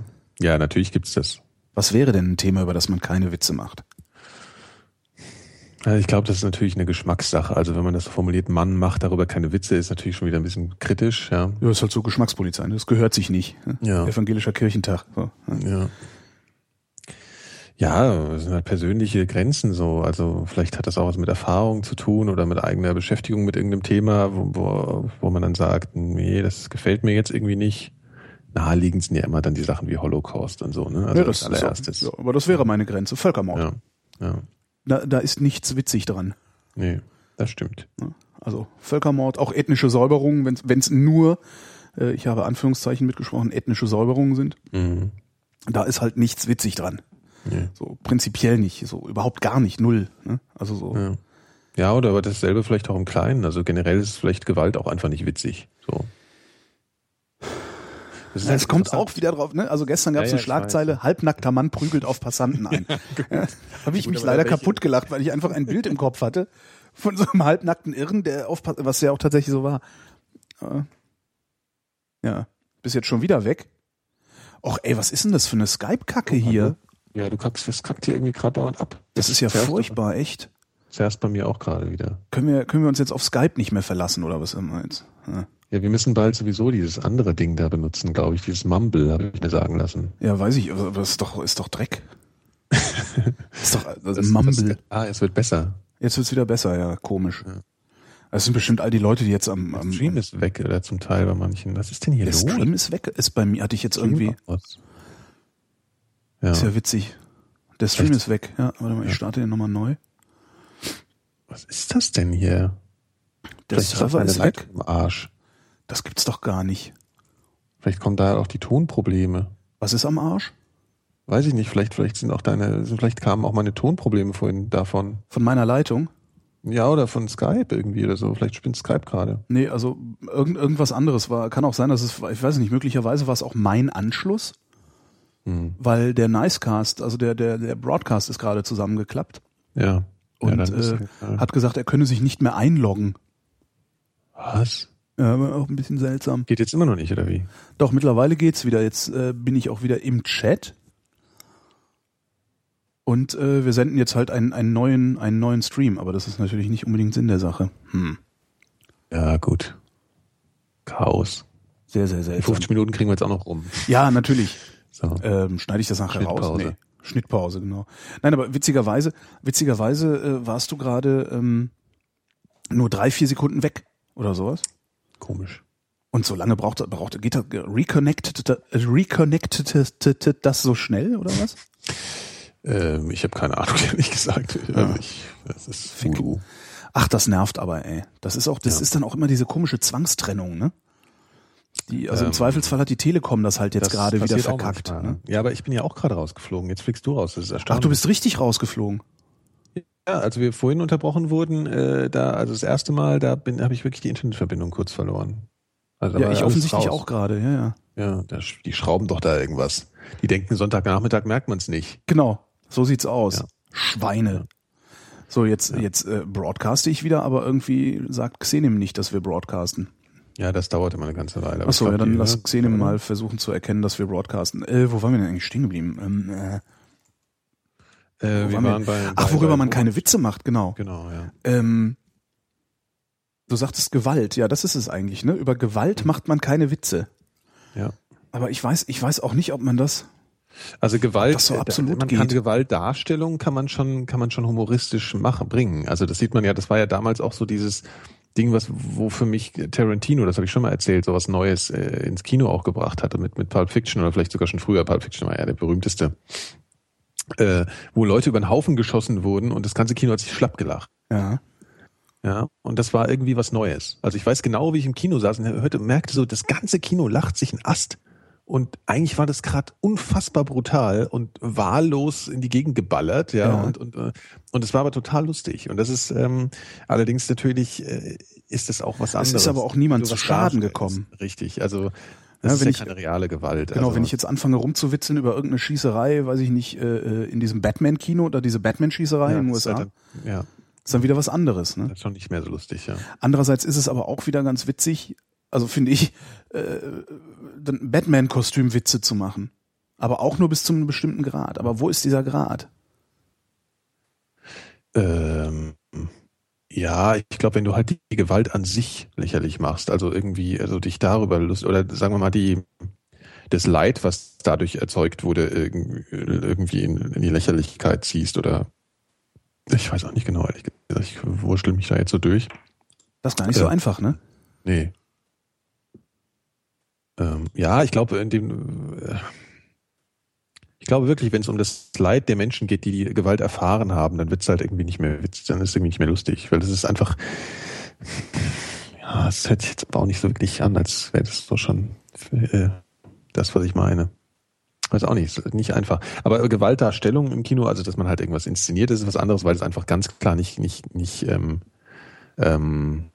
Speaker 2: Ja, natürlich gibt's das.
Speaker 1: was wäre denn ein Thema, über das man keine Witze macht?
Speaker 2: Also ich glaube, das ist natürlich eine Geschmackssache. Also wenn man das so formuliert, Mann macht darüber keine Witze, ist natürlich schon wieder ein bisschen kritisch, ja.
Speaker 1: Ja, ist halt so Geschmackspolizei. ne? Das gehört sich nicht. ne?
Speaker 2: Ja.
Speaker 1: Evangelischer Kirchentag. So. ne?
Speaker 2: Ja. Ja, das sind halt persönliche Grenzen so. Also vielleicht hat das auch was mit Erfahrung zu tun oder mit eigener Beschäftigung mit irgendeinem Thema, wo, wo, wo man dann sagt, nee, das gefällt mir jetzt irgendwie nicht. Naheliegend sind ja immer dann die Sachen wie Holocaust und so, ne? Also
Speaker 1: Ja,
Speaker 2: das,
Speaker 1: ist
Speaker 2: allererstes.
Speaker 1: so. Ja, aber das wäre meine Grenze. Völkermord.
Speaker 2: ja, ja.
Speaker 1: Da, da ist nichts witzig dran.
Speaker 2: Nee, das stimmt.
Speaker 1: ne? Also Völkermord, auch ethnische Säuberungen, wenn es nur, äh, ich habe Anführungszeichen mitgesprochen, ethnische Säuberungen sind,
Speaker 2: Mhm.
Speaker 1: da ist halt nichts witzig dran.
Speaker 2: Nee.
Speaker 1: So prinzipiell nicht, so überhaupt gar nicht, null. Ne? Also so.
Speaker 2: Ja. ja, oder aber dasselbe vielleicht auch im Kleinen. Also generell ist vielleicht Gewalt auch einfach nicht witzig. So. Das
Speaker 1: Es kommt auch wieder drauf, ne? Also gestern gab es eine
Speaker 2: Ja, ja, ich weiß. genau.
Speaker 1: Schlagzeile, halbnackter Mann prügelt auf Passanten ein. ja, Habe ich
Speaker 2: Gut,
Speaker 1: mich
Speaker 2: aber
Speaker 1: leider
Speaker 2: welche-
Speaker 1: kaputt gelacht, weil ich einfach ein Bild im Kopf hatte von so einem halbnackten Irren, der aufpasst, was ja auch tatsächlich so war. Äh, Ja. Bist jetzt schon wieder weg? Och, ey, was ist denn das für eine
Speaker 2: Oh,
Speaker 1: Skype-Kacke hier?
Speaker 2: Ja, du kackst, das kackt hier irgendwie gerade dauernd ab.
Speaker 1: Das ist ja
Speaker 2: Zuerst-
Speaker 1: furchtbar, echt.
Speaker 2: Zuerst bei mir auch gerade wieder.
Speaker 1: Können wir, können wir uns jetzt auf Skype nicht mehr verlassen oder was immer jetzt? Ja.
Speaker 2: Ja, wir müssen bald sowieso dieses andere Ding da benutzen, glaube ich. Dieses Mumble, habe ich mir sagen lassen.
Speaker 1: Ja, weiß ich, aber aber ist doch, ist doch Dreck. ist doch also
Speaker 2: Das-
Speaker 1: Mumble.
Speaker 2: Das, ah, es wird besser.
Speaker 1: Jetzt wird's wieder besser, ja, komisch. Das sind bestimmt all die Leute, die jetzt am, am
Speaker 2: Der Stream ist weg oder zum Teil bei manchen. Was ist denn hier
Speaker 1: der
Speaker 2: los?
Speaker 1: Stream ist weg. Ist bei mir hatte ich jetzt
Speaker 2: Stream
Speaker 1: irgendwie.
Speaker 2: aus. Ja,
Speaker 1: Ist ja witzig. Der Stream
Speaker 2: Echt?
Speaker 1: ist weg. Ja, warte mal, ich starte den nochmal neu.
Speaker 2: was ist das denn hier?
Speaker 1: Der
Speaker 2: Vielleicht hat
Speaker 1: Server
Speaker 2: meine
Speaker 1: ist weg.
Speaker 2: Leitung Im Arsch.
Speaker 1: Das gibt's doch gar nicht.
Speaker 2: Vielleicht kommen da auch die Tonprobleme.
Speaker 1: Was ist am Arsch?
Speaker 2: Weiß ich nicht, vielleicht, vielleicht sind auch deine, vielleicht kamen auch meine Tonprobleme vorhin davon.
Speaker 1: Von meiner Leitung?
Speaker 2: Ja, oder von Skype irgendwie oder so. Vielleicht spinnt Skype gerade.
Speaker 1: Nee, also irgend, irgendwas anderes war. Kann auch sein, dass es, ich weiß nicht, möglicherweise war es auch mein Anschluss,
Speaker 2: Hm.
Speaker 1: weil der Nicecast, also der, der, der Broadcast ist gerade zusammengeklappt
Speaker 2: Ja.
Speaker 1: und
Speaker 2: ja, dann ist-
Speaker 1: äh, hat gesagt, er könne sich nicht mehr einloggen.
Speaker 2: was?
Speaker 1: Ja, war auch ein bisschen seltsam.
Speaker 2: Geht jetzt immer noch nicht, oder wie?
Speaker 1: Doch, mittlerweile geht's wieder. Jetzt äh, bin ich auch wieder im Chat. Und äh, wir senden jetzt halt einen, einen, neuen, einen neuen Stream, aber das ist natürlich nicht unbedingt Sinn der Sache. Hm.
Speaker 2: Ja, gut. Chaos.
Speaker 1: Sehr, sehr
Speaker 2: Die
Speaker 1: seltsam.
Speaker 2: 50 Minuten kriegen wir jetzt auch noch rum. Äh,
Speaker 1: Ja, natürlich.
Speaker 2: So.
Speaker 1: Ähm, schneide ich das nachher raus?
Speaker 2: Schnittpause.
Speaker 1: Nee. Schnittpause, genau. Nein, aber witzigerweise, witzigerweise äh, warst du gerade ähm, nur drei, vier Sekunden weg oder sowas.
Speaker 2: Komisch.
Speaker 1: Und so lange braucht, braucht geht das, reconnected, reconnected das so schnell oder was?
Speaker 2: Ähm, ich habe keine Ahnung, ehrlich gesagt. Also ich, das ist Voodoo.
Speaker 1: Ach, das nervt aber, ey. Das ist auch, das
Speaker 2: Ja.
Speaker 1: ist dann auch immer diese komische Zwangstrennung, ne? Die, also im
Speaker 2: Ähm,
Speaker 1: Zweifelsfall hat die Telekom das halt jetzt
Speaker 2: Das
Speaker 1: gerade wieder
Speaker 2: passiert auch
Speaker 1: verkackt.
Speaker 2: manchmal.
Speaker 1: Ne?
Speaker 2: Ja, aber ich bin ja auch gerade rausgeflogen. Jetzt fliegst du raus. Das ist erstaunlich.
Speaker 1: Ach, du bist richtig rausgeflogen.
Speaker 2: Ja, als wir vorhin unterbrochen wurden, äh, da, also das erste Mal, da bin, habe ich wirklich die Internetverbindung kurz verloren. Also, da
Speaker 1: Ja,
Speaker 2: war
Speaker 1: ich
Speaker 2: alles
Speaker 1: offensichtlich
Speaker 2: raus.
Speaker 1: auch gerade, ja, ja.
Speaker 2: Ja, da, sch- die schrauben doch da irgendwas. Die denken, Sonntagnachmittag merkt man es nicht.
Speaker 1: Genau, so sieht's aus.
Speaker 2: Ja.
Speaker 1: Schweine. So, jetzt, jetzt äh, broadcaste ich wieder, aber irgendwie sagt Xenim nicht, dass wir broadcasten.
Speaker 2: Ja, das dauerte mal eine ganze Weile. Aber ich
Speaker 1: Achso,
Speaker 2: glaub,
Speaker 1: ja, dann
Speaker 2: die- äh,
Speaker 1: lass Xenim mal versuchen zu erkennen, dass wir broadcasten. Äh, wo waren wir denn eigentlich stehen geblieben? Ähm, äh, wo
Speaker 2: Äh, wir
Speaker 1: waren wir?
Speaker 2: waren bei,
Speaker 1: ach,
Speaker 2: bei,
Speaker 1: worüber
Speaker 2: bei,
Speaker 1: man keine Witze macht, genau.
Speaker 2: Genau, ja.
Speaker 1: Ähm, du sagtest Gewalt, ja, das ist es eigentlich, ne? Über Gewalt macht man keine Witze.
Speaker 2: ja.
Speaker 1: Aber ich weiß, ich weiß auch nicht, ob man das.
Speaker 2: Also Gewalt,
Speaker 1: Das so
Speaker 2: äh, da-
Speaker 1: absolut
Speaker 2: man kann
Speaker 1: geht.
Speaker 2: Gewaltdarstellung kann man schon, kann man schon humoristisch machen, bringen. Also das sieht man ja, das war ja damals auch so dieses Ding, was, wo für mich Tarantino, das habe ich schon mal erzählt, so was Neues äh, ins Kino auch gebracht hatte mit, mit Pulp Fiction oder vielleicht sogar schon früher. Pulp Fiction war ja der berühmteste. Äh, wo Leute über den Haufen geschossen wurden und das ganze Kino hat sich schlapp gelacht.
Speaker 1: Ja.
Speaker 2: Ja, und das war irgendwie was Neues. Also ich weiß genau, wie ich im Kino saß und hörte, merkte so, das ganze Kino lacht sich ein Ast. Und eigentlich war das gerade unfassbar brutal und wahllos in die Gegend geballert, ja.
Speaker 1: Ja.
Speaker 2: Und, und, äh, und es war aber total lustig. Und das ist ähm, allerdings natürlich äh, ist das auch was
Speaker 1: Es
Speaker 2: anderes.
Speaker 1: ist aber auch niemand
Speaker 2: Nur
Speaker 1: zu
Speaker 2: was
Speaker 1: Schaden
Speaker 2: darstellt.
Speaker 1: gekommen.
Speaker 2: Richtig, also
Speaker 1: Ja,
Speaker 2: das ist
Speaker 1: wenn
Speaker 2: ja
Speaker 1: ich-
Speaker 2: keine reale Gewalt.
Speaker 1: Genau,
Speaker 2: also,
Speaker 1: wenn ich jetzt anfange rumzuwitzeln über irgendeine Schießerei, weiß ich nicht, äh, äh, in diesem Batman-Kino oder diese Batman-Schießerei
Speaker 2: ja,
Speaker 1: in den
Speaker 2: das ist
Speaker 1: USA,
Speaker 2: halt dann, ja,
Speaker 1: ist dann wieder was anderes. Ne?
Speaker 2: das ist schon nicht mehr so lustig, ja.
Speaker 1: Andererseits ist es aber auch wieder ganz witzig, also finde ich, äh, dann Batman-Kostüm Witze zu machen. Aber auch nur bis zu einem bestimmten Grad. Aber wo ist dieser Grad?
Speaker 2: Ähm, ja, ich glaube, wenn du halt die Gewalt an sich lächerlich machst, also irgendwie, also dich darüber lust, oder sagen wir mal, die, das Leid, was dadurch erzeugt wurde, irgendwie, irgendwie in, in die Lächerlichkeit ziehst oder ich weiß auch nicht genau, ehrlich gesagt, ich wurschtel mich da jetzt so durch.
Speaker 1: Das ist gar nicht so
Speaker 2: Ja.
Speaker 1: einfach, ne?
Speaker 2: Nee. Ähm, ja, ich glaube, in dem, äh, ich glaube wirklich, wenn es um das Leid der Menschen geht, die, die Gewalt erfahren haben, dann wird's halt irgendwie nicht mehr witzig, dann ist es irgendwie nicht mehr lustig, weil das ist einfach, ja, es hört sich jetzt aber auch nicht so wirklich an, als wäre das so schon äh, das, was ich meine. Weiß auch nicht, ist nicht einfach. Aber Gewaltdarstellung im Kino, also dass man halt irgendwas inszeniert, das ist was anderes, weil es einfach ganz klar nicht, nicht, nicht, ähm, ähm,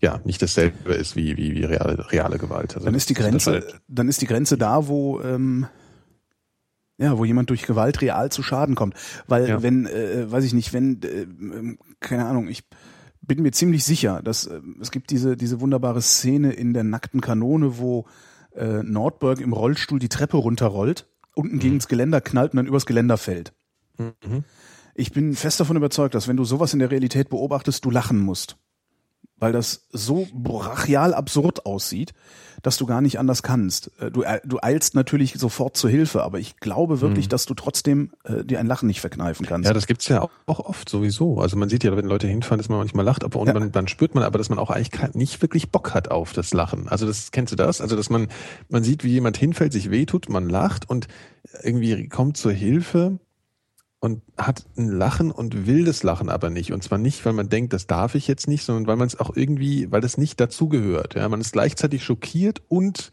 Speaker 2: ja, nicht dasselbe ist wie, wie, wie reale, reale Gewalt. Also
Speaker 1: Dann ist die
Speaker 2: das
Speaker 1: Grenze,
Speaker 2: halt-
Speaker 1: dann ist die Grenze da, wo ähm, ja, wo jemand durch Gewalt real zu Schaden kommt, weil
Speaker 2: Ja.
Speaker 1: wenn, äh, weiß ich nicht, wenn, äh, ähm, keine Ahnung, ich ähm, bin mir ziemlich sicher, dass äh, es gibt diese diese wunderbare Szene in der nackten Kanone, wo äh, Nordberg im Rollstuhl die Treppe runterrollt,
Speaker 2: Mhm.
Speaker 1: unten gegen das Geländer knallt und dann übers Geländer fällt.
Speaker 2: halt,
Speaker 1: Ich bin fest davon überzeugt, dass wenn du sowas in der Realität beobachtest, du lachen musst. Weil das so brachial absurd aussieht, dass du gar nicht anders kannst. Äh, Du, eil- du eilst natürlich sofort zur Hilfe, aber ich glaube wirklich, dass du trotzdem äh, dir ein Lachen nicht verkneifen kannst.
Speaker 2: Mhm. Ja, das gibt's ja auch, auch oft sowieso. Also man sieht ja, wenn Leute hinfahren, dass man manchmal lacht, aber und
Speaker 1: Ja.
Speaker 2: man, dann spürt man aber, dass man auch eigentlich kein- nicht wirklich Bock hat auf das Lachen. Also das kennst du das? Also dass man man sieht, wie jemand hinfällt, sich wehtut, man lacht und irgendwie kommt zur Hilfe und hat ein Lachen und will das Lachen aber nicht. Und zwar nicht, weil man denkt, das darf ich jetzt nicht, sondern weil man es auch irgendwie, weil das nicht dazugehört. Ja, man ist gleichzeitig schockiert und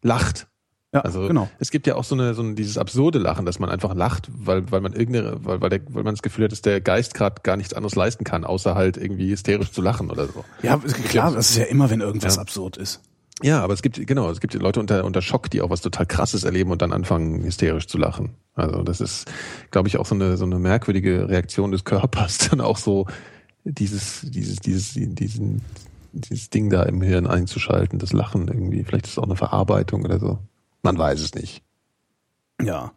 Speaker 2: lacht.
Speaker 1: ja, genau.
Speaker 2: Also es gibt ja auch so eine, so ein, dieses absurde Lachen, dass man einfach lacht, weil, weil man irgendeine, weil, weil, der, weil man das Gefühl hat, dass der Geist gerade gar nichts anderes leisten kann, außer halt irgendwie hysterisch zu lachen oder so.
Speaker 1: Ja, klar, das ist ja immer, wenn irgendwas
Speaker 2: Ja.
Speaker 1: absurd ist.
Speaker 2: Ja, aber es gibt, genau, es gibt Leute unter, unter Schock, die auch was total krasses erleben und dann anfangen, hysterisch zu lachen. Also das ist, glaube ich, auch so eine, so eine merkwürdige Reaktion des Körpers, dann auch so dieses, dieses, dieses, diesen, dieses Ding da im Hirn einzuschalten, das Lachen irgendwie. Vielleicht ist es auch eine Verarbeitung oder so. Man weiß es nicht.
Speaker 1: Ja.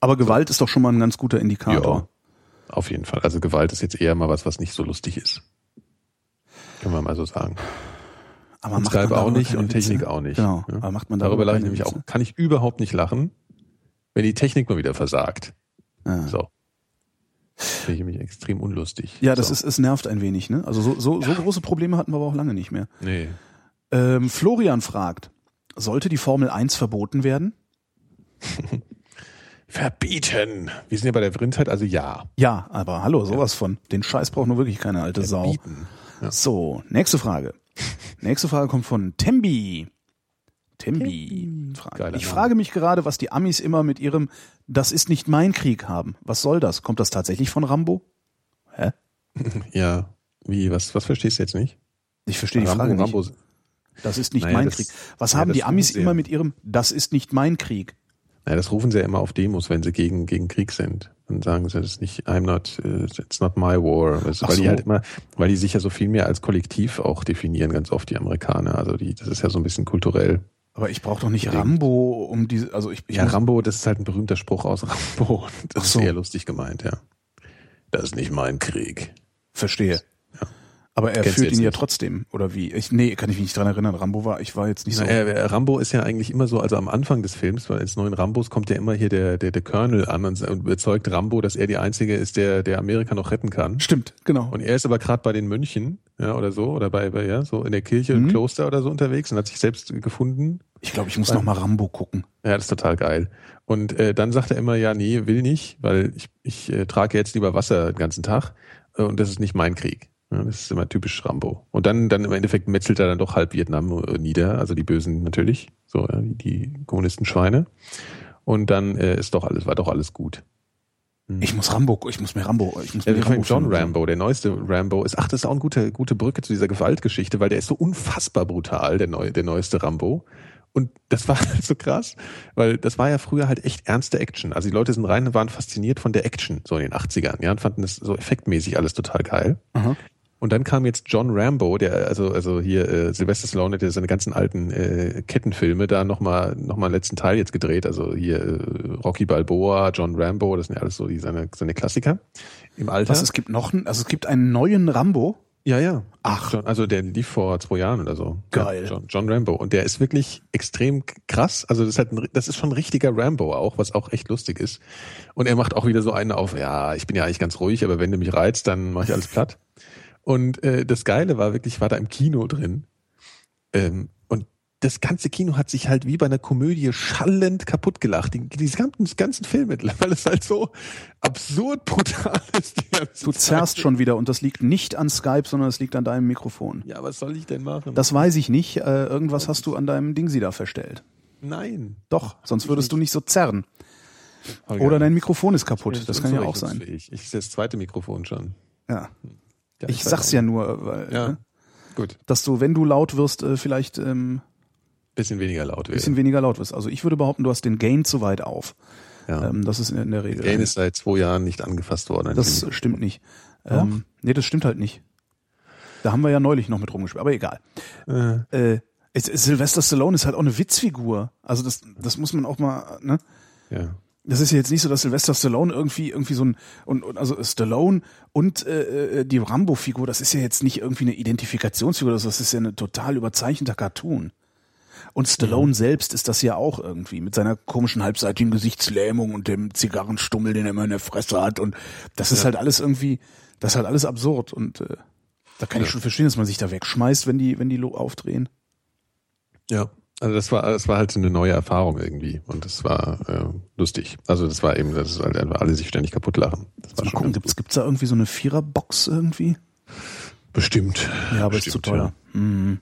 Speaker 1: Aber Gewalt ist doch schon mal ein ganz guter
Speaker 2: Ja,
Speaker 1: Indikator.
Speaker 2: auf jeden Fall. Also Gewalt ist jetzt eher mal was, was nicht so lustig ist. Können wir mal so sagen.
Speaker 1: Aber
Speaker 2: Und Skype
Speaker 1: darüber
Speaker 2: auch nicht
Speaker 1: keine
Speaker 2: und Technik
Speaker 1: Witze?
Speaker 2: auch nicht.
Speaker 1: Genau.
Speaker 2: Ja.
Speaker 1: Aber macht man
Speaker 2: Darüber lache ich
Speaker 1: keine
Speaker 2: nämlich auch,
Speaker 1: Witze?
Speaker 2: kann ich überhaupt nicht lachen, wenn die Technik mal wieder versagt.
Speaker 1: Ja.
Speaker 2: So. Finde ich nämlich extrem unlustig.
Speaker 1: Ja, das
Speaker 2: so.
Speaker 1: ist, es nervt ein wenig, ne? Also so, so, so große Probleme hatten wir aber auch lange nicht mehr.
Speaker 2: Nee.
Speaker 1: Ähm, Florian fragt, sollte die Formel 1 verboten werden?
Speaker 2: Verbieten. Wir sind ja bei der Brindheit, also ja.
Speaker 1: Ja, aber hallo, sowas von. Den Scheiß braucht nur wirklich keine alte Sau.
Speaker 2: Verbieten. Ja.
Speaker 1: So, nächste Frage. nächste Frage kommt von Tembi. Tembi. fragt,
Speaker 2: Geiler
Speaker 1: Ich
Speaker 2: Name.
Speaker 1: frage mich gerade, was die Amis immer mit ihrem Das ist nicht mein Krieg haben. Was soll das? Kommt das tatsächlich von Rambo?
Speaker 2: Ja. Wie, was, was verstehst du jetzt nicht?
Speaker 1: Ich verstehe die Frage nicht.
Speaker 2: Rambo,
Speaker 1: Das ist nicht
Speaker 2: Naja,
Speaker 1: mein
Speaker 2: das-
Speaker 1: Krieg. Was
Speaker 2: ja,
Speaker 1: haben
Speaker 2: das
Speaker 1: die Amis
Speaker 2: tun sie
Speaker 1: immer
Speaker 2: ja.
Speaker 1: mit ihrem Das ist nicht mein Krieg?
Speaker 2: Naja, das rufen sie ja immer auf Demos, wenn sie gegen, gegen Krieg sind. Dann sagen sie, das ist nicht, I'm not, äh, it's not my war. Das,
Speaker 1: Ach
Speaker 2: weil
Speaker 1: so.
Speaker 2: die halt immer, weil die sich ja so viel mehr als Kollektiv auch definieren, ganz oft die Amerikaner. Also die, das ist ja so ein bisschen kulturell.
Speaker 1: Aber ich brauche doch nicht
Speaker 2: Bedingt.
Speaker 1: Rambo, um diese, also ich, ich
Speaker 2: Ja,
Speaker 1: muss-
Speaker 2: Rambo, das ist halt ein berühmter Spruch aus Rambo. Das
Speaker 1: so.
Speaker 2: ist eher lustig gemeint, ja. Das ist nicht mein Krieg.
Speaker 1: verstehe. Aber er
Speaker 2: Kennst du
Speaker 1: führt
Speaker 2: jetzt
Speaker 1: ihn ja
Speaker 2: nicht.
Speaker 1: trotzdem, oder wie? Ich, nee, kann ich mich nicht dran erinnern. Rambo war, ich war jetzt nicht so.
Speaker 2: Na, äh, Rambo ist ja eigentlich immer so, also am Anfang des Films, weil als neuen Rambos kommt ja immer hier der, der, der Colonel an und und überzeugt Rambo, dass er die Einzige ist, der, der Amerika noch retten kann.
Speaker 1: Stimmt, genau.
Speaker 2: Und er ist aber gerade bei den Mönchen, ja, oder so, oder bei, bei ja, so in der Kirche, im Kloster oder so unterwegs und hat sich selbst gefunden.
Speaker 1: Ich glaube, ich muss noch mal Rambo gucken.
Speaker 2: Ja, das ist total geil. Und äh, dann sagt er immer, ja, nee, will nicht, weil ich, ich äh, trage jetzt lieber Wasser den ganzen Tag äh, und das ist nicht mein Krieg. Ja, das ist immer typisch Rambo. Und dann, dann im Endeffekt metzelt er dann doch halb Vietnam äh, nieder, also die Bösen natürlich, so ja, die Kommunistenschweine. Und dann äh, ist doch alles, war doch alles gut.
Speaker 1: Ich muss Rambo, ich muss mir Rambo, ich muss
Speaker 2: Ja,
Speaker 1: mir
Speaker 2: wir fangen John
Speaker 1: Rambo-
Speaker 2: Rambo, der neueste Rambo ist, ach, das ist auch eine gute, gute Brücke zu dieser Gewaltgeschichte, weil der ist so unfassbar brutal, der, neu, der neueste Rambo. Und das war halt so krass, weil das war ja früher halt echt ernste Action. Also die Leute sind rein und waren fasziniert von der Action, so in den 80ern, ja, und fanden das so effektmäßig alles total geil.
Speaker 1: Aha.
Speaker 2: Und dann kam jetzt John Rambo, der also also hier äh, Sylvester Stallone hat ja seine ganzen alten äh, Kettenfilme da nochmal noch mal einen letzten Teil jetzt gedreht, also hier äh, Rocky Balboa, John Rambo, das sind ja alles so die seine seine Klassiker im Alter.
Speaker 1: Was, es gibt noch einen, also es gibt einen neuen Rambo.
Speaker 2: Ja, ja.
Speaker 1: Ach.
Speaker 2: John, also der lief vor zwei Jahren oder so.
Speaker 1: Geil.
Speaker 2: Ja, John, John Rambo. Und der ist wirklich extrem k- krass. Also das ist, halt ein, das ist schon ein richtiger Rambo auch, was auch echt lustig ist. Und er macht auch wieder so einen auf, ja, ich bin ja eigentlich ganz ruhig, aber wenn du mich reizt, dann mache ich alles platt. Und äh, das Geile war wirklich, ich war da im Kino drin. Ähm, und das ganze Kino hat sich halt wie bei einer Komödie schallend kaputt gelacht. Die, diesen ganzen, ganzen Film mittlerweile, weil es halt so absurd brutal ist. die ganze
Speaker 1: Du zerrst
Speaker 2: Zeit.
Speaker 1: schon wieder und das liegt nicht an Skype, sondern es liegt an deinem Mikrofon.
Speaker 2: Ja, was soll ich denn machen?
Speaker 1: Das weiß ich nicht. Äh, irgendwas hast du an deinem Dingsi da verstellt.
Speaker 2: Nein.
Speaker 1: Doch, sonst würdest du nicht so zerren.
Speaker 2: Holger,
Speaker 1: Oder dein Mikrofon ist
Speaker 2: das
Speaker 1: kaputt.
Speaker 2: ist
Speaker 1: Das kann ja auch sein.
Speaker 2: unzurechnungsfähig. Ich sehe das zweite Mikrofon schon.
Speaker 1: Ja.
Speaker 2: Ja,
Speaker 1: Ich
Speaker 2: weiß
Speaker 1: sag's
Speaker 2: auch.
Speaker 1: ja nur, weil,
Speaker 2: Ja.
Speaker 1: ne?
Speaker 2: Gut.
Speaker 1: dass du, wenn du laut wirst, äh, vielleicht ähm,
Speaker 2: Bisschen weniger laut
Speaker 1: bisschen
Speaker 2: werden.
Speaker 1: weniger laut wirst. Also ich würde behaupten, du hast den Gain zu weit auf.
Speaker 2: Ja.
Speaker 1: Ähm, das ist in, in der Regel.
Speaker 2: Gain ist seit zwei Jahren nicht angefasst worden.
Speaker 1: das stimmt nicht. Ähm, nee, das stimmt halt nicht. Da haben wir ja neulich noch mit rumgespielt, aber egal.
Speaker 2: Äh,
Speaker 1: Äh, Es, es, Sylvester Stallone ist halt auch eine Witzfigur. Also das, das muss man auch mal, ne?
Speaker 2: Ja.
Speaker 1: Das ist ja jetzt nicht so, dass Sylvester Stallone irgendwie irgendwie so ein und, und also Stallone und äh, äh, die Rambo-Figur, das ist ja jetzt nicht irgendwie eine Identifikationsfigur, das ist ja ein total überzeichneter Cartoon. Und
Speaker 2: Mhm.
Speaker 1: Stallone selbst ist das ja auch irgendwie mit seiner komischen halbseitigen Gesichtslähmung und dem Zigarrenstummel, den er immer in der Fresse hat und das ist halt alles irgendwie, das ist halt alles absurd und äh, da kann ich schon verstehen, dass man sich da wegschmeißt, wenn die wenn die lo- aufdrehen.
Speaker 2: Ja. Also das war, das war halt so eine neue Erfahrung irgendwie und das war äh, lustig. Also das war eben, das ist halt einfach alle sich ständig kaputt lachen. Das war
Speaker 1: Mal
Speaker 2: schon
Speaker 1: gucken,
Speaker 2: ganz
Speaker 1: gibt's gibt's da irgendwie so eine Viererbox irgendwie?
Speaker 2: gut. bestimmt.
Speaker 1: Ja, aber ist zu
Speaker 2: Bestimmt,
Speaker 1: teuer. Mhm.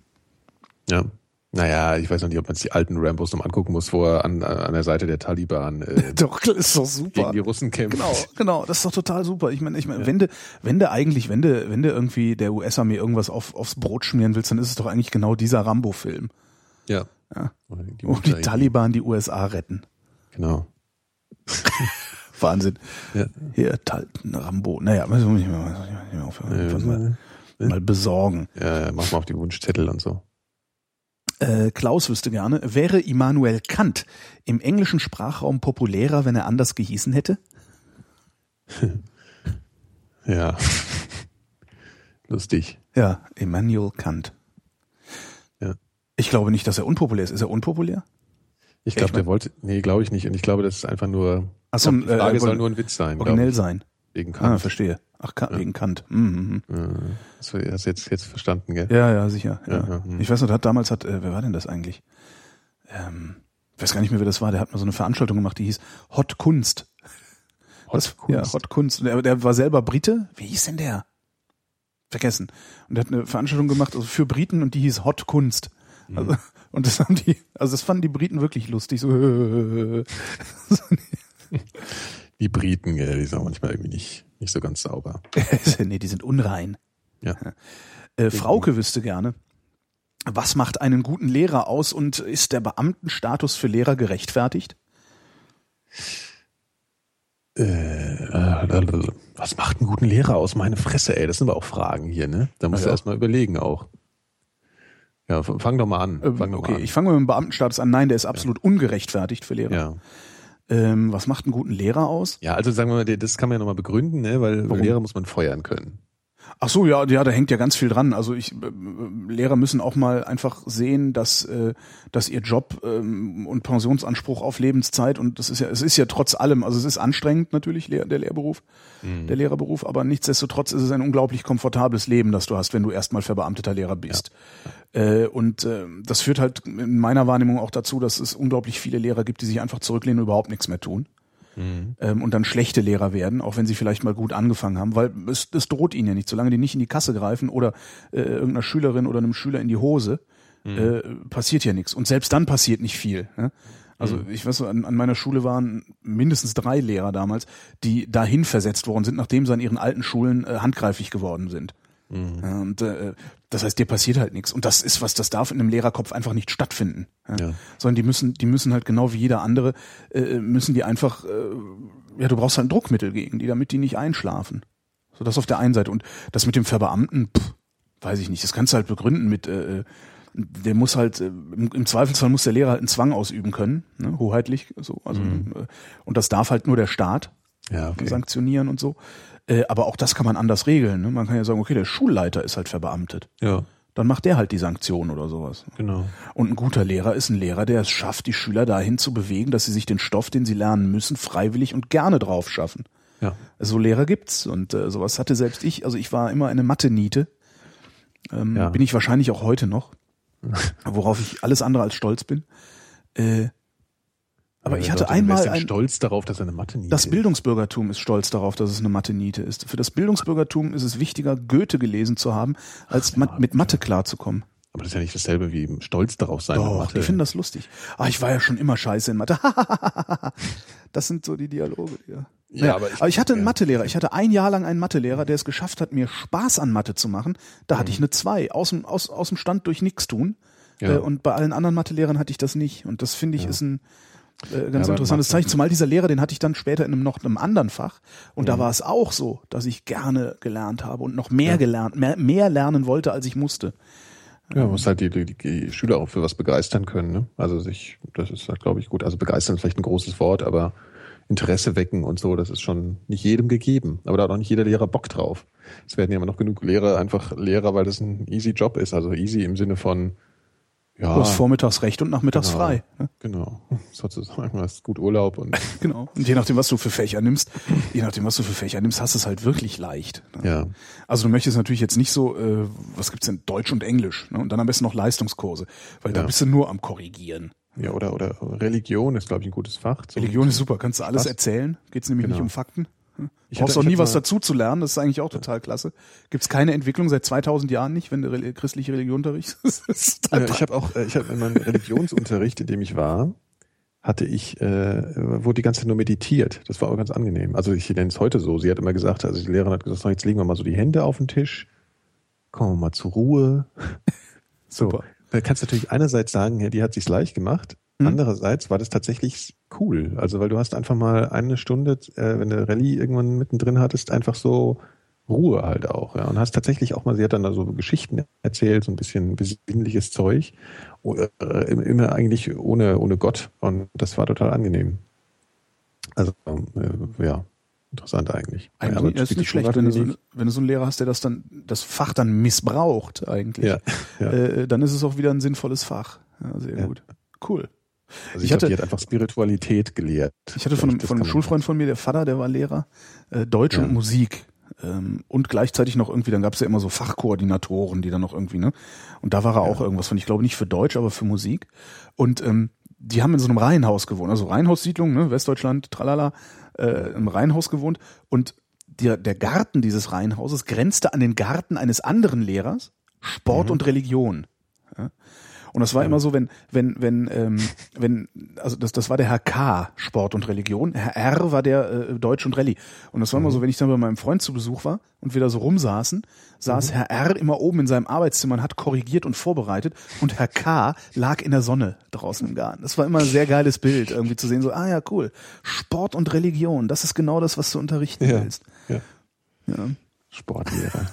Speaker 2: Ja. ja. Naja, ich weiß noch nicht, ob man sich die alten Rambos noch mal angucken muss, wo er an, an der Seite der Taliban äh,
Speaker 1: Doch, ist doch super.
Speaker 2: gegen die Russen kämpft.
Speaker 1: Genau, genau, das ist doch total super. Ich meine, ich meine, wenn du, wenn du eigentlich, wenn du, wenn du irgendwie der US-Armee irgendwas auf, aufs Brot schmieren willst, dann ist es doch eigentlich genau dieser Rambo-Film.
Speaker 2: Ja.
Speaker 1: Ja.
Speaker 2: Wo die,
Speaker 1: Wo die
Speaker 2: Mutter-
Speaker 1: Taliban die USA retten.
Speaker 2: Genau.
Speaker 1: Wahnsinn.
Speaker 2: Ja.
Speaker 1: Hier, Tal Rambo. Naja, muss ich mal, muss ich mal, muss ich mal, aufhören.
Speaker 2: Ja,
Speaker 1: Irgendwann mal, mal besorgen.
Speaker 2: Ja, ja, mach mal auf die Wunschzettel und so.
Speaker 1: Äh, Klaus wüsste gerne, wäre Immanuel Kant im englischen Sprachraum populärer, wenn er anders gehießen hätte?
Speaker 2: Ja. Lustig.
Speaker 1: Ja, Immanuel Kant.
Speaker 2: Ja.
Speaker 1: Ich glaube nicht, dass er unpopulär ist. Ist er unpopulär?
Speaker 2: Ich
Speaker 1: Ich
Speaker 2: glaube,
Speaker 1: mein-
Speaker 2: der wollte, nee, glaube ich nicht. Und ich glaube, das ist einfach nur,
Speaker 1: Ach so,
Speaker 2: ich glaub, die
Speaker 1: äh,
Speaker 2: Frage halt,
Speaker 1: äh,
Speaker 2: soll
Speaker 1: woll-
Speaker 2: nur ein Witz sein. glaub
Speaker 1: Originell
Speaker 2: ich.
Speaker 1: sein.
Speaker 2: Wegen
Speaker 1: Ah,
Speaker 2: Kant.
Speaker 1: verstehe. Ach, Kant, wegen Kant. Mhm. mhm.
Speaker 2: Mhm. Hast du hast du jetzt, jetzt verstanden, gell?
Speaker 1: Ja, ja, sicher. Ja.
Speaker 2: Ja, ja, hm.
Speaker 1: Ich weiß noch, da hat damals hat, äh, wer war denn das eigentlich? Ähm, ich weiß gar nicht mehr, wer das war. Der hat mal so eine Veranstaltung gemacht, die hieß Hot Kunst. das, Ja, Hot Kunst. Und Der, der war selber Brite. Wie hieß denn der? Vergessen. Und der hat eine Veranstaltung gemacht, also für Briten und die hieß Hot Kunst.
Speaker 2: Mhm.
Speaker 1: Also, und das haben die, also das fanden die Briten wirklich lustig. So, äh,
Speaker 2: Die Briten, gell, die sind auch manchmal irgendwie nicht, nicht so ganz sauber.
Speaker 1: nee, die sind unrein.
Speaker 2: Ja.
Speaker 1: Äh, Frauke wüsste gerne, was macht einen guten Lehrer aus und ist der Beamtenstatus für Lehrer gerechtfertigt?
Speaker 2: Äh, lalalala. Was macht einen guten Lehrer aus? Meine Fresse, ey. Das sind aber auch Fragen hier, ne? Da musst
Speaker 1: Ja.
Speaker 2: du erst mal überlegen auch. Ja, f- fang doch mal an.
Speaker 1: Ähm,
Speaker 2: Fang doch
Speaker 1: okay,
Speaker 2: mal an.
Speaker 1: ich fange mit dem Beamtenstatus an. Nein, der ist absolut ungerechtfertigt für Lehrer.
Speaker 2: ja.
Speaker 1: Ähm, was macht einen guten Lehrer aus?
Speaker 2: ja, also sagen wir mal, das kann man ja nochmal begründen, ne? Weil Lehrer muss man feuern können.
Speaker 1: Ach so, ja, ja, da hängt ja ganz viel dran. Also ich, äh, äh, Lehrer müssen auch mal einfach sehen, dass, äh, dass ihr Job ähm, und Pensionsanspruch auf Lebenszeit und das ist ja, es ist ja trotz allem, also es ist anstrengend natürlich Lehr- der Lehrberuf, der Lehrerberuf, aber nichtsdestotrotz ist es ein unglaublich komfortables Leben, das du hast, wenn du erstmal verbeamteter Lehrer bist. Äh, und äh, das führt halt in meiner Wahrnehmung auch dazu, dass es unglaublich viele Lehrer gibt, die sich einfach zurücklehnen und überhaupt nichts mehr tun ähm, und dann schlechte Lehrer werden, auch wenn sie vielleicht mal gut angefangen haben, weil es, es droht ihnen ja nicht, solange die nicht in die Kasse greifen oder äh, irgendeiner Schülerin oder einem Schüler in die Hose, äh, passiert ja nichts. Und selbst dann passiert nicht viel. Ne? Also ich weiß, so, an, an meiner Schule waren mindestens drei Lehrer damals, die dahin versetzt worden sind, nachdem sie an ihren alten Schulen äh, handgreiflich geworden sind. Ja, Und äh, das heißt, dir passiert halt nichts. Und das ist was, das darf in einem Lehrerkopf einfach nicht stattfinden. Ja?
Speaker 2: Ja.
Speaker 1: Sondern die müssen, die müssen halt genau wie jeder andere, äh, müssen die einfach, äh, ja, du brauchst halt ein Druckmittel gegen die, damit die nicht einschlafen. So das auf der einen Seite. Und das mit dem Verbeamten, pff, weiß ich nicht, das kannst du halt begründen mit, äh, äh, der muss halt, äh, im, im Zweifelsfall muss der Lehrer halt einen Zwang ausüben können, ne, hoheitlich, so, also, äh, und das darf halt nur der Staat
Speaker 2: Ja, okay.
Speaker 1: sanktionieren und so. Äh, aber auch das kann man anders regeln. Ne? Man kann ja sagen, okay, der Schulleiter ist halt verbeamtet.
Speaker 2: Ja,
Speaker 1: Dann macht der halt die Sanktionen oder sowas.
Speaker 2: genau.
Speaker 1: Und ein guter Lehrer ist ein Lehrer, der es schafft, die Schüler dahin zu bewegen, dass sie sich den Stoff, den sie lernen müssen, freiwillig und gerne drauf schaffen.
Speaker 2: Ja.
Speaker 1: So Lehrer gibt's und äh, sowas hatte selbst ich. Also ich war immer eine Mathe-Niete. Ähm,
Speaker 2: Ja.
Speaker 1: Bin ich wahrscheinlich auch heute noch, worauf ich alles andere als stolz bin. Äh, aber
Speaker 2: Ja,
Speaker 1: ich
Speaker 2: wenn
Speaker 1: hatte
Speaker 2: Leute, du wärst
Speaker 1: einmal
Speaker 2: ja
Speaker 1: ein,
Speaker 2: stolz darauf, dass er eine Mathe nie
Speaker 1: das
Speaker 2: ist.
Speaker 1: Bildungsbürgertum ist stolz darauf, dass es eine Mathe-Niete ist. Für das Bildungsbürgertum ist es wichtiger, Goethe gelesen zu haben, als ma mit Mathe klarzukommen.
Speaker 2: Aber das ist ja nicht dasselbe wie stolz darauf sein. in
Speaker 1: Doch,
Speaker 2: Mathe.
Speaker 1: die finden das lustig. Ah, ich war ja schon immer scheiße in Mathe. das sind so die Dialoge. Ja. Naja,
Speaker 2: Ja, aber ich-
Speaker 1: hatte einen
Speaker 2: ja.
Speaker 1: Mathelehrer. Ich hatte ein Jahr lang einen Mathelehrer, der es geschafft hat, mir Spaß an Mathe zu machen. Da hatte ich eine zwei aus dem aus, aus dem Stand durch nichts tun.
Speaker 2: Mhm. Ja.
Speaker 1: Äh, Und bei allen anderen Mathelehrern hatte ich das nicht. Und das finde ich ist ein äh, ganz
Speaker 2: aber
Speaker 1: interessantes
Speaker 2: Mathe-
Speaker 1: Zeichen. Zumal dieser Lehrer, den hatte ich dann später in einem noch einem anderen Fach. Und
Speaker 2: Mhm.
Speaker 1: da war es auch so, dass ich gerne gelernt habe und noch mehr gelernt, mehr, mehr lernen wollte, als ich musste.
Speaker 2: Ja, muss halt die, die, die Schüler auch für was begeistern können. Ne? Also sich, das ist, halt, glaube ich, gut. Also begeistern ist vielleicht ein großes Wort, aber Interesse wecken und so, das ist schon nicht jedem gegeben. Aber da hat auch nicht jeder Lehrer Bock drauf. Es werden ja immer noch genug Lehrer einfach Lehrer, weil das ein easy Job ist. Also easy im Sinne von ja,
Speaker 1: Du hast vormittags recht und nachmittags
Speaker 2: Ah. genau,
Speaker 1: frei. Ne?
Speaker 2: Genau, sozusagen. Du hast gut Urlaub und
Speaker 1: Genau. Und je nachdem, was du für Fächer nimmst, je nachdem, was du für Fächer nimmst, hast du es halt wirklich leicht. Ne?
Speaker 2: ja.
Speaker 1: Also du möchtest natürlich jetzt nicht so, äh, was gibt's denn, Deutsch und Englisch. Ne? Und dann am besten noch Leistungskurse, weil da
Speaker 2: Ja.
Speaker 1: bist du nur am Korrigieren.
Speaker 2: Ja, oder, oder Religion ist, glaube ich, ein gutes Fach. So-
Speaker 1: Religion ist super, kannst du alles
Speaker 2: Was?
Speaker 1: erzählen, geht's nämlich nicht
Speaker 2: Genau.
Speaker 1: um Fakten. Hm?
Speaker 2: Ich
Speaker 1: Brauchst
Speaker 2: hatte-
Speaker 1: auch
Speaker 2: ich
Speaker 1: nie
Speaker 2: hatte
Speaker 1: was
Speaker 2: mal-
Speaker 1: dazu zu lernen, das ist eigentlich auch total klasse. Gibt's keine Entwicklung seit 2000 Jahren nicht, wenn du reli- christliche Religion unterrichtest? Das ist
Speaker 2: Ja,
Speaker 1: total
Speaker 2: ich habe auch, äh, ich habe in meinem Religionsunterricht, in dem ich war, hatte ich, äh, wurde die ganze Zeit nur meditiert. Das war aber ganz angenehm. Also ich nenne es heute so. Sie hat immer gesagt, also die Lehrerin hat gesagt, so, jetzt legen wir mal so die Hände auf den Tisch, kommen wir mal zur Ruhe. So,
Speaker 1: Super.
Speaker 2: da Äh, kannst du natürlich einerseits sagen, ja, die hat sich's leicht gemacht.
Speaker 1: Hm.
Speaker 2: Andererseits war das tatsächlich cool. Also weil du hast einfach mal eine Stunde, äh, wenn du Rallye irgendwann mittendrin hattest, einfach so Ruhe halt auch. Ja. Und hast tatsächlich auch mal, sie hat dann da so Geschichten erzählt, so ein bisschen besinnliches Zeug. O- äh, Immer eigentlich ohne, ohne Gott. Und das war total angenehm. Also, äh, ja, interessant eigentlich.
Speaker 1: Eigentlich
Speaker 2: ja, aber
Speaker 1: das ist nicht
Speaker 2: Schule
Speaker 1: schlecht,
Speaker 2: war
Speaker 1: wenn du, so,
Speaker 2: für mich-
Speaker 1: wenn du so einen Lehrer hast, der das dann, das Fach dann missbraucht eigentlich.
Speaker 2: Ja, also ja.
Speaker 1: Äh, dann ist es auch wieder ein sinnvolles Fach. Ja, sehr
Speaker 2: Ja.
Speaker 1: gut. Cool. ich
Speaker 2: Also ich, glaub,
Speaker 1: hatte-
Speaker 2: die hat einfach Spiritualität gelehrt.
Speaker 1: Ich hatte von einem,
Speaker 2: Vielleicht, das
Speaker 1: von einem
Speaker 2: kann man-
Speaker 1: Schulfreund von mir, der Vater, der war Lehrer, äh, Deutsch
Speaker 2: Ja.
Speaker 1: und Musik. Ähm, und gleichzeitig noch irgendwie, dann gab es ja immer so Fachkoordinatoren, die dann noch irgendwie, ne? Und da war er auch irgendwas von, ich glaube nicht für Deutsch, aber für Musik. Und ähm, die haben in so einem Reihenhaus gewohnt, also Reihenhaussiedlung, ne? Westdeutschland, tralala, äh, im Reihenhaus gewohnt. Und der, der Garten dieses Reihenhauses grenzte an den Garten eines anderen Lehrers,
Speaker 2: Mhm.
Speaker 1: Sport und Religion. Und das war immer so, wenn, wenn, wenn, ähm, wenn, also das, das war der Herr K, Sport und Religion, Herr R war der äh, Deutsch und Rallye. Und das war immer so, wenn ich dann bei meinem Freund zu Besuch war und wir da so rumsaßen, saß Herr R immer oben in seinem Arbeitszimmer und hat korrigiert und vorbereitet und Herr K lag in der Sonne draußen im Garten. Das war immer ein sehr geiles Bild, irgendwie zu sehen, so, ah ja, cool, Sport und Religion, das ist genau das, was du unterrichten
Speaker 2: Ja.
Speaker 1: willst.
Speaker 2: Ja. Sportlehrer.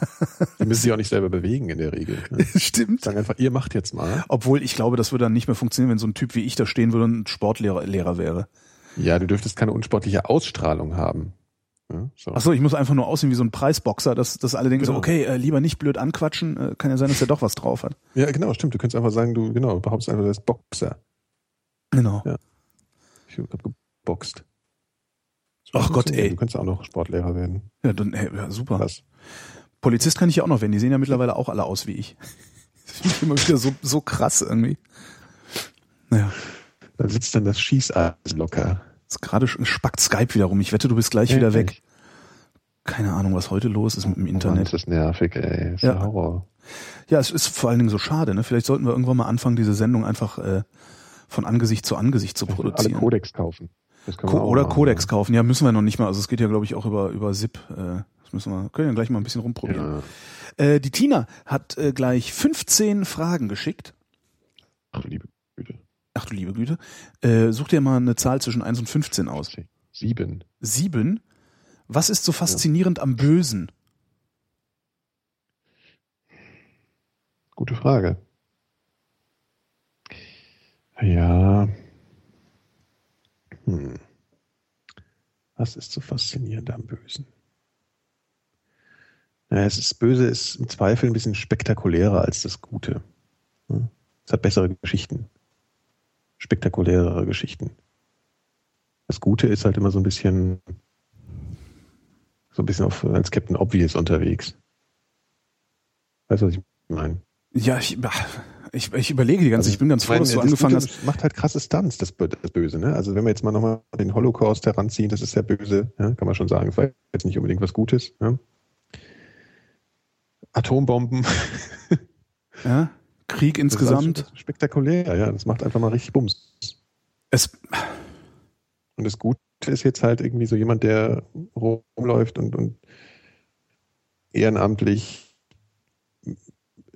Speaker 2: Die müssen sich auch nicht selber bewegen in der Regel. Ne?
Speaker 1: Stimmt.
Speaker 2: Sagen einfach, ihr macht jetzt mal.
Speaker 1: Obwohl, ich glaube, das würde dann nicht mehr funktionieren, wenn so ein Typ wie ich da stehen würde und ein Sportlehrer Lehrer wäre.
Speaker 2: Ja, du dürftest keine unsportliche Ausstrahlung haben. Ja, so.
Speaker 1: Ach so, ich muss einfach nur aussehen wie so ein Preisboxer, dass, dass alle denken so,
Speaker 2: Genau.
Speaker 1: okay, äh, lieber nicht blöd anquatschen, äh, kann ja sein, dass er doch was drauf hat.
Speaker 2: ja, genau, stimmt. Du könntest einfach sagen, du, genau, behauptest einfach, du bist Boxer.
Speaker 1: Genau.
Speaker 2: Ja. Ich hab geboxt.
Speaker 1: Ach Gott, ey.
Speaker 2: Du könntest auch noch Sportlehrer werden.
Speaker 1: Ja, dann, hey, ja super.
Speaker 2: Was?
Speaker 1: Polizist kann ich ja auch noch werden, die sehen ja mittlerweile auch alle aus wie ich. Das finde ich immer wieder so, so krass irgendwie. Naja,
Speaker 2: Da sitzt dann das Schießeisen locker.
Speaker 1: ist gerade sch- spackt Skype wieder rum. Ich wette, du bist gleich wieder weg.
Speaker 2: Echt?
Speaker 1: Keine Ahnung, was heute los ist mit dem
Speaker 2: Mann,
Speaker 1: Internet.
Speaker 2: ist das nervig, ey. Ist
Speaker 1: Ja.
Speaker 2: ja. Horror.
Speaker 1: Ja, es ist vor allen Dingen so schade, ne? Vielleicht sollten wir irgendwann mal anfangen, diese Sendung einfach äh, von Angesicht zu Angesicht zu
Speaker 2: Alle
Speaker 1: produzieren.
Speaker 2: Codex kaufen. Das können
Speaker 1: Co
Speaker 2: wir auch
Speaker 1: oder
Speaker 2: machen.
Speaker 1: Codex kaufen. Ja, müssen wir noch nicht mal. Also es geht ja, glaube ich, auch über, über SIP. Äh, das müssen wir, können wir gleich mal ein bisschen rumprobieren.
Speaker 2: Ja.
Speaker 1: Äh, die Tina hat äh, gleich 15 Fragen geschickt.
Speaker 2: Ach, liebe Güte.
Speaker 1: Ach du liebe Güte. Äh, such dir mal eine Zahl zwischen 1 und 15 aus.
Speaker 2: Sieben.
Speaker 1: 7. Was ist so faszinierend am Bösen?
Speaker 2: Gute Frage. Ja. Hm. Was ist so faszinierend am Bösen? Naja, es ist, Böse ist im Zweifel ein bisschen spektakulärer als das Gute. Hm? Es hat bessere Geschichten. Spektakulärere Geschichten. Das Gute ist halt immer so ein bisschen, so ein bisschen auf, als Captain Obvious unterwegs. Weißt du, was ich meine?
Speaker 1: Ja, ich, ich, ich überlege die ganze
Speaker 2: Also,
Speaker 1: Ich bin ganz
Speaker 2: ich
Speaker 1: froh,
Speaker 2: meine,
Speaker 1: dass du
Speaker 2: das
Speaker 1: angefangen
Speaker 2: Gute
Speaker 1: hast.
Speaker 2: Macht halt krasse Stunts, das, Bö- das Böse. Ne? Also wenn wir jetzt mal nochmal den Holocaust heranziehen, das ist ja böse, ja? kann man schon sagen. Das war jetzt nicht unbedingt was Gutes. Ja? Atombomben.
Speaker 1: Ja? Krieg
Speaker 2: Das ist
Speaker 1: insgesamt.
Speaker 2: alles spektakulär, ja. Das macht einfach mal richtig Bums.
Speaker 1: Es,
Speaker 2: Und das Gute ist jetzt halt irgendwie so jemand, der rumläuft und, und ehrenamtlich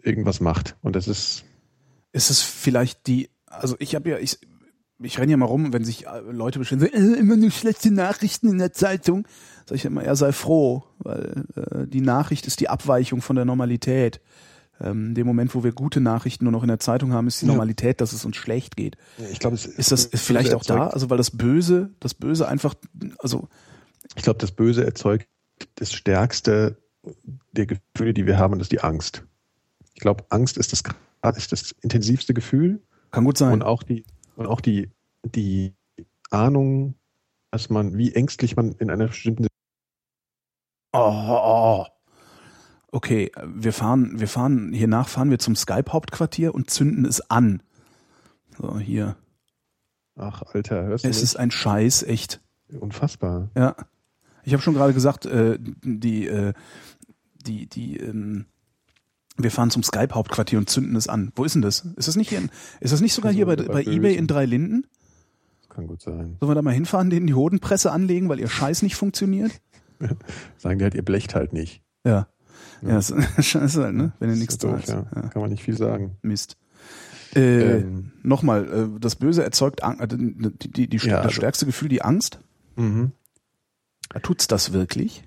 Speaker 2: irgendwas macht. Und das ist
Speaker 1: ist es vielleicht die, also ich habe ja, ich, ich renne ja mal rum, wenn sich äh, Leute beschweren, so, äh, immer nur schlechte Nachrichten in der Zeitung, sage ich immer, er sei froh, weil äh, die Nachricht ist die Abweichung von der Normalität. ähm, in dem Moment, wo wir gute Nachrichten nur noch in der Zeitung haben, ist die
Speaker 2: Ja. Äh,
Speaker 1: Normalität, dass es uns schlecht geht.
Speaker 2: Ich glaube, es
Speaker 1: Ist das ist vielleicht auch da? Also weil das Böse, das Böse einfach, also
Speaker 2: Ich glaube, das Böse erzeugt das Stärkste der Gefühle, die wir haben, und das ist die Angst. Ich glaube, Angst ist das, gra- ist das intensivste Gefühl
Speaker 1: kann gut sein.
Speaker 2: und auch die, und auch die, die Ahnung, dass man, wie ängstlich man in einer bestimmten
Speaker 1: Oh, oh. Okay, wir fahren, wir fahren, hiernach fahren wir zum Skype-Hauptquartier und zünden es an. So, hier.
Speaker 2: Ach, Alter, hörst du
Speaker 1: Es
Speaker 2: das?
Speaker 1: ist ein Scheiß, echt.
Speaker 2: Unfassbar.
Speaker 1: Ja. Ich habe schon gerade gesagt, äh, die, äh, die, die, ähm, wir fahren zum Skype-Hauptquartier und zünden es an. Wo ist denn das? Ist das nicht hier? In, ist das nicht sogar hier bei,
Speaker 2: Also
Speaker 1: bei
Speaker 2: bei
Speaker 1: eBay in
Speaker 2: Bösen.
Speaker 1: Drei Linden?
Speaker 2: Kann gut sein.
Speaker 1: Sollen wir da mal hinfahren, denen die Hodenpresse anlegen, weil ihr Scheiß nicht funktioniert?
Speaker 2: Sagen die halt, ihr blecht halt nicht.
Speaker 1: Ja. Ja,
Speaker 2: Ja.
Speaker 1: das ist scheiße halt, ne? Wenn ihr
Speaker 2: Das
Speaker 1: nichts
Speaker 2: ist doof,
Speaker 1: zahlst.
Speaker 2: ja.
Speaker 1: Ja.
Speaker 2: Kann man nicht viel sagen.
Speaker 1: Mist. Äh,
Speaker 2: Ähm.
Speaker 1: Nochmal, äh, das Böse erzeugt Ang äh, die, die, die,
Speaker 2: Ja,
Speaker 1: das
Speaker 2: also-
Speaker 1: stärkste Gefühl, die Angst.
Speaker 2: Mhm.
Speaker 1: Tut's das wirklich?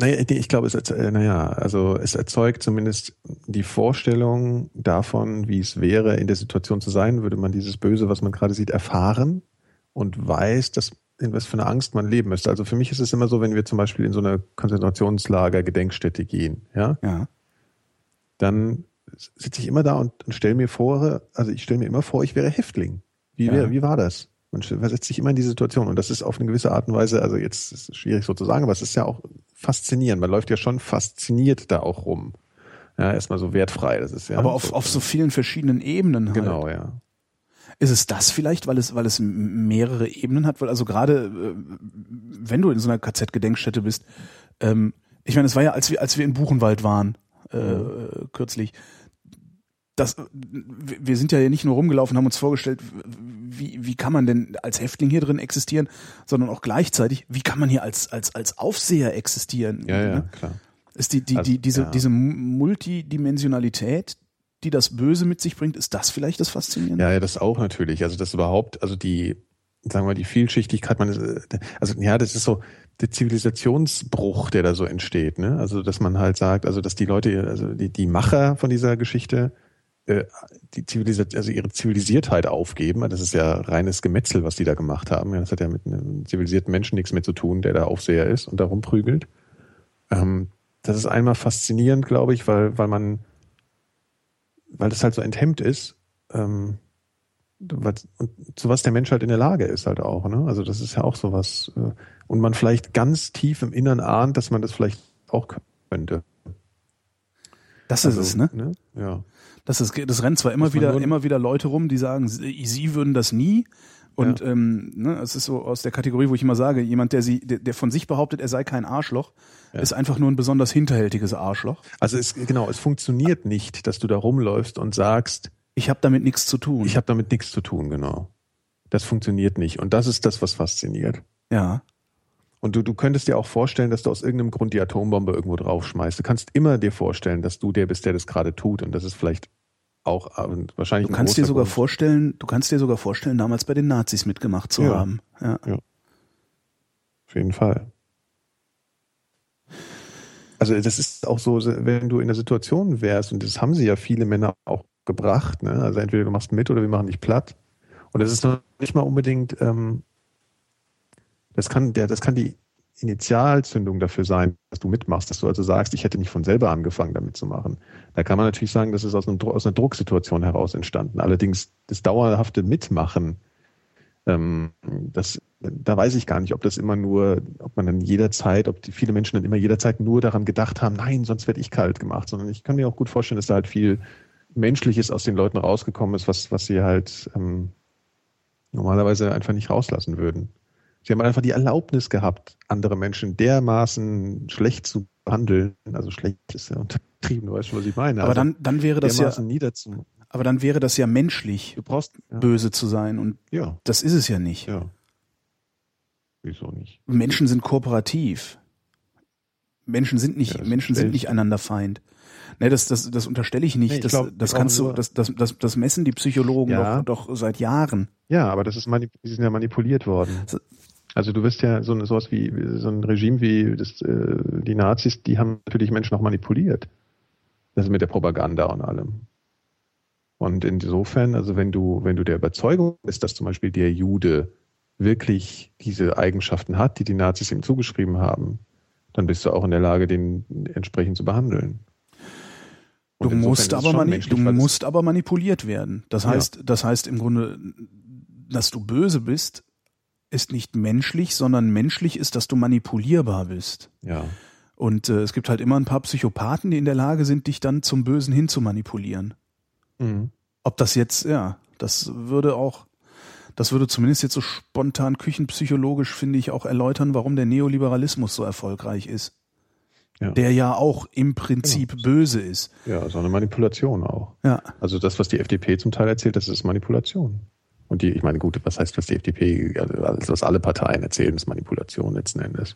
Speaker 2: Naja, nee, ich glaube, es, erz- äh, naja, also es erzeugt zumindest die Vorstellung davon, wie es wäre, in der Situation zu sein, würde man dieses Böse, was man gerade sieht, erfahren und weiß, dass in was für einer Angst man leben müsste. Also für mich ist es immer so, wenn wir zum Beispiel in so eine Konzentrationslager-Gedenkstätte gehen, ja,
Speaker 1: Ja.
Speaker 2: dann sitze ich immer da und, und stelle mir vor, also ich stelle mir immer vor, ich wäre Häftling. Wie,
Speaker 1: Ja.
Speaker 2: wär, wie war das? Man st- versetzt sich immer in die Situation und das ist auf eine gewisse Art und Weise, also jetzt ist es schwierig so zu sagen, aber es ist ja auch faszinierend. Man läuft ja schon fasziniert da auch rum. Ja, erstmal so wertfrei, das ist ja.
Speaker 1: Aber auf, auf so vielen verschiedenen Ebenen halt.
Speaker 2: Genau, ja.
Speaker 1: Ist es das vielleicht, weil es, weil es m- mehrere Ebenen hat? Weil also gerade, äh, wenn du in so einer KZ-Gedenkstätte bist, ähm, ich meine, es war ja, als wir, als wir in Buchenwald waren, äh, äh, kürzlich, das, äh, wir wir sind ja hier nicht nur rumgelaufen, haben uns vorgestellt, w- wie, wie kann man denn als Häftling hier drin existieren, sondern auch gleichzeitig, wie kann man hier als, als, als Aufseher existieren?
Speaker 2: Ja, ja,
Speaker 1: Ne?
Speaker 2: klar.
Speaker 1: Ist die, die,
Speaker 2: Also,
Speaker 1: die, diese,
Speaker 2: ja.
Speaker 1: diese Multidimensionalität, die das Böse mit sich bringt, ist das vielleicht das Faszinierende?
Speaker 2: Ja, ja, das auch natürlich. Also das überhaupt, also die, sagen wir mal, die Vielschichtigkeit, man ist, äh, also ja, das ist so der Zivilisationsbruch, der da so entsteht, ne? Also dass man halt sagt, also dass die Leute, also die, die Macher von dieser Geschichte, äh, die Zivilisation, also ihre Zivilisiertheit aufgeben. Das ist ja reines Gemetzel, was die da gemacht haben. Ja, Das hat ja mit einem zivilisierten Menschen nichts mehr zu tun, der da Aufseher ist und da rumprügelt. Ähm, das ist einmal faszinierend, glaube ich, weil, weil man, weil das halt so enthemmt ist, ähm, was, und zu was der Mensch halt in der Lage ist halt auch, ne? Also das ist ja auch sowas. äh, Und man vielleicht ganz tief im Innern ahnt, dass man das vielleicht auch könnte.
Speaker 1: das
Speaker 2: Also,
Speaker 1: ist es, ne?
Speaker 2: Ja.
Speaker 1: Das, ist, das rennt zwar immer
Speaker 2: Muss man
Speaker 1: wieder,
Speaker 2: nur-
Speaker 1: immer wieder Leute rum, die sagen, sie, sie würden das nie. Und ähm, ne, es ist so aus der Kategorie, wo ich immer sage, jemand, der, sie, der, der von sich behauptet, er sei kein Arschloch, ist einfach nur ein besonders hinterhältiges Arschloch.
Speaker 2: Also es, genau, es funktioniert nicht, dass du da rumläufst und sagst,
Speaker 1: Ich habe damit nichts zu tun.
Speaker 2: ich habe damit nichts zu tun, genau. Das funktioniert nicht. Und das ist das, was fasziniert.
Speaker 1: ja,
Speaker 2: Und du, du könntest dir auch vorstellen, dass du aus irgendeinem Grund die Atombombe irgendwo draufschmeißt. Du kannst immer dir vorstellen, dass du der bist, der das gerade tut. Und das ist vielleicht auch äh, und wahrscheinlich
Speaker 1: du
Speaker 2: ein
Speaker 1: kannst dir
Speaker 2: großer
Speaker 1: sogar
Speaker 2: Grund.
Speaker 1: vorstellen, du kannst dir sogar vorstellen, damals bei den Nazis mitgemacht zu
Speaker 2: Ja.
Speaker 1: haben. Ja.
Speaker 2: Auf jeden Fall. Also das ist auch so, wenn du in der Situation wärst, und das haben sie ja viele Männer auch gebracht, ne? also entweder du machst mit oder wir machen dich platt. Und das ist noch nicht mal unbedingt, ähm, das, kann der, das kann die Initialzündung dafür sein, dass du mitmachst, dass du also sagst, ich hätte nicht von selber angefangen, damit zu machen. Da kann man natürlich sagen, das ist aus, einem, Dru- aus einer Drucksituation heraus entstanden. Allerdings das dauerhafte Mitmachen, ähm, das, da weiß ich gar nicht, ob das immer nur, ob man dann jederzeit, ob die, viele Menschen dann immer jederzeit nur daran gedacht haben, nein, sonst werde ich kalt gemacht, sondern ich kann mir auch gut vorstellen, dass da halt viel Menschliches aus den Leuten rausgekommen ist, was, was sie halt ähm, normalerweise einfach nicht rauslassen würden. Sie haben einfach die Erlaubnis gehabt, andere Menschen dermaßen schlecht zu behandeln. Also schlecht ist ja untertrieben, du weißt schon, was ich meine.
Speaker 1: Aber
Speaker 2: also
Speaker 1: dann, dann wäre das ja,
Speaker 2: dermaßen niederzu.
Speaker 1: aber dann wäre das ja menschlich,
Speaker 2: Du brauchst. Ja.
Speaker 1: böse zu sein. Und
Speaker 2: ja,
Speaker 1: das ist es ja nicht.
Speaker 2: ja. Wieso nicht?
Speaker 1: Menschen sind kooperativ. Menschen sind nicht,
Speaker 2: Ja, das
Speaker 1: Menschen
Speaker 2: stell
Speaker 1: sind
Speaker 2: ich.
Speaker 1: nicht einander Feind. Ne, das, das, das unterstelle ich nicht.
Speaker 2: Nee, ich
Speaker 1: das,
Speaker 2: glaub,
Speaker 1: das
Speaker 2: wir
Speaker 1: kannst du,
Speaker 2: brauchen
Speaker 1: das, das, das, das messen die Psychologen
Speaker 2: Ja.
Speaker 1: doch, doch seit Jahren.
Speaker 2: Ja, aber das ist manip die sind ja manipuliert worden.
Speaker 1: So-
Speaker 2: Also du wirst ja so ein, sowas wie so ein Regime wie das, äh, die Nazis, die haben natürlich Menschen auch manipuliert. Das mit der Propaganda und allem. Und insofern, also wenn du, wenn du der Überzeugung bist, dass zum Beispiel der Jude wirklich diese Eigenschaften hat, die die Nazis ihm zugeschrieben haben, dann bist du auch in der Lage, den entsprechend zu behandeln.
Speaker 1: Du musst, aber, mani du
Speaker 2: weil es-
Speaker 1: musst aber manipuliert werden. Das
Speaker 2: Ja.
Speaker 1: heißt, das heißt im Grunde, dass du böse bist, ist nicht menschlich, sondern menschlich ist, dass du manipulierbar bist.
Speaker 2: Ja.
Speaker 1: Und äh, es gibt halt immer ein paar Psychopathen, die in der Lage sind, dich dann zum Bösen hin zu manipulieren.
Speaker 2: Mhm.
Speaker 1: Ob das jetzt, ja, das würde auch, das würde zumindest jetzt so spontan küchenpsychologisch, finde ich, auch erläutern, warum der Neoliberalismus so erfolgreich ist.
Speaker 2: Ja. Genau.
Speaker 1: Der ja auch im Prinzip böse ist.
Speaker 2: ja, so eine Manipulation auch.
Speaker 1: Ja.
Speaker 2: Also das, was die FDP zum Teil erzählt, das ist Manipulation. Und die, ich meine, gut, was heißt, was die FDP, also alles, was alle Parteien erzählen, ist Manipulation letzten Endes.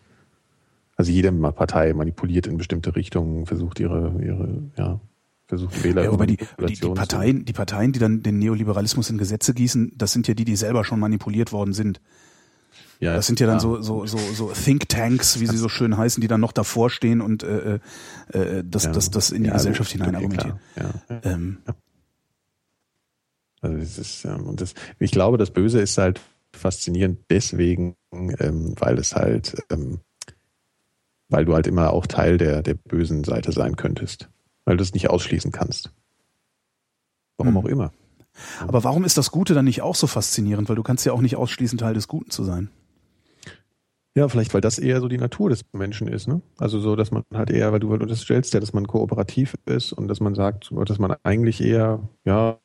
Speaker 2: Also jede Ma- Partei manipuliert in bestimmte Richtungen, versucht ihre, ihre, ja, versucht Wähler.
Speaker 1: Ja, aber die, die, die,
Speaker 2: Manipulation zu-
Speaker 1: Parteien, die Parteien, die dann den Neoliberalismus in Gesetze gießen, das sind ja die, die selber schon manipuliert worden sind.
Speaker 2: ja,
Speaker 1: Das sind ja dann
Speaker 2: ja.
Speaker 1: so, so, so, so Think Tanks, wie sie so schön heißen, die dann noch davor stehen und äh, äh, äh, das,
Speaker 2: Ja.
Speaker 1: das, das in die
Speaker 2: Ja,
Speaker 1: Gesellschaft
Speaker 2: stimmt,
Speaker 1: hinein
Speaker 2: ja,
Speaker 1: argumentieren.
Speaker 2: klar. Ja.
Speaker 1: Ähm,
Speaker 2: Also es ist, ähm, und das, ich glaube, das Böse ist halt faszinierend deswegen, ähm, weil es halt, ähm, weil du halt immer auch Teil der, der bösen Seite sein könntest. Weil du es nicht ausschließen kannst. Warum
Speaker 1: Hm.
Speaker 2: auch immer.
Speaker 1: aber warum ist das Gute dann nicht auch so faszinierend? Weil du kannst ja auch nicht ausschließen, Teil des Guten zu sein.
Speaker 2: Ja, vielleicht, weil das eher so die Natur des Menschen ist, ne? Also so, dass man halt eher, weil du halt unterstellst ja, dass man kooperativ ist und dass man sagt, dass man eigentlich eher, ja,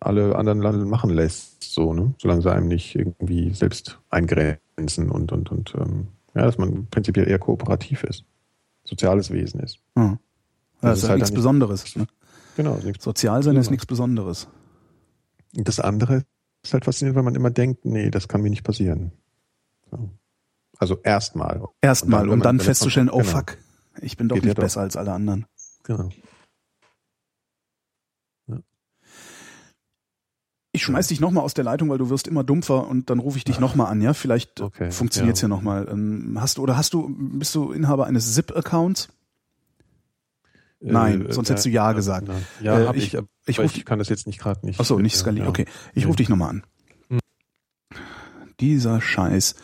Speaker 2: alle anderen Land machen lässt, so, ne? Solange sie einem nicht irgendwie selbst eingrenzen und, und, und, ähm, ja, dass man prinzipiell eher kooperativ ist. Soziales Wesen ist.
Speaker 1: Ja. Das,
Speaker 2: Das
Speaker 1: ist
Speaker 2: ist
Speaker 1: ja
Speaker 2: halt
Speaker 1: nichts
Speaker 2: dann-
Speaker 1: Besonderes. Ne?
Speaker 2: Genau. ist nichts-
Speaker 1: Sozial sein ist
Speaker 2: Ja.
Speaker 1: nichts Besonderes.
Speaker 2: Das andere ist halt faszinierend, weil man immer denkt, nee, das kann mir nicht passieren. So. Also erstmal.
Speaker 1: Erstmal, um
Speaker 2: wenn man- wenn
Speaker 1: dann
Speaker 2: man-
Speaker 1: festzustellen, oh
Speaker 2: genau.
Speaker 1: fuck, ich bin doch
Speaker 2: Geht ja
Speaker 1: nicht
Speaker 2: doch.
Speaker 1: besser als alle anderen.
Speaker 2: Genau.
Speaker 1: Ich
Speaker 2: Genau.
Speaker 1: schmeiß dich nochmal aus der Leitung, weil du wirst immer dumpfer und dann rufe ich dich nochmal an, ja? Vielleicht
Speaker 2: Okay,
Speaker 1: funktioniert's ja,
Speaker 2: ja.
Speaker 1: nochmal. Ähm, Hast du oder hast du, bist du Inhaber eines Zip-Accounts?
Speaker 2: Äh,
Speaker 1: Nein, sonst hättest du Ja gesagt.
Speaker 2: nein. Ja,
Speaker 1: Äh,
Speaker 2: hab
Speaker 1: ich-
Speaker 2: ich, aber
Speaker 1: ich
Speaker 2: ich,
Speaker 1: ruf die-
Speaker 2: kann das jetzt nicht gerade nicht. äh,
Speaker 1: Ach so, nicht skaliert.
Speaker 2: ja.
Speaker 1: Okay, ich
Speaker 2: Ja.
Speaker 1: rufe dich nochmal an. Dieser Scheiß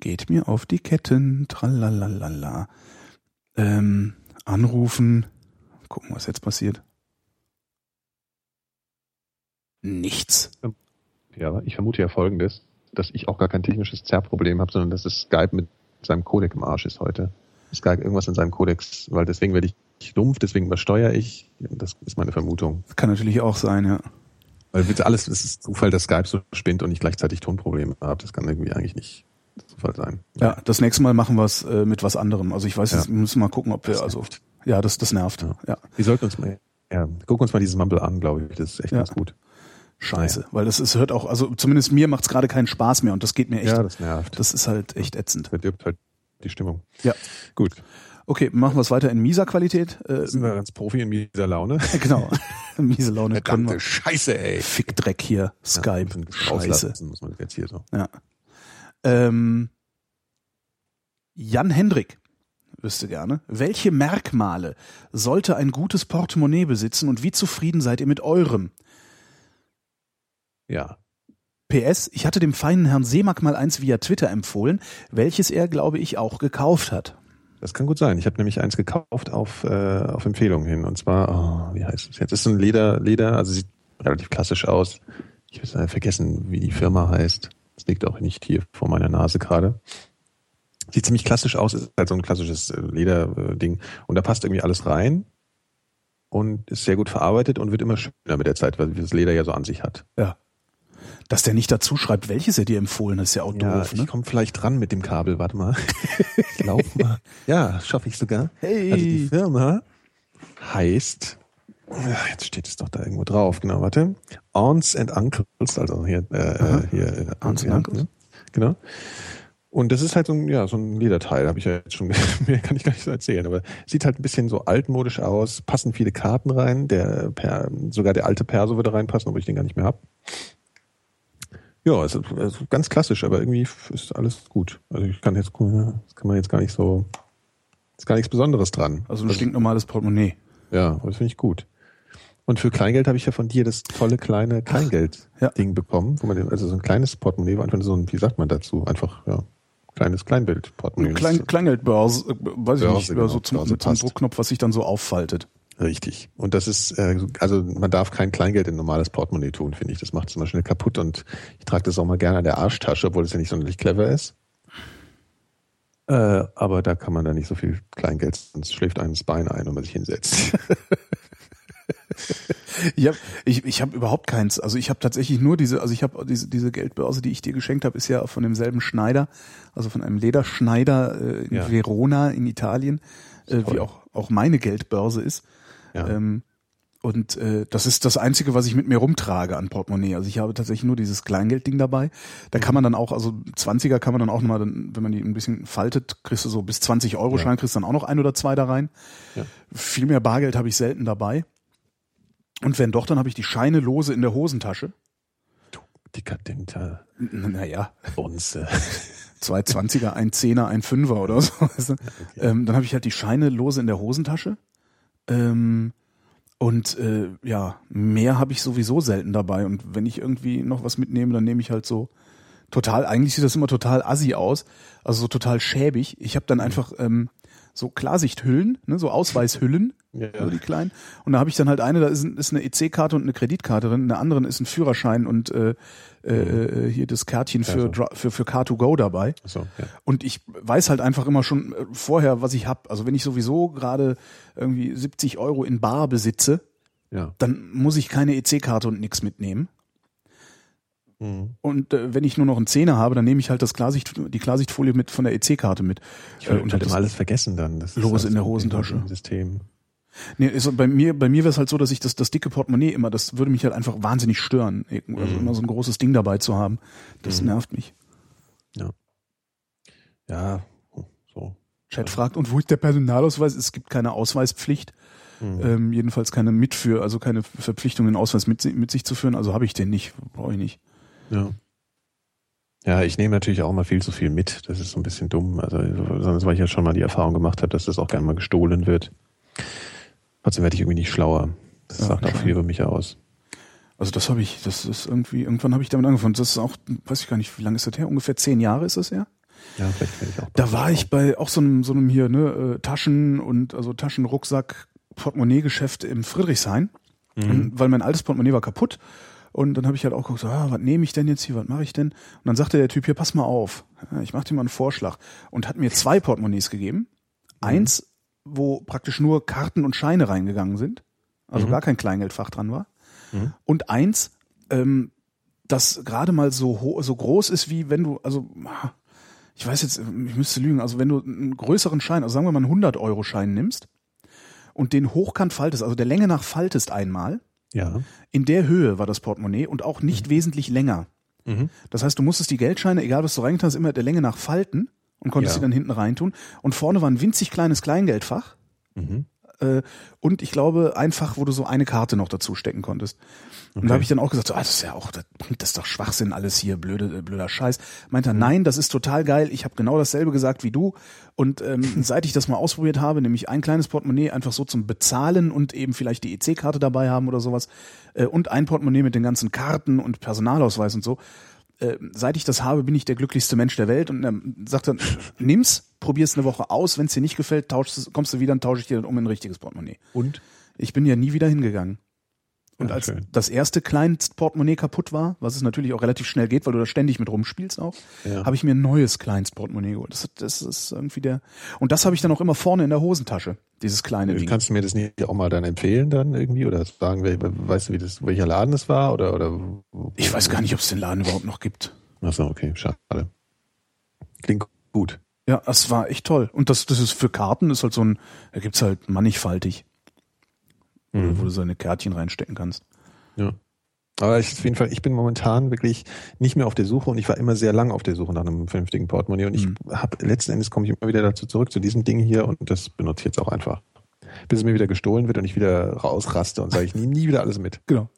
Speaker 1: geht mir auf die Ketten. Tralalala. Ähm, anrufen. Gucken, was jetzt passiert. Nichts.
Speaker 2: Ja, aber ich vermute ja folgendes, dass ich auch gar kein technisches Zerrproblem habe, sondern dass es Skype mit seinem Codec im Arsch ist heute. Skype irgendwas in seinem Codex, weil deswegen werde ich dumpf, deswegen übersteuere ich. Das ist meine Vermutung.
Speaker 1: Kann natürlich auch sein, ja.
Speaker 2: Weil bitte alles, es ist Zufall, dass Skype so spinnt und ich gleichzeitig Tonprobleme habe. Das kann irgendwie eigentlich nicht Zufall sein.
Speaker 1: Ja, das nächste Mal machen wir's äh, mit was anderem. Also ich weiß,
Speaker 2: Ja.
Speaker 1: jetzt, wir müssen mal gucken, ob wir,
Speaker 2: Das
Speaker 1: also, ja, das, das nervt. Ja.
Speaker 2: Ja. Wir sollten uns mal, ja, gucken uns mal dieses Mumble an, glaube ich. Das ist echt
Speaker 1: Ja.
Speaker 2: ganz gut.
Speaker 1: Scheiße. Weil das ist, hört auch, also zumindest mir macht's gerade keinen Spaß mehr und das geht mir echt,
Speaker 2: Ja, das nervt.
Speaker 1: das ist halt echt ätzend.
Speaker 2: verdirbt halt die Stimmung.
Speaker 1: Ja.
Speaker 2: Gut.
Speaker 1: Okay, machen wir es weiter in mieser Qualität. Äh,
Speaker 2: Sind wir ganz Profi in mieser Laune?
Speaker 1: genau. Miese Laune können
Speaker 2: Verdammte
Speaker 1: wir.
Speaker 2: Scheiße, ey.
Speaker 1: Fickdreck hier, Skype,
Speaker 2: Ja, muss man
Speaker 1: Scheiße.
Speaker 2: rauslassen, muss man jetzt hier so.
Speaker 1: Ja. Ähm, Jan Hendrik wüsste gerne, welche Merkmale sollte ein gutes Portemonnaie besitzen und wie zufrieden seid ihr mit eurem?
Speaker 2: Ja.
Speaker 1: PS, ich hatte dem feinen Herrn Seemack mal eins via Twitter empfohlen, welches er, glaube ich, auch gekauft hat.
Speaker 2: Das kann gut sein. Ich habe nämlich eins gekauft auf, äh, auf Empfehlung hin. Und zwar, oh, wie heißt es jetzt? Das ist so ein Leder, Leder, also sieht relativ klassisch aus. Ich habe leider vergessen, wie die Firma heißt. Das liegt auch nicht hier vor meiner Nase gerade. Sieht ziemlich klassisch aus, ist halt so ein klassisches äh, Lederding. Und da passt irgendwie alles rein und ist sehr gut verarbeitet und wird immer schöner mit der Zeit, weil das Leder ja so an sich hat.
Speaker 1: Ja. Dass der nicht dazu schreibt, welches er dir empfohlen hat, ist ja auch
Speaker 2: Ja,
Speaker 1: doof,
Speaker 2: ich
Speaker 1: ne?
Speaker 2: komme vielleicht dran mit dem Kabel, warte mal. ich lauf mal. Ja, schaffe ich sogar.
Speaker 1: Hey.
Speaker 2: Also die Firma heißt, Ja, jetzt steht es doch da irgendwo drauf, genau, warte. Aunts and Uncles, also hier, äh, äh, hier äh,
Speaker 1: Aunts and
Speaker 2: ja,
Speaker 1: Uncles.
Speaker 2: ne? Genau. Und das ist halt so ein, ja, so ein Lederteil, habe ich ja jetzt schon, mehr kann ich gar nicht so erzählen, aber sieht halt ein bisschen so altmodisch aus, passen viele Karten rein, der per, sogar der alte Perso würde reinpassen, obwohl ich den gar nicht mehr habe. Ja, also, also äh, ganz klassisch, aber irgendwie f- ist alles gut. Also ich kann jetzt, das kann man jetzt gar nicht so Ist gar nichts Besonderes dran.
Speaker 1: Also ein stinknormales Portemonnaie.
Speaker 2: Ja, und das finde ich gut. Und für Kleingeld habe ich ja von dir das tolle kleine
Speaker 1: ja.
Speaker 2: Kleingeld-Ding bekommen, wo man den- also so ein kleines Portemonnaie, war einfach so ein, wie sagt man dazu, einfach ja, kleines Kleinbild-Portemonnaie.
Speaker 1: Klein, Kleingeldbörse, äh, weiß ich
Speaker 2: Börse,
Speaker 1: nicht,
Speaker 2: genau,
Speaker 1: so zum,
Speaker 2: Börse
Speaker 1: mit so einem
Speaker 2: passt.
Speaker 1: Druckknopf, was sich dann so auffaltet.
Speaker 2: Richtig. Und das ist, äh, also man darf kein Kleingeld in ein normales Portemonnaie tun, finde ich. Das macht es immer schnell kaputt und ich trage das auch mal gerne an der Arschtasche, obwohl es ja nicht sonderlich clever ist. Äh, aber da kann man da nicht so viel Kleingeld, sonst schläft einem das Bein ein, wenn man sich hinsetzt.
Speaker 1: Ich habe ich, ich hab überhaupt keins. Also ich habe tatsächlich nur diese, also ich habe diese, diese Geldbörse, die ich dir geschenkt habe, ist ja von demselben Schneider, also von einem Lederschneider äh, in
Speaker 2: Ja.
Speaker 1: Verona in Italien, äh,
Speaker 2: Toll.
Speaker 1: wie auch, auch meine Geldbörse ist.
Speaker 2: Ja.
Speaker 1: Ähm, und äh, das ist das Einzige, was ich mit mir rumtrage an Portemonnaie. Also ich habe tatsächlich nur dieses Kleingeldding dabei. Da
Speaker 2: Mhm.
Speaker 1: kann man dann auch, also 20er kann man dann auch nochmal, dann, wenn man die ein bisschen faltet, kriegst du so bis 20 Euro Schein, kriegst dann auch noch ein oder zwei da rein.
Speaker 2: Ja.
Speaker 1: Viel mehr Bargeld habe ich selten dabei. Und wenn doch, dann habe ich die Scheine lose in der Hosentasche.
Speaker 2: Dekadenter
Speaker 1: N- Naja,
Speaker 2: Bonze.
Speaker 1: zwei Zwanziger, ein Zehner, ein Fünfer oder so. weißt du? ähm, dann habe ich halt die Scheine lose in der Hosentasche. Ähm, und äh, ja, mehr habe ich sowieso selten dabei. Und wenn ich irgendwie noch was mitnehme, dann nehme ich halt so total, eigentlich sieht das immer total assi aus, also so total schäbig. Ich habe dann
Speaker 2: Mhm.
Speaker 1: einfach ähm, so Klarsichthüllen, ne, so Ausweishüllen,
Speaker 2: Ja.
Speaker 1: so die kleinen. Und da habe ich dann halt eine, da ist, ein- ist eine EC-Karte und eine Kreditkarte drin, in der anderen ist ein Führerschein und äh, äh, äh, hier das Kärtchen für, Dra- für, für Car2Go dabei.
Speaker 2: So, ja.
Speaker 1: Und ich weiß halt einfach immer schon äh, vorher, was ich hab. Also wenn ich sowieso gerade irgendwie 70 Euro in Bar besitze,
Speaker 2: ja.
Speaker 1: dann muss ich keine EC-Karte und nix mitnehmen.
Speaker 2: Mhm.
Speaker 1: Und äh, wenn ich nur noch einen Zehner habe, dann nehme ich halt das Klarsicht, die Klarsichtfolie mit von der EC-Karte mit.
Speaker 2: Ich würde
Speaker 1: Äh, und
Speaker 2: halt
Speaker 1: hab
Speaker 2: immer alles vergessen dann. Das
Speaker 1: Lose
Speaker 2: alles
Speaker 1: in der
Speaker 2: so ein
Speaker 1: Hosentasche.
Speaker 2: System.
Speaker 1: Nee, ist, bei mir, bei mir wäre es halt so, dass ich das, das dicke Portemonnaie immer, das würde mich halt einfach wahnsinnig stören,
Speaker 2: Mhm.
Speaker 1: also immer so ein großes Ding dabei zu haben. Das nervt mich.
Speaker 2: Ja, so.
Speaker 1: Chat fragt, und wo ist der Personalausweis? Es gibt keine Ausweispflicht,
Speaker 2: Hm,
Speaker 1: ähm, jedenfalls keine Mitführ, also keine Verpflichtung, den Ausweis mit, si- mit sich zu führen. Also habe ich den nicht, brauche ich nicht.
Speaker 2: Ja. Ja, ich nehme natürlich auch immer viel zu viel mit. Das ist so ein bisschen dumm. Also, sonst, weil ich ja schon mal die Erfahrung gemacht habe, dass das auch gerne mal gestohlen wird. Trotzdem werde ich irgendwie nicht schlauer. Das
Speaker 1: Ja,
Speaker 2: sagt auch viel über mich aus.
Speaker 1: Also das habe ich, das ist irgendwie, irgendwann habe ich damit angefangen. Das ist auch, weiß ich gar nicht, wie lange ist das her? Ungefähr zehn Jahre ist das her?
Speaker 2: Ja, vielleicht werde ich auch.
Speaker 1: Da war ich bei auch so einem, so einem hier, ne, äh, Taschen und also Taschen, Rucksack, Portemonnaie-Geschäft im Friedrichshain, Und weil mein altes Portemonnaie war kaputt. Und dann habe ich halt auch geguckt, so, ah, was nehme ich denn jetzt hier, was mache ich denn? Und dann sagte der Typ hier, pass mal auf, Ja, ich mache dir mal einen Vorschlag. Und hat mir zwei Portemonnaies gegeben. Eins, wo praktisch nur Karten und Scheine reingegangen sind, also gar kein Kleingeldfach dran war. Und eins, ähm, das gerade mal so, ho- so groß ist, wie wenn du, also ich weiß jetzt, ich müsste lügen, also wenn du einen größeren Schein, also sagen wir mal einen 100-Euro-Schein nimmst und den hochkant faltest, also der Länge nach faltest einmal,
Speaker 2: Ja.
Speaker 1: in der Höhe war das Portemonnaie und auch nicht wesentlich länger.
Speaker 2: Mhm.
Speaker 1: Das heißt, du musstest die Geldscheine, egal was du reingetan hast, immer der Länge nach falten und konntest
Speaker 2: Ja.
Speaker 1: sie dann hinten reintun. Und vorne war ein winzig kleines Kleingeldfach.
Speaker 2: Mhm.
Speaker 1: Äh, und ich glaube, einfach, wo du so eine Karte noch dazu stecken konntest. Und da habe ich dann auch gesagt, so, ah, das ist ja auch, das bringt das ist doch Schwachsinn alles hier, blöde, äh, blöder Scheiß. Meint er,
Speaker 2: Mhm.
Speaker 1: nein, das ist total geil. Ich habe genau dasselbe gesagt wie du. Und ähm, seit ich das mal ausprobiert habe, nämlich ein kleines Portemonnaie einfach so zum Bezahlen und eben vielleicht die EC-Karte dabei haben oder sowas äh, und ein Portemonnaie mit den ganzen Karten und Personalausweis und so. Äh, seit ich das habe, bin ich der glücklichste Mensch der Welt. Und er sagt dann, nimm's, probier's eine Woche aus. Wenn's dir nicht gefällt, tauschst, es- kommst du wieder, dann tausche ich dir dann um in ein richtiges Portemonnaie.
Speaker 2: Und?
Speaker 1: Ich bin ja nie wieder hingegangen. Und
Speaker 2: Ja,
Speaker 1: als
Speaker 2: schön.
Speaker 1: das erste Kleinstportemonnaie kaputt war, was es natürlich auch relativ schnell geht, weil du da ständig mit rumspielst auch,
Speaker 2: Ja.
Speaker 1: habe ich mir ein neues Kleinstportemonnaie geholt. Das, das ist irgendwie der. Und das habe ich dann auch immer vorne in der Hosentasche, dieses kleine Ding.
Speaker 2: Äh, Kannst du mir das nicht auch mal dann empfehlen dann irgendwie oder sagen, wel- weißt du, wie das, welcher Laden es war oder oder?
Speaker 1: Ich weiß gar nicht, ob es den Laden überhaupt noch gibt.
Speaker 2: Achso, okay, schade. Klingt gut.
Speaker 1: Ja, das war echt toll. Und das, das ist für Karten, ist halt so ein, da gibt's halt mannigfaltig, wo du- wo du seine Kärtchen reinstecken kannst.
Speaker 2: Ja. Aber ich, auf jeden Fall, ich bin momentan wirklich nicht mehr auf der Suche und ich war immer sehr lang auf der Suche nach einem vernünftigen Portemonnaie und ich
Speaker 1: Mhm.
Speaker 2: hab letzten Endes komme ich immer wieder dazu zurück zu diesem Ding hier und das benutze ich jetzt auch einfach. Bis es mir wieder gestohlen wird und ich wieder rausraste und sage ich nehme nie wieder alles mit.
Speaker 1: Genau.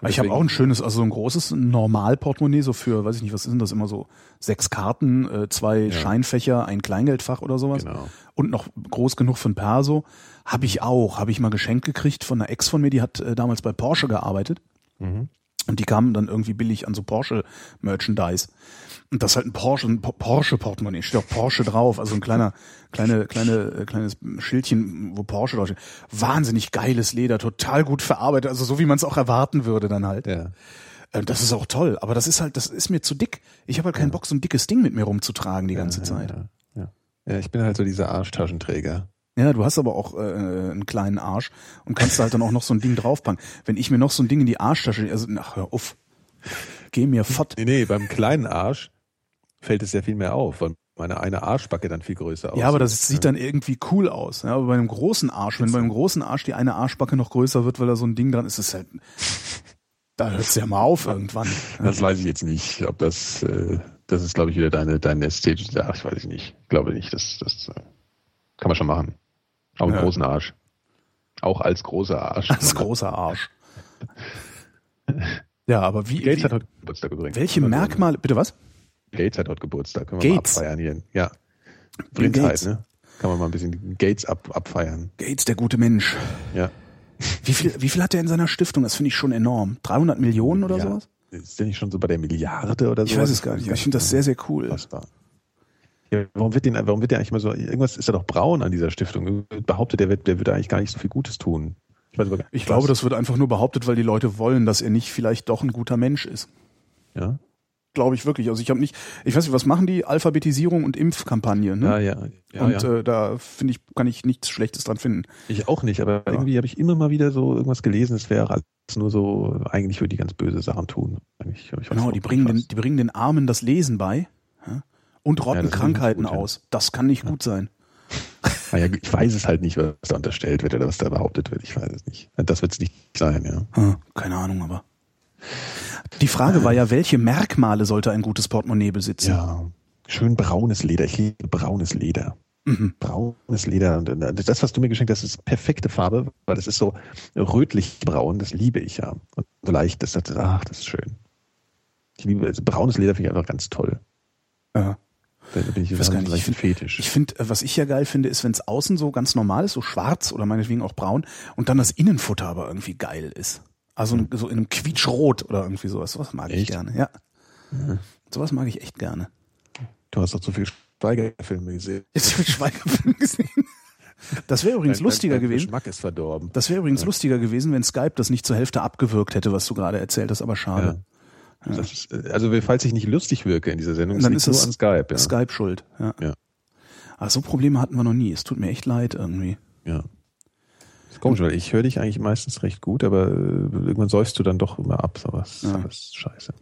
Speaker 1: Aber ich habe auch ein schönes, also so ein großes Normalportemonnaie, so für, weiß ich nicht, was ist denn das immer so? Sechs Karten, äh, zwei Scheinfächer, ein Kleingeldfach oder sowas.
Speaker 2: Genau.
Speaker 1: Und noch groß genug für ein Perso. Habe ich auch, habe ich mal geschenkt gekriegt von einer Ex von mir, die hat äh, damals bei Porsche gearbeitet. Und die kamen dann irgendwie billig an so Porsche-Merchandise. Und das ist halt ein Porsche, ein Po- Porsche-Portemonnaie, steht auch Porsche drauf, also ein kleiner, kleine, kleine, äh, kleines Schildchen, wo Porsche draufsteht. Wahnsinnig geiles Leder, total gut verarbeitet, also so wie man es auch erwarten würde dann halt.
Speaker 2: Ja.
Speaker 1: Äh, Das ist auch toll, aber das ist halt, das ist mir zu dick. Ich habe halt keinen Bock, so ein dickes Ding mit mir rumzutragen die ganze Zeit.
Speaker 2: Ja, ja. ja, ich bin halt so dieser Arschtaschenträger.
Speaker 1: Ja, du hast aber auch äh, einen kleinen Arsch und kannst da halt dann auch noch so ein Ding draufpacken. Wenn ich mir noch so ein Ding in die Arschtasche, also ach, hör auf, geh mir fort.
Speaker 2: Nee, nee, beim kleinen Arsch fällt es ja viel mehr auf, weil meine eine Arschbacke dann viel größer aussieht.
Speaker 1: Ja, aber das
Speaker 2: äh,
Speaker 1: sieht dann irgendwie cool aus. Ja, aber bei einem großen Arsch, wenn bei einem großen Arsch die eine Arschbacke noch größer wird, weil da so ein Ding dran ist, ist halt, da hört's ja mal auf irgendwann.
Speaker 2: Das weiß ich jetzt nicht, ob das, äh, das ist, glaube ich, wieder deine, deine ästhetische, ach, weiß ich nicht. Glaube nicht, das, das äh, kann man schon machen. Auch einen
Speaker 1: Ja.
Speaker 2: großen Arsch. Auch als großer Arsch.
Speaker 1: Das ist großer Arsch. Ja, aber wie,
Speaker 2: Gates
Speaker 1: wie
Speaker 2: hat halt heute Geburtstag übrigens.
Speaker 1: welche
Speaker 2: Also,
Speaker 1: Merkmale, bitte was?
Speaker 2: Gates hat heute Geburtstag, können wir
Speaker 1: Gates?
Speaker 2: mal abfeiern hier. Ja.
Speaker 1: Bill
Speaker 2: Blindheit,
Speaker 1: Gates.
Speaker 2: ne? Kann man mal ein bisschen Gates ab, abfeiern.
Speaker 1: Gates, der gute Mensch.
Speaker 2: Ja.
Speaker 1: Wie viel, wie viel hat er in seiner Stiftung? Das finde ich schon enorm. 300 Millionen oder
Speaker 2: ja.
Speaker 1: sowas?
Speaker 2: Ist der nicht schon so bei der Milliarde oder so?
Speaker 1: Ich weiß es gar nicht. Ich finde das sehr, sehr cool.
Speaker 2: Unfassbar. Ja, warum wird den, warum wird der eigentlich mal so, irgendwas ist ja doch braun an dieser Stiftung. Behauptet, der wird, der würde eigentlich gar nicht so viel Gutes tun. Ich, weiß aber gar nicht,
Speaker 1: Ich glaube,
Speaker 2: was.
Speaker 1: das wird einfach nur behauptet, weil die Leute wollen, dass er nicht vielleicht doch ein guter Mensch ist.
Speaker 2: Ja,
Speaker 1: Glaube ich wirklich. Also ich habe nicht, ich weiß nicht, was machen die? Alphabetisierung und Impfkampagne, ne?
Speaker 2: ja, ja. ja,
Speaker 1: und
Speaker 2: ja.
Speaker 1: Äh, da finde ich, kann ich nichts Schlechtes dran finden.
Speaker 2: ich auch nicht, aber irgendwie habe ich immer mal wieder so irgendwas gelesen, es wäre als nur so, eigentlich würde die ganz böse Sachen tun. Eigentlich, hab ich
Speaker 1: Genau,
Speaker 2: auch
Speaker 1: die bringen, den,
Speaker 2: gefasst.
Speaker 1: die bringen den Armen das Lesen bei ja? und rotten
Speaker 2: das ist
Speaker 1: Krankheiten
Speaker 2: nicht gut, ja.
Speaker 1: aus. Das kann nicht gut sein.
Speaker 2: Ah ja, ich weiß es halt nicht, was da unterstellt wird oder was da behauptet wird. Ich weiß es nicht. Das wird es nicht sein, ja.
Speaker 1: Hm, keine Ahnung, aber. Die Frage war ja, welche Merkmale sollte ein gutes Portemonnaie besitzen?
Speaker 2: Ja. Schön braunes Leder. Ich liebe braunes Leder.
Speaker 1: Mhm.
Speaker 2: Braunes Leder. Und äh, das, was du mir geschenkt hast, ist perfekte Farbe, weil das ist so rötlich-braun. Das liebe ich ja. Und so leicht, das, das, ach, das ist schön. Ich liebe, also braunes Leder finde ich einfach ganz toll.
Speaker 1: Ja.
Speaker 2: Da bin ich,
Speaker 1: Ich weiß gar
Speaker 2: so
Speaker 1: nicht. Ich
Speaker 2: leicht
Speaker 1: finde,
Speaker 2: fetisch.
Speaker 1: ich find, äh, was ich ja geil finde, ist, wenn es außen so ganz normal ist, so schwarz oder meinetwegen auch braun, und dann das Innenfutter aber irgendwie geil ist. Also in- so in einem Quietschrot oder irgendwie sowas. Sowas mag ich
Speaker 2: Hm. Echt?
Speaker 1: gerne, ja. Sowas mag ich echt gerne.
Speaker 2: du hast doch zu viel Steigerfilme gesehen.
Speaker 1: Jetzt habe ich Schweigerfilm gesehen. Das wäre übrigens
Speaker 2: Dein-
Speaker 1: lustiger
Speaker 2: dein
Speaker 1: gewesen.
Speaker 2: Geschmack ist verdorben.
Speaker 1: Das wäre übrigens lustiger gewesen, wenn Skype das nicht zur Hälfte abgewirkt hätte, was du gerade erzählt hast, aber schade.
Speaker 2: Das ist, äh, also, falls ich nicht lustig wirke in dieser Sendung,
Speaker 1: Dann
Speaker 2: liegt
Speaker 1: ist
Speaker 2: nur
Speaker 1: es
Speaker 2: an Skype. Ja.
Speaker 1: Skype schuld. Ja.
Speaker 2: Ja.
Speaker 1: Aber so Probleme hatten wir noch nie. Es tut mir echt leid irgendwie.
Speaker 2: Ja. Ist komisch, weil ich höre dich eigentlich meistens recht gut, aber äh, irgendwann säufst du dann doch immer ab, sowas. Ja. Das ist scheiße.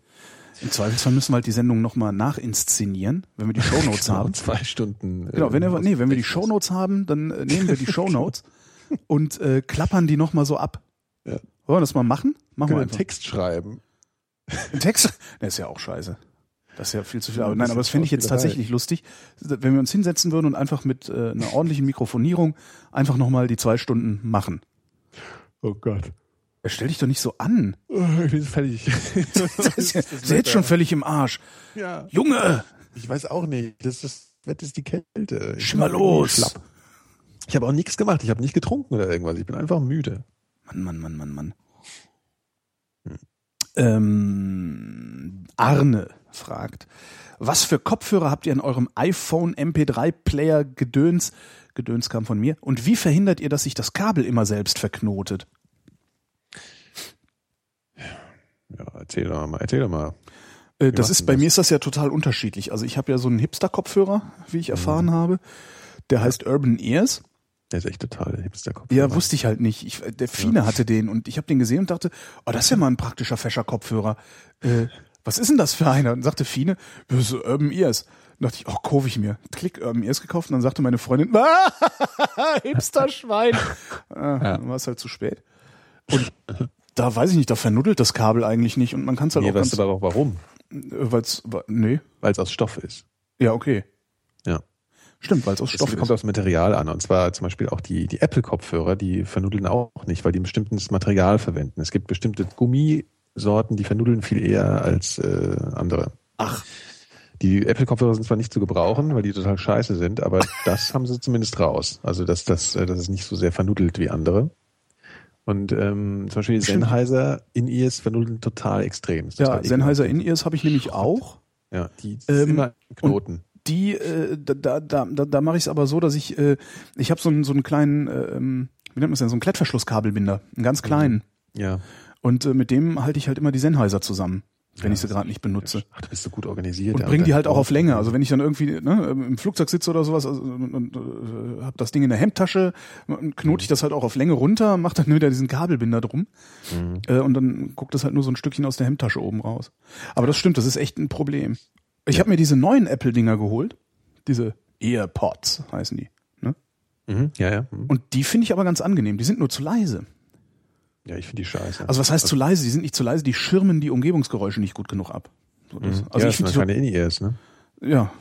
Speaker 1: Im Zweifelsfall müssen wir halt die Sendung nochmal nachinszenieren, wenn wir die Shownotes haben.
Speaker 2: zwei Stunden. äh,
Speaker 1: Genau, wenn, er, nee, wenn wir die
Speaker 2: Technik.
Speaker 1: Shownotes haben, dann äh, nehmen wir die Shownotes und äh, klappern die nochmal so ab.
Speaker 2: Ja.
Speaker 1: Wollen wir das mal machen? Machen wir
Speaker 2: Können wir einen
Speaker 1: einfach.
Speaker 2: Text schreiben.
Speaker 1: Ein Text? Das ist ja auch scheiße. Das ist ja viel zu viel.
Speaker 2: Ja,
Speaker 1: Arbeit.
Speaker 2: das
Speaker 1: Nein,
Speaker 2: ist
Speaker 1: aber das fände ich jetzt
Speaker 2: Schauspielerei.
Speaker 1: tatsächlich lustig, wenn wir uns hinsetzen würden und einfach mit äh, einer ordentlichen Mikrofonierung einfach nochmal die zwei Stunden machen.
Speaker 2: Oh Gott.
Speaker 1: Ja, Stell dich doch nicht so an.
Speaker 2: Oh, Ich bin fertig.
Speaker 1: Das ist ja das ist jetzt schon völlig im Arsch.
Speaker 2: Ja,
Speaker 1: Junge!
Speaker 2: ich weiß auch nicht. Das, ist, das Wetter ist die Kälte. Ich
Speaker 1: Schon mal
Speaker 2: bin
Speaker 1: los.
Speaker 2: schlapp. Ich habe auch nichts gemacht. Ich habe nicht getrunken oder irgendwas. Ich bin einfach müde.
Speaker 1: Mann, Mann, Mann, Mann, Mann.
Speaker 2: Hm.
Speaker 1: Ähm, Arne fragt, was für Kopfhörer habt ihr in eurem iPhone MP3-Player Gedöns? Gedöns kam von mir. Und wie verhindert ihr, dass sich das Kabel immer selbst verknotet?
Speaker 2: Ja, erzähl doch mal. Erzähl doch mal.
Speaker 1: Äh, das
Speaker 2: macht
Speaker 1: ist
Speaker 2: denn
Speaker 1: bei
Speaker 2: das?
Speaker 1: mir ist das ja total unterschiedlich. Also ich habe ja so einen Hipster-Kopfhörer, wie ich
Speaker 2: Mhm.
Speaker 1: erfahren habe. Der heißt Urban Ears.
Speaker 2: Der ist echt total Hipsterkopf.
Speaker 1: Ja, wusste ich halt nicht. Ich, der Fine hatte den und ich habe den gesehen und dachte, oh, das ist ja mal ein praktischer fescher Kopfhörer. Äh, was ist denn das für einer? Und sagte Fine, das ist Urban Ears. Und dachte ich, oh, kaufe ich mir. Klick Urban Ears gekauft und dann sagte meine Freundin, ah, Hipster-Schwein. Äh, Dann war es halt zu spät. Und da weiß ich nicht, da vernuddelt das Kabel eigentlich nicht und man kann es halt
Speaker 2: Nee,
Speaker 1: auch
Speaker 2: weißt
Speaker 1: ganz,
Speaker 2: du aber auch warum?
Speaker 1: äh, weil's, wa- nee,
Speaker 2: Weil es aus Stoff ist.
Speaker 1: ja, okay.
Speaker 2: Ja.
Speaker 1: Stimmt, weil es aus
Speaker 2: Es
Speaker 1: Stoff
Speaker 2: kommt
Speaker 1: ist.
Speaker 2: aufs Material an. Und zwar zum Beispiel auch die, die Apple-Kopfhörer, die vernudeln auch nicht, weil die ein bestimmtes Material verwenden. Es gibt bestimmte Gummisorten, die vernudeln viel eher als äh, andere.
Speaker 1: Ach.
Speaker 2: Die Apple-Kopfhörer sind zwar nicht zu gebrauchen, weil die total scheiße sind, aber das haben sie zumindest raus. Also dass das, äh, das ist nicht so sehr vernudelt wie andere. Und ähm, zum Beispiel die
Speaker 1: Stimmt.
Speaker 2: Sennheiser In-Ears vernudeln total extrem. Ist
Speaker 1: Ja,
Speaker 2: total
Speaker 1: Sennheiser In-Ears habe ich nämlich auch.
Speaker 2: Ja, die
Speaker 1: Ähm,
Speaker 2: sind immer ein Knoten.
Speaker 1: Die, äh, da, da, da, da, da mache ich es aber so, dass ich, äh, ich habe so einen, so einen kleinen, äh, ähm, wie nennt man es denn, so einen Klettverschlusskabelbinder, einen ganz kleinen.
Speaker 2: Ja.
Speaker 1: Und äh, mit dem halte ich halt immer die Sennheiser zusammen, wenn ich sie gerade nicht benutze.
Speaker 2: Ach, du bist so gut organisiert.
Speaker 1: Und
Speaker 2: Alter.
Speaker 1: bring die halt auch auf Länge. Also wenn ich dann irgendwie ne, im Flugzeug sitze oder sowas also, und, und äh, habe das Ding in der Hemdtasche, knote ich das halt auch auf Länge runter, mach dann wieder diesen Kabelbinder drum äh, und dann guckt das halt nur so ein Stückchen aus der Hemdtasche oben raus. Aber das stimmt, das ist echt ein Problem. Ich habe mir diese neuen Apple-Dinger geholt, diese EarPods heißen die. Ne?
Speaker 2: Mhm. Ja, ja. Mhm.
Speaker 1: Und die finde ich aber ganz angenehm. Die sind nur zu leise.
Speaker 2: Ja, ich finde die scheiße.
Speaker 1: Also was heißt zu leise? Die sind nicht zu leise, die schirmen die Umgebungsgeräusche nicht gut genug ab. So, das-
Speaker 2: also
Speaker 1: Also
Speaker 2: ja,
Speaker 1: ich finde
Speaker 2: ich sind
Speaker 1: die so,
Speaker 2: keine In-Ears, ne?
Speaker 1: ja,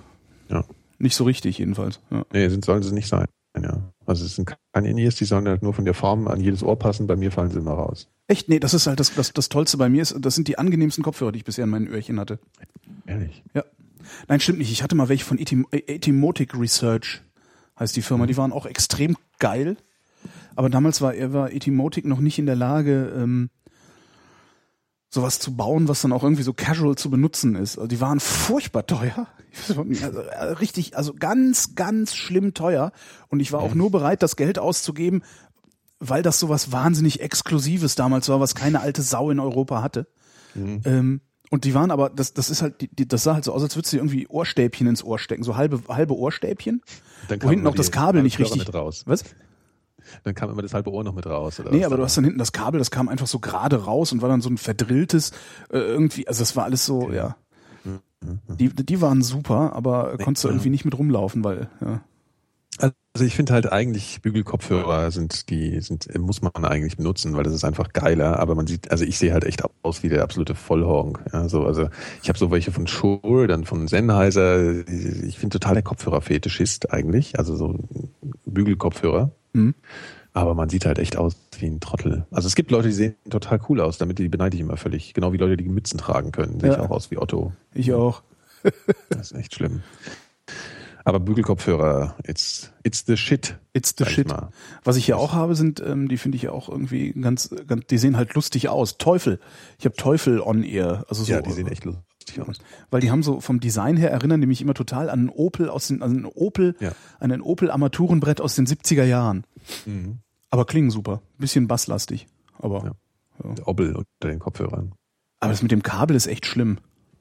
Speaker 2: Ja.
Speaker 1: nicht so richtig jedenfalls. Ja.
Speaker 2: Nee, sind, sollen sie nicht sein. Ja. Also es sind keine In-Ears, die sollen halt nur von der Form an jedes Ohr passen. Bei mir fallen sie immer raus.
Speaker 1: Echt? Nee, das ist halt das, das, das Tollste bei mir. Ist, das sind die angenehmsten Kopfhörer, die ich bisher in meinen Öhrchen hatte.
Speaker 2: Ehrlich.
Speaker 1: Ja. Nein, stimmt nicht. Ich hatte mal welche von Etim Ä- Etimotic Research, heißt die Firma. Die waren auch extrem geil. Aber damals war, er war Etimotic noch nicht in der Lage, ähm, sowas zu bauen, was dann auch irgendwie so casual zu benutzen ist. Also die waren furchtbar teuer. Ich weiß überhaupt nicht, Also, äh, richtig, also ganz, ganz schlimm teuer. Und ich war auch nur bereit, das Geld auszugeben, weil das sowas wahnsinnig Exklusives damals war, was keine alte Sau in Europa hatte. Ähm, und die waren aber, das, das ist halt, die, die, das sah halt so aus, als würdest du dir irgendwie Ohrstäbchen ins Ohr stecken, so halbe, halbe Ohrstäbchen,
Speaker 2: Dann
Speaker 1: wo
Speaker 2: kam
Speaker 1: hinten
Speaker 2: immer
Speaker 1: auch das
Speaker 2: die-
Speaker 1: Kabel nicht
Speaker 2: Kopfhörer
Speaker 1: richtig.
Speaker 2: Mit raus.
Speaker 1: Was?
Speaker 2: Dann kam immer das halbe Ohr noch mit raus. Oder
Speaker 1: Nee,
Speaker 2: was?
Speaker 1: aber du hast dann hinten das Kabel, das kam einfach so gerade raus und war dann so ein verdrilltes, äh, irgendwie, also das war alles so, ja.
Speaker 2: Mhm,
Speaker 1: Die, die waren super, aber konntest du
Speaker 2: äh,
Speaker 1: irgendwie nicht mit rumlaufen, weil, ja.
Speaker 2: Also ich finde halt eigentlich Bügelkopfhörer sind die sind muss man eigentlich benutzen, weil das ist einfach geiler. Aber man sieht, also ich sehe halt echt aus wie der absolute Vollhorn. Ja, so, also ich habe so welche von Shure, dann von Sennheiser. Ich bin total der Kopfhörer-Fetischist eigentlich, also so Bügelkopfhörer.
Speaker 1: Mhm.
Speaker 2: Aber man sieht halt echt aus wie ein Trottel. Also es gibt Leute, die sehen total cool aus, damit die beneide ich immer völlig. Genau wie Leute, die Mützen tragen können, sehe ich
Speaker 1: Ja.
Speaker 2: auch aus wie Otto.
Speaker 1: Ich auch.
Speaker 2: Das ist echt schlimm. Aber Bügelkopfhörer, it's it's the shit.
Speaker 1: It's the
Speaker 2: sag ich
Speaker 1: shit.
Speaker 2: mal.
Speaker 1: Was ich hier auch habe, sind, ähm, die finde ich auch irgendwie ganz, ganz, die sehen halt lustig aus. Teufel. Ich habe Teufel on ear. Also so,
Speaker 2: Ja, die sehen echt lustig aus.
Speaker 1: Weil die haben so vom Design her erinnern die mich immer total an einen Opel aus den, an einen Opel,
Speaker 2: Ja.
Speaker 1: an ein Opel Armaturenbrett aus den 70er Jahren.
Speaker 2: Mhm.
Speaker 1: Aber klingen super. Bisschen basslastig. Aber,
Speaker 2: Der Obbel unter den Kopfhörern.
Speaker 1: aber das mit dem Kabel ist echt schlimm.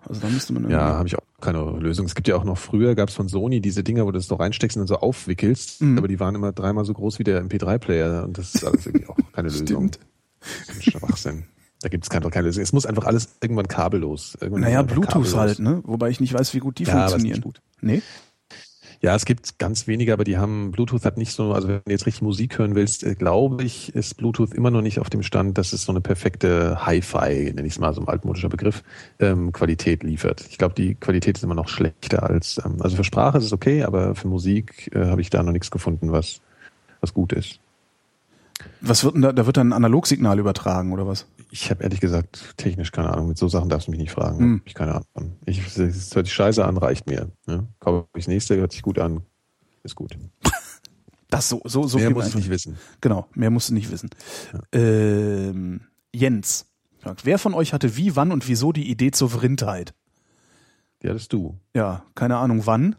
Speaker 1: Also da müsste man
Speaker 2: Ja,
Speaker 1: irgendwie-
Speaker 2: habe ich auch keine Lösung. Es gibt ja auch noch früher, gab es von Sony diese Dinger, wo du das so reinsteckst und dann so aufwickelst, aber die waren immer dreimal so groß wie der MP3-Player und das ist alles irgendwie auch keine Lösung.
Speaker 1: Stimmt.
Speaker 2: Das ist ein Schwachsinn. Da gibt es keine, keine Lösung. Es muss einfach alles irgendwann kabellos. Irgendwann
Speaker 1: Naja,
Speaker 2: einfach
Speaker 1: Bluetooth
Speaker 2: kabellos.
Speaker 1: halt, ne? Wobei ich nicht weiß, wie gut die
Speaker 2: Ja, aber ist
Speaker 1: funktionieren.
Speaker 2: nicht gut.
Speaker 1: Nee?
Speaker 2: Ja, es gibt ganz wenige, aber die haben, Bluetooth hat nicht so, also wenn du jetzt richtig Musik hören willst, äh, glaube ich, ist Bluetooth immer noch nicht auf dem Stand, dass es so eine perfekte Hi-Fi, nenne ich es mal so ein altmodischer Begriff, ähm, Qualität liefert. Ich glaube, die Qualität ist immer noch schlechter als, ähm, also für Sprache ist es okay, aber für Musik äh, habe ich da noch nichts gefunden, was, was gut ist.
Speaker 1: Was wird denn da, da wird dann ein Analogsignal übertragen oder was?
Speaker 2: Ich habe ehrlich gesagt technisch keine Ahnung, mit so Sachen darfst du mich nicht fragen,
Speaker 1: Hm.
Speaker 2: hab ich keine Ahnung. von. Ich, es hört sich scheiße an, reicht mir. Ne? Kaufe ich das nächste, hört sich gut an, ist gut.
Speaker 1: Das so, so, so
Speaker 2: Mehr
Speaker 1: viel
Speaker 2: muss ich
Speaker 1: einfach.
Speaker 2: nicht wissen.
Speaker 1: Genau, mehr musst du nicht wissen. Ähm, Jens fragt, wer von euch hatte wie, wann und wieso die Idee zur Vrindheit?
Speaker 2: Ja, das ist du.
Speaker 1: Ja, keine Ahnung wann,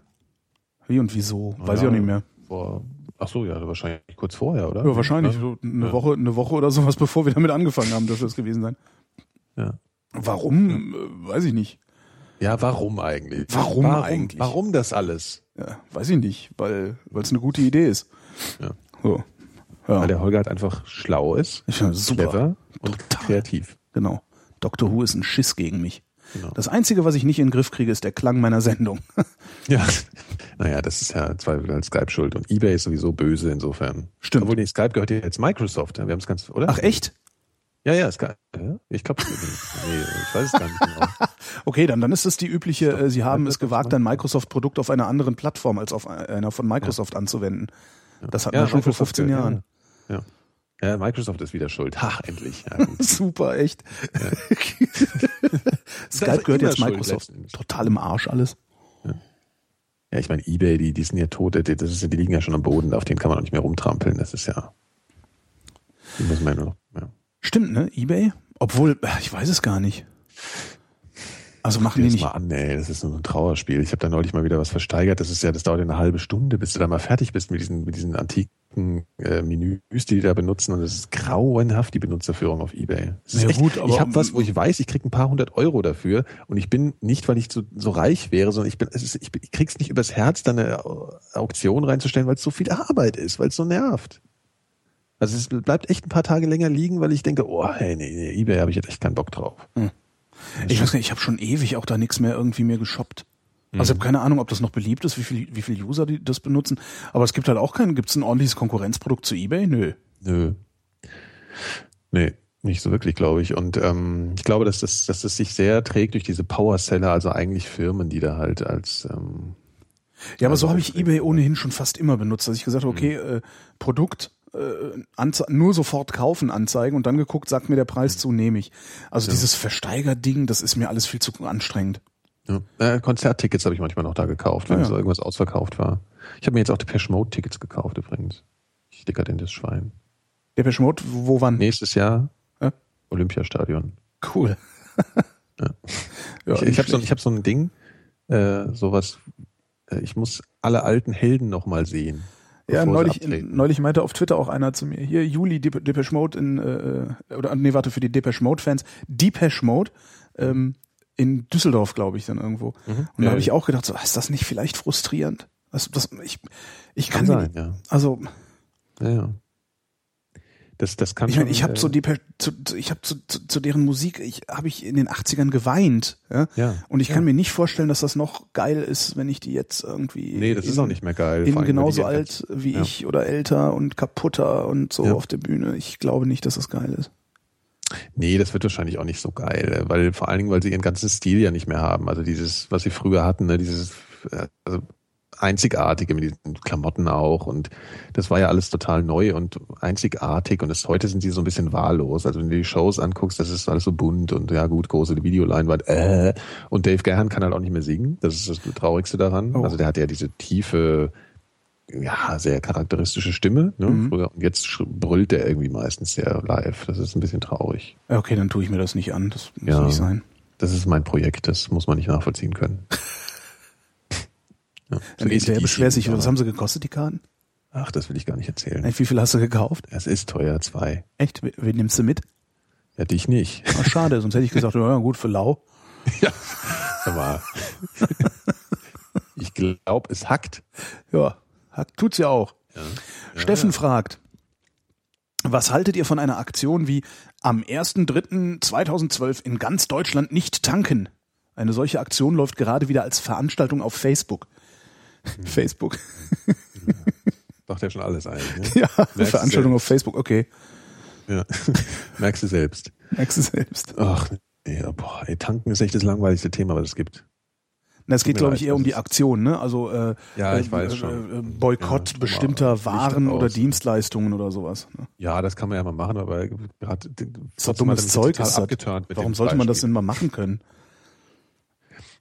Speaker 1: wie und wieso, weiß
Speaker 2: Ja,
Speaker 1: ich auch nicht mehr.
Speaker 2: Vor, ach so, ja, wahrscheinlich kurz vorher, oder?
Speaker 1: Ja, wahrscheinlich so eine Woche, eine Woche oder sowas, bevor wir damit angefangen haben, dürfte es gewesen sein.
Speaker 2: Ja.
Speaker 1: Warum, äh, weiß ich nicht.
Speaker 2: Ja, warum eigentlich?
Speaker 1: Warum eigentlich?
Speaker 2: Warum das alles?
Speaker 1: Ja, weiß ich nicht, weil weil es eine gute Idee ist.
Speaker 2: Ja.
Speaker 1: So. Ja.
Speaker 2: Weil der Holger halt einfach schlau ist,
Speaker 1: Ich finde das super.
Speaker 2: clever und
Speaker 1: Total.
Speaker 2: kreativ.
Speaker 1: Genau. Dr. Who ist ein Schiss gegen mich.
Speaker 2: Genau.
Speaker 1: Das Einzige, was ich nicht in den Griff kriege, ist der Klang meiner Sendung.
Speaker 2: Ja. Naja, das ist ja zweifelhaft Skype schuld. Und Ebay ist sowieso böse insofern.
Speaker 1: Stimmt.
Speaker 2: Obwohl, nee, Skype gehört ja jetzt Microsoft. ja, Wir haben es ne? ganz, oder?
Speaker 1: Ach echt?
Speaker 2: Ja, ja, es kann. Hä? Ich glaube, nee, ich weiß es gar nicht genau.
Speaker 1: Okay, dann, dann ist es die übliche, äh, Sie haben es gewagt, ein Microsoft-Produkt auf einer anderen Plattform als auf äh, einer von Microsoft anzuwenden. Das hat man schon vor
Speaker 2: Microsoft
Speaker 1: 15
Speaker 2: gehört,
Speaker 1: Jahren.
Speaker 2: Ja. Ja. ja, Microsoft ist wieder schuld. Ha, endlich. Ja, gut.
Speaker 1: Super, echt. Skype
Speaker 2: also
Speaker 1: gehört
Speaker 2: immer
Speaker 1: jetzt
Speaker 2: schuld
Speaker 1: Microsoft.
Speaker 2: letzten Endes.
Speaker 1: Total im Arsch alles.
Speaker 2: ja ich meine, Ebay, die, die sind ja tot, die, das ist, ja- die liegen ja schon am Boden, auf denen kann man auch nicht mehr rumtrampeln. Das ist ja. Die muss man ja nur. Ja.
Speaker 1: Stimmt, ne? Ebay? Obwohl, äh, ich weiß es gar nicht. Also machen die
Speaker 2: Guck dir das
Speaker 1: nicht.
Speaker 2: mal an, ey, das ist so ein Trauerspiel. Ich habe da neulich mal wieder was versteigert. Das ist ja, das dauert ja eine halbe Stunde, bis du da mal fertig bist mit diesen, mit diesen antiken äh, Menüs, die die da benutzen. Und das ist grauenhaft, die Benutzerführung auf Ebay. Das ist
Speaker 1: Ja, gut, aber-
Speaker 2: ich habe was, wo ich weiß, ich krieg ein paar hundert Euro dafür. Und ich bin nicht, weil ich so, so reich wäre, sondern ich bin, es ist, ich, bin- ich krieg's nicht übers Herz, da eine Au- Auktion reinzustellen, weil es so viel Arbeit ist, weil es so nervt. Also es bleibt echt ein paar Tage länger liegen, weil ich denke, oh, hey, nee, nee, Ebay habe ich jetzt echt keinen Bock drauf.
Speaker 1: Ich weiß gar nicht, ich habe schon ewig auch da nichts mehr irgendwie mehr geshoppt.
Speaker 2: Mhm.
Speaker 1: Also ich habe keine Ahnung, ob das noch beliebt ist, wie viel, wie viel User die das benutzen. Aber es gibt halt auch keinen, gibt es ein ordentliches Konkurrenzprodukt zu Ebay? Nö.
Speaker 2: Nö. Nee, nicht so wirklich, glaube ich. Und ähm, ich glaube, dass das, dass das sich sehr trägt durch diese Powerseller, also eigentlich Firmen, die da halt als ähm,
Speaker 1: Ja, aber
Speaker 2: Also
Speaker 1: so habe ich
Speaker 2: aufregend,
Speaker 1: eBay ohnehin schon fast immer benutzt, dass ich gesagt habe, okay,
Speaker 2: Mhm.
Speaker 1: äh, Produkt äh, Anze- nur sofort kaufen anzeigen und dann geguckt, sagt mir der
Speaker 2: Mhm.
Speaker 1: Preis zu, nehme ich. Also dieses Versteigerding, das ist mir alles viel zu anstrengend.
Speaker 2: ja, äh, Konzerttickets habe ich manchmal noch da gekauft, wenn
Speaker 1: Ah, ja.
Speaker 2: so irgendwas ausverkauft war. Ich habe mir jetzt auch Depeche Mode Tickets gekauft übrigens. Ich dekadentes Schwein.
Speaker 1: Depeche Mode, wo wann?
Speaker 2: Nächstes Jahr
Speaker 1: Ja.
Speaker 2: Olympiastadion.
Speaker 1: Cool. ja.
Speaker 2: ich ich habe so,
Speaker 1: nicht
Speaker 2: ich hab so ein Ding, äh, sowas, äh, ich muss alle alten Helden nochmal sehen.
Speaker 1: schlecht. ja,
Speaker 2: bevor sie
Speaker 1: neulich,
Speaker 2: abtreten.
Speaker 1: neulich meinte auf Twitter auch einer zu mir, hier Juli Dep- Depeche Mode in, äh, oder nee, warte, für die Depeche Mode-Fans, Depeche Mode ähm, in Düsseldorf, glaube ich, dann irgendwo. Und da
Speaker 2: Mhm. Ja,
Speaker 1: habe
Speaker 2: ja.
Speaker 1: ich auch gedacht, so, ah, ist das nicht vielleicht frustrierend? Das, das, ich, ich kann,
Speaker 2: Kann
Speaker 1: mir
Speaker 2: sein, ja.
Speaker 1: Also,
Speaker 2: Ja, ja. Das, das kann
Speaker 1: ich meine,
Speaker 2: schon,
Speaker 1: ich habe
Speaker 2: äh,
Speaker 1: zu, Depeche- zu, zu, ich hab zu, zu, zu deren Musik, ich habe ich in den 80ern geweint. Ja?
Speaker 2: Ja.
Speaker 1: Und ich
Speaker 2: Ja.
Speaker 1: kann mir nicht vorstellen, dass das noch geil ist, wenn ich die jetzt irgendwie.
Speaker 2: Nee, das ist auch nicht mehr geil. Vor
Speaker 1: Eben
Speaker 2: allem, wenn
Speaker 1: genauso
Speaker 2: die dann-
Speaker 1: alt wie
Speaker 2: Ja.
Speaker 1: ich oder älter und kaputter und so
Speaker 2: Ja.
Speaker 1: auf der Bühne. Ich glaube nicht, dass das geil ist.
Speaker 2: Nee, das wird wahrscheinlich auch nicht so geil, weil vor allen Dingen, weil sie ihren ganzen Stil ja nicht mehr haben. Also dieses, was sie früher hatten, ne, dieses äh, also Einzigartige mit diesen Klamotten auch und das war ja alles total neu und einzigartig und das, heute sind sie so ein bisschen wahllos. Also wenn du die Shows anguckst, das ist alles so bunt und ja gut, große Videoleinwand. Äh. Und Dave Gahan kann halt auch nicht mehr singen. Das ist das Traurigste daran.
Speaker 1: Oh.
Speaker 2: Also der hat ja diese tiefe, ja, sehr charakteristische Stimme. Ne, früher. Und jetzt sch- brüllt er irgendwie meistens sehr live. Das ist ein bisschen traurig.
Speaker 1: Ja, Okay, dann tue ich mir das nicht an. Das muss
Speaker 2: Ja.
Speaker 1: nicht sein.
Speaker 2: Das ist mein Projekt, das muss man nicht nachvollziehen können. ja,
Speaker 1: Dann
Speaker 2: so
Speaker 1: der
Speaker 2: AC/DC,
Speaker 1: beschwert sich, was
Speaker 2: aber-
Speaker 1: haben sie gekostet, die Karten?
Speaker 2: Ach, das will ich gar nicht erzählen.
Speaker 1: Echt, wie viel hast du gekauft?
Speaker 2: Es ist teuer, zwei.
Speaker 1: Echt? Wen- Wen nimmst du mit?
Speaker 2: Ja, dich nicht.
Speaker 1: Ah, schade, sonst hätte ich gesagt, ja gut, für lau.
Speaker 2: Aber ich glaube, es hackt.
Speaker 1: Ja, hat, tut's ja auch. Steffen fragt, was haltet ihr von einer Aktion wie am 1.3.2012 in ganz Deutschland nicht tanken? Eine solche Aktion läuft gerade wieder als Veranstaltung auf Facebook.
Speaker 2: Hm.
Speaker 1: Facebook.
Speaker 2: Macht ja schon alles ein. Ne?
Speaker 1: Ja,
Speaker 2: du
Speaker 1: Veranstaltung auf Facebook, okay.
Speaker 2: Ja. Merkst du selbst.
Speaker 1: Merkst du selbst.
Speaker 2: Ach, ja, boah, ey, tanken ist echt das langweiligste Thema, was es gibt.
Speaker 1: Na, es geht,
Speaker 2: mir
Speaker 1: glaube
Speaker 2: leid,
Speaker 1: ich, eher um
Speaker 2: das
Speaker 1: die
Speaker 2: ist-
Speaker 1: Aktion, ne? Also äh,
Speaker 2: Ja, ich
Speaker 1: äh,
Speaker 2: weiß
Speaker 1: äh,
Speaker 2: schon.
Speaker 1: äh, Boykott
Speaker 2: Ja,
Speaker 1: bestimmter
Speaker 2: aber
Speaker 1: Waren
Speaker 2: Licht
Speaker 1: oder
Speaker 2: aus.
Speaker 1: Dienstleistungen oder sowas. Ne?
Speaker 2: Ja, das kann man ja mal machen, aber gerade
Speaker 1: Das ist doch dummes Zeug. Ist das. Warum sollte man das denn mal machen können?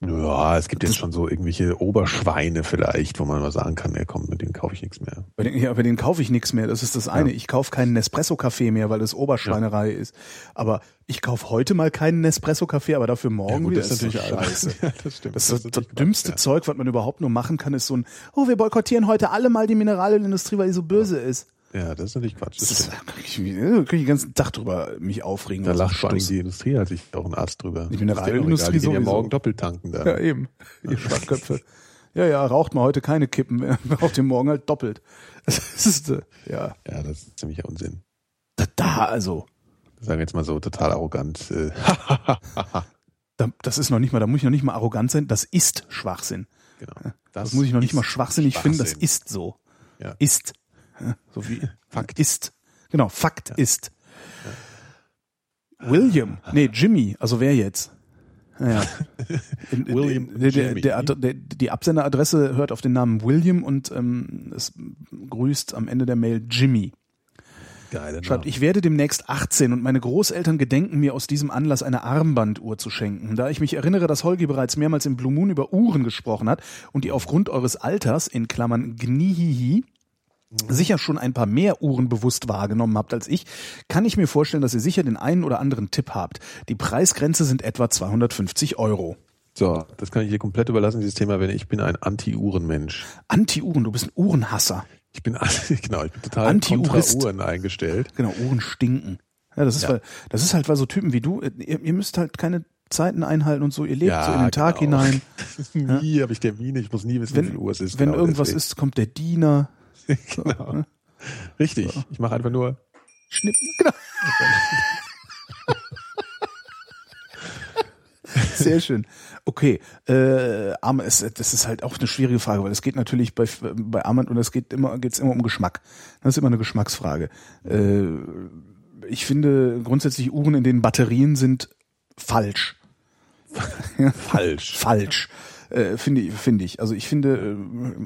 Speaker 2: Ja, es gibt jetzt schon so irgendwelche Oberschweine vielleicht, wo man mal sagen kann, ja komm, mit denen kaufe ich nichts mehr.
Speaker 1: Bei den, ja, bei denen kaufe ich nichts mehr. Das ist das eine. Ich kaufe keinen Nespresso-Kaffee mehr, weil das Oberschweinerei ist. Aber ich kaufe heute mal keinen Nespresso-Kaffee, aber dafür morgen wieder. doch
Speaker 2: Ja, das stimmt.
Speaker 1: Das, ist das,
Speaker 2: natürlich
Speaker 1: dümmste
Speaker 2: Quatsch,
Speaker 1: Zeug, was man überhaupt nur machen kann, ist so ein, oh, wir boykottieren heute alle mal die Mineralölindustrie, weil die so böse ist.
Speaker 2: Ja. ja, das ist natürlich Quatsch. Das
Speaker 1: Das ist,
Speaker 2: stimmt.
Speaker 1: da kann ich, mich- da kann ich den ganzen Tag drüber mich aufregen.
Speaker 2: Da
Speaker 1: Also
Speaker 2: lacht vor allem
Speaker 1: Stuss.
Speaker 2: die Industrie, als ich auch ein Arzt drüber.
Speaker 1: Die Mineralindustrie
Speaker 2: Die gehen ja
Speaker 1: sowieso.
Speaker 2: morgen doppelt tanken da.
Speaker 1: Ja, eben. Ihr Schwachköpfe. Ja, ja, raucht mal heute keine Kippen mehr. Raucht ihr morgen halt doppelt. Das ist, äh, ja.
Speaker 2: Ja, das ist ziemlicher Unsinn.
Speaker 1: Da, da also.
Speaker 2: Sagen wir jetzt mal so total arrogant. Äh,
Speaker 1: Da- Das ist noch nicht mal, da muss ich noch nicht mal arrogant sein, das ist Schwachsinn.
Speaker 2: genau.
Speaker 1: Das, muss ich noch nicht
Speaker 2: ist
Speaker 1: mal schwachsinnig finden, das
Speaker 2: Schwachsinn.
Speaker 1: ist so.
Speaker 2: Ja.
Speaker 1: Ist. Ja, So wie
Speaker 2: Fakt.
Speaker 1: Ist. Genau, Fakt ist. William. Nee, Jimmy. Also wer jetzt? Naja. In- in-
Speaker 2: William
Speaker 1: in- der,
Speaker 2: Jimmy.
Speaker 1: der, Ad- der, die Absenderadresse hört auf den Namen William und ähm, es grüßt am Ende der Mail Jimmy.
Speaker 2: Geil. genau.
Speaker 1: Schreibt, ich werde demnächst 18 und meine Großeltern gedenken mir aus diesem Anlass eine Armbanduhr zu schenken. Da ich mich erinnere, dass Holgi bereits mehrmals im Blue Moon über Uhren gesprochen hat und ihr aufgrund eures Alters, in Klammern Gnihihi, sicher schon ein paar mehr Uhren bewusst wahrgenommen habt als ich, kann ich mir vorstellen, dass ihr sicher den einen oder anderen Tipp habt. Die Preisgrenze sind etwa 250 Euro.
Speaker 2: So, das kann ich dir komplett überlassen, dieses Thema, wenn ich bin ein Anti-Uhrenmensch.
Speaker 1: Anti-Uhren, du bist ein Uhrenhasser.
Speaker 2: Ich bin, genau, ich bin total
Speaker 1: Anti-Uhrist.
Speaker 2: kontra-Uhren eingestellt.
Speaker 1: Genau, Uhren stinken. Ja, das ist, Weil, das ist halt, weil so Typen wie du, äh, ihr, ihr müsst halt keine Zeiten einhalten und so, ihr lebt so in den Tag
Speaker 2: genau.
Speaker 1: hinein.
Speaker 2: nie habe ich Termine, ich muss nie wissen, wie
Speaker 1: Wenn,
Speaker 2: viel Uhr es ist.
Speaker 1: wenn
Speaker 2: genau
Speaker 1: irgendwas
Speaker 2: deswegen.
Speaker 1: ist, kommt der Diener.
Speaker 2: genau. Richtig, ich mache einfach nur.
Speaker 1: Schnipp, genau. Sehr schön. Okay, äh, Arme ist, das ist halt auch eine schwierige Frage, weil es geht natürlich bei, bei Armand und es geht immer, geht's immer um Geschmack. Das ist immer eine Geschmacksfrage. Äh, ich finde grundsätzlich Uhren, in denen Batterien sind, falsch.
Speaker 2: Falsch.
Speaker 1: falsch. Äh, finde ich, finde ich. Also ich finde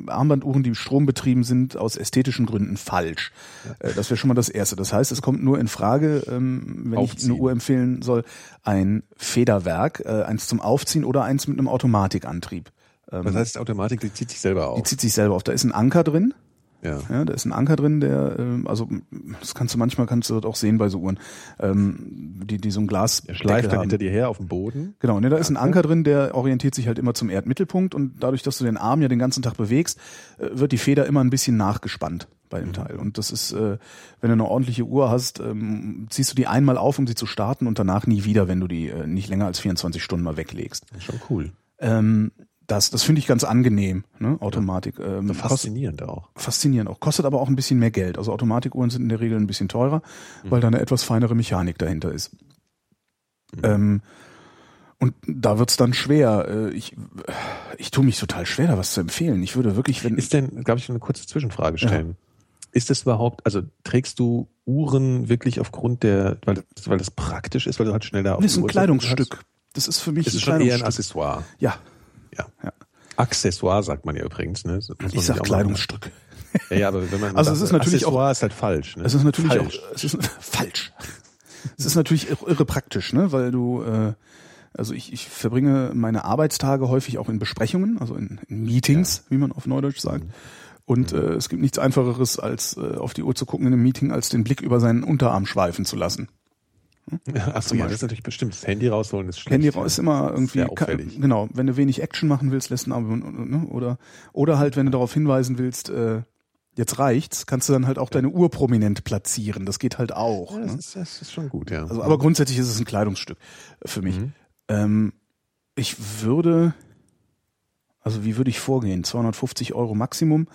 Speaker 1: äh, Armbanduhren, die strombetrieben sind, aus ästhetischen Gründen falsch. Äh, das wäre schon mal das Erste. Das heißt, es kommt nur in Frage, ähm, wenn
Speaker 2: Aufziehen.
Speaker 1: ich eine Uhr empfehlen soll, ein Federwerk, äh, eins zum Aufziehen oder eins mit einem Automatikantrieb. Ähm,
Speaker 2: Was heißt Automatik, die zieht sich selber
Speaker 1: Mhm. Die
Speaker 2: auf.
Speaker 1: zieht sich selber auf. Da ist ein Anker drin.
Speaker 2: Ja.
Speaker 1: Ja, da ist ein Anker drin, der, ähm, also m, das kannst du manchmal kannst du das auch sehen bei so Uhren, ähm, die, die so ein Glas
Speaker 2: Er schleift dann
Speaker 1: haben.
Speaker 2: hinter dir her auf dem Boden.
Speaker 1: Genau, ne, da ist ein Anker drin, der orientiert sich halt immer zum Erdmittelpunkt und dadurch, dass du den Arm ja den ganzen Tag bewegst, äh, wird die Feder immer ein bisschen nachgespannt bei dem Teil. Und das ist, äh, wenn du eine ordentliche Uhr hast, ähm, ziehst du die einmal auf, um sie zu starten und danach nie wieder, wenn du die äh, nicht länger als 24 Stunden mal weglegst.
Speaker 2: Das ist schon cool.
Speaker 1: Ähm, das das finde ich ganz angenehm, ne? Automatik. Ähm, kost-
Speaker 2: Faszinierend auch.
Speaker 1: faszinierend auch. Kostet aber auch ein bisschen mehr Geld. Also Automatikuhren sind in der Regel ein bisschen teurer, weil da eine etwas feinere Mechanik dahinter ist. Ähm, und da wird's dann schwer. Äh, Ich, ich tue mich total schwer, da was zu empfehlen. Ich würde wirklich, wenn
Speaker 2: Ist denn, darf ich eine kurze Zwischenfrage stellen? Ist das überhaupt, also trägst du Uhren wirklich aufgrund der, weil das, weil das praktisch ist, weil du halt schneller auf
Speaker 1: das ist
Speaker 2: die
Speaker 1: ein
Speaker 2: Uhr
Speaker 1: Kleidungsstück. Das ist für mich
Speaker 2: Das ist
Speaker 1: ein
Speaker 2: schon eher ein
Speaker 1: Kleidungsstück.
Speaker 2: Accessoire.
Speaker 1: Ja,
Speaker 2: Ja.
Speaker 1: Ja.
Speaker 2: Accessoire sagt man ja übrigens. Ne? Das muss man
Speaker 1: ich
Speaker 2: sich
Speaker 1: sag
Speaker 2: auch mal-
Speaker 1: Kleidungsstück.
Speaker 2: Ja, ja, aber wenn man
Speaker 1: Also es ist natürlich auch-
Speaker 2: Accessoire ist halt falsch. Ne?
Speaker 1: Es ist natürlich
Speaker 2: falsch.
Speaker 1: auch, es ist falsch. Es ist natürlich irre, irre praktisch, ne, weil du, äh, also ich, ich verbringe meine Arbeitstage häufig auch in Besprechungen, also in, in Meetings, wie man auf Neudeutsch sagt.
Speaker 2: Mhm.
Speaker 1: Und äh, es gibt nichts Einfacheres, als äh, auf die Uhr zu gucken in einem Meeting, als den Blick über seinen Unterarm schweifen zu lassen.
Speaker 2: Ach so, ja, das ist natürlich bestimmt. Das Handy rausholen ist schlecht.
Speaker 1: Handy raus ist immer irgendwie
Speaker 2: Sehr auffällig.
Speaker 1: genau, wenn du wenig Action machen willst, lässt einen Arm ne? oder oder halt wenn du darauf hinweisen willst, äh, jetzt reicht's, kannst du dann halt auch deine Uhr prominent platzieren. Das geht halt auch.
Speaker 2: Ja,
Speaker 1: ne?
Speaker 2: das, ist, das ist schon gut, ja.
Speaker 1: Also, aber grundsätzlich ist es ein Kleidungsstück für mich. Ähm, ich würde, also wie würde ich vorgehen? 250 Euro Maximum.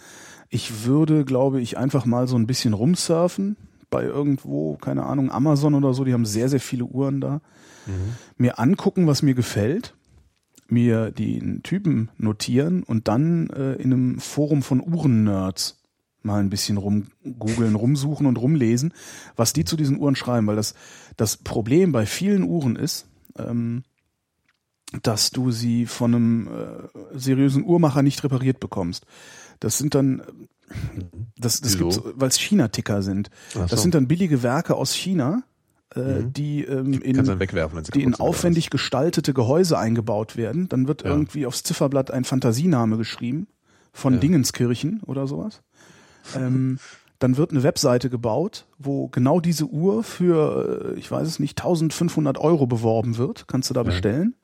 Speaker 1: Ich würde, glaube ich, einfach mal so ein bisschen rumsurfen bei irgendwo, keine Ahnung, Amazon oder so. Die haben sehr, sehr viele Uhren da. Mir angucken, was mir gefällt mir den Typen notieren und dann äh, in einem Forum von Uhren-Nerds mal ein bisschen rumgoogeln, rumsuchen und rumlesen, was die zu diesen Uhren schreiben, weil das, das Problem bei vielen Uhren ist, ähm, dass du sie von einem äh, seriösen Uhrmacher nicht repariert bekommst. Das sind dann, das, das
Speaker 2: Wieso?
Speaker 1: gibt's, weil es China-Ticker sind.
Speaker 2: Ach so. Mhm.
Speaker 1: Das sind dann billige Werke aus China, äh, die ähm, in
Speaker 2: Kannst dann wegwerfen, wenn sie
Speaker 1: die in
Speaker 2: kaputt sind,
Speaker 1: aufwendig gestaltete Gehäuse eingebaut werden. Dann wird
Speaker 2: Ja.
Speaker 1: irgendwie aufs Zifferblatt ein Fantasiename geschrieben von
Speaker 2: Ja.
Speaker 1: Dingenskirchen oder sowas. Ähm, dann wird eine Webseite gebaut, wo genau diese Uhr für, äh, ich weiß es nicht, 1500 Euro beworben wird. Kannst du da bestellen.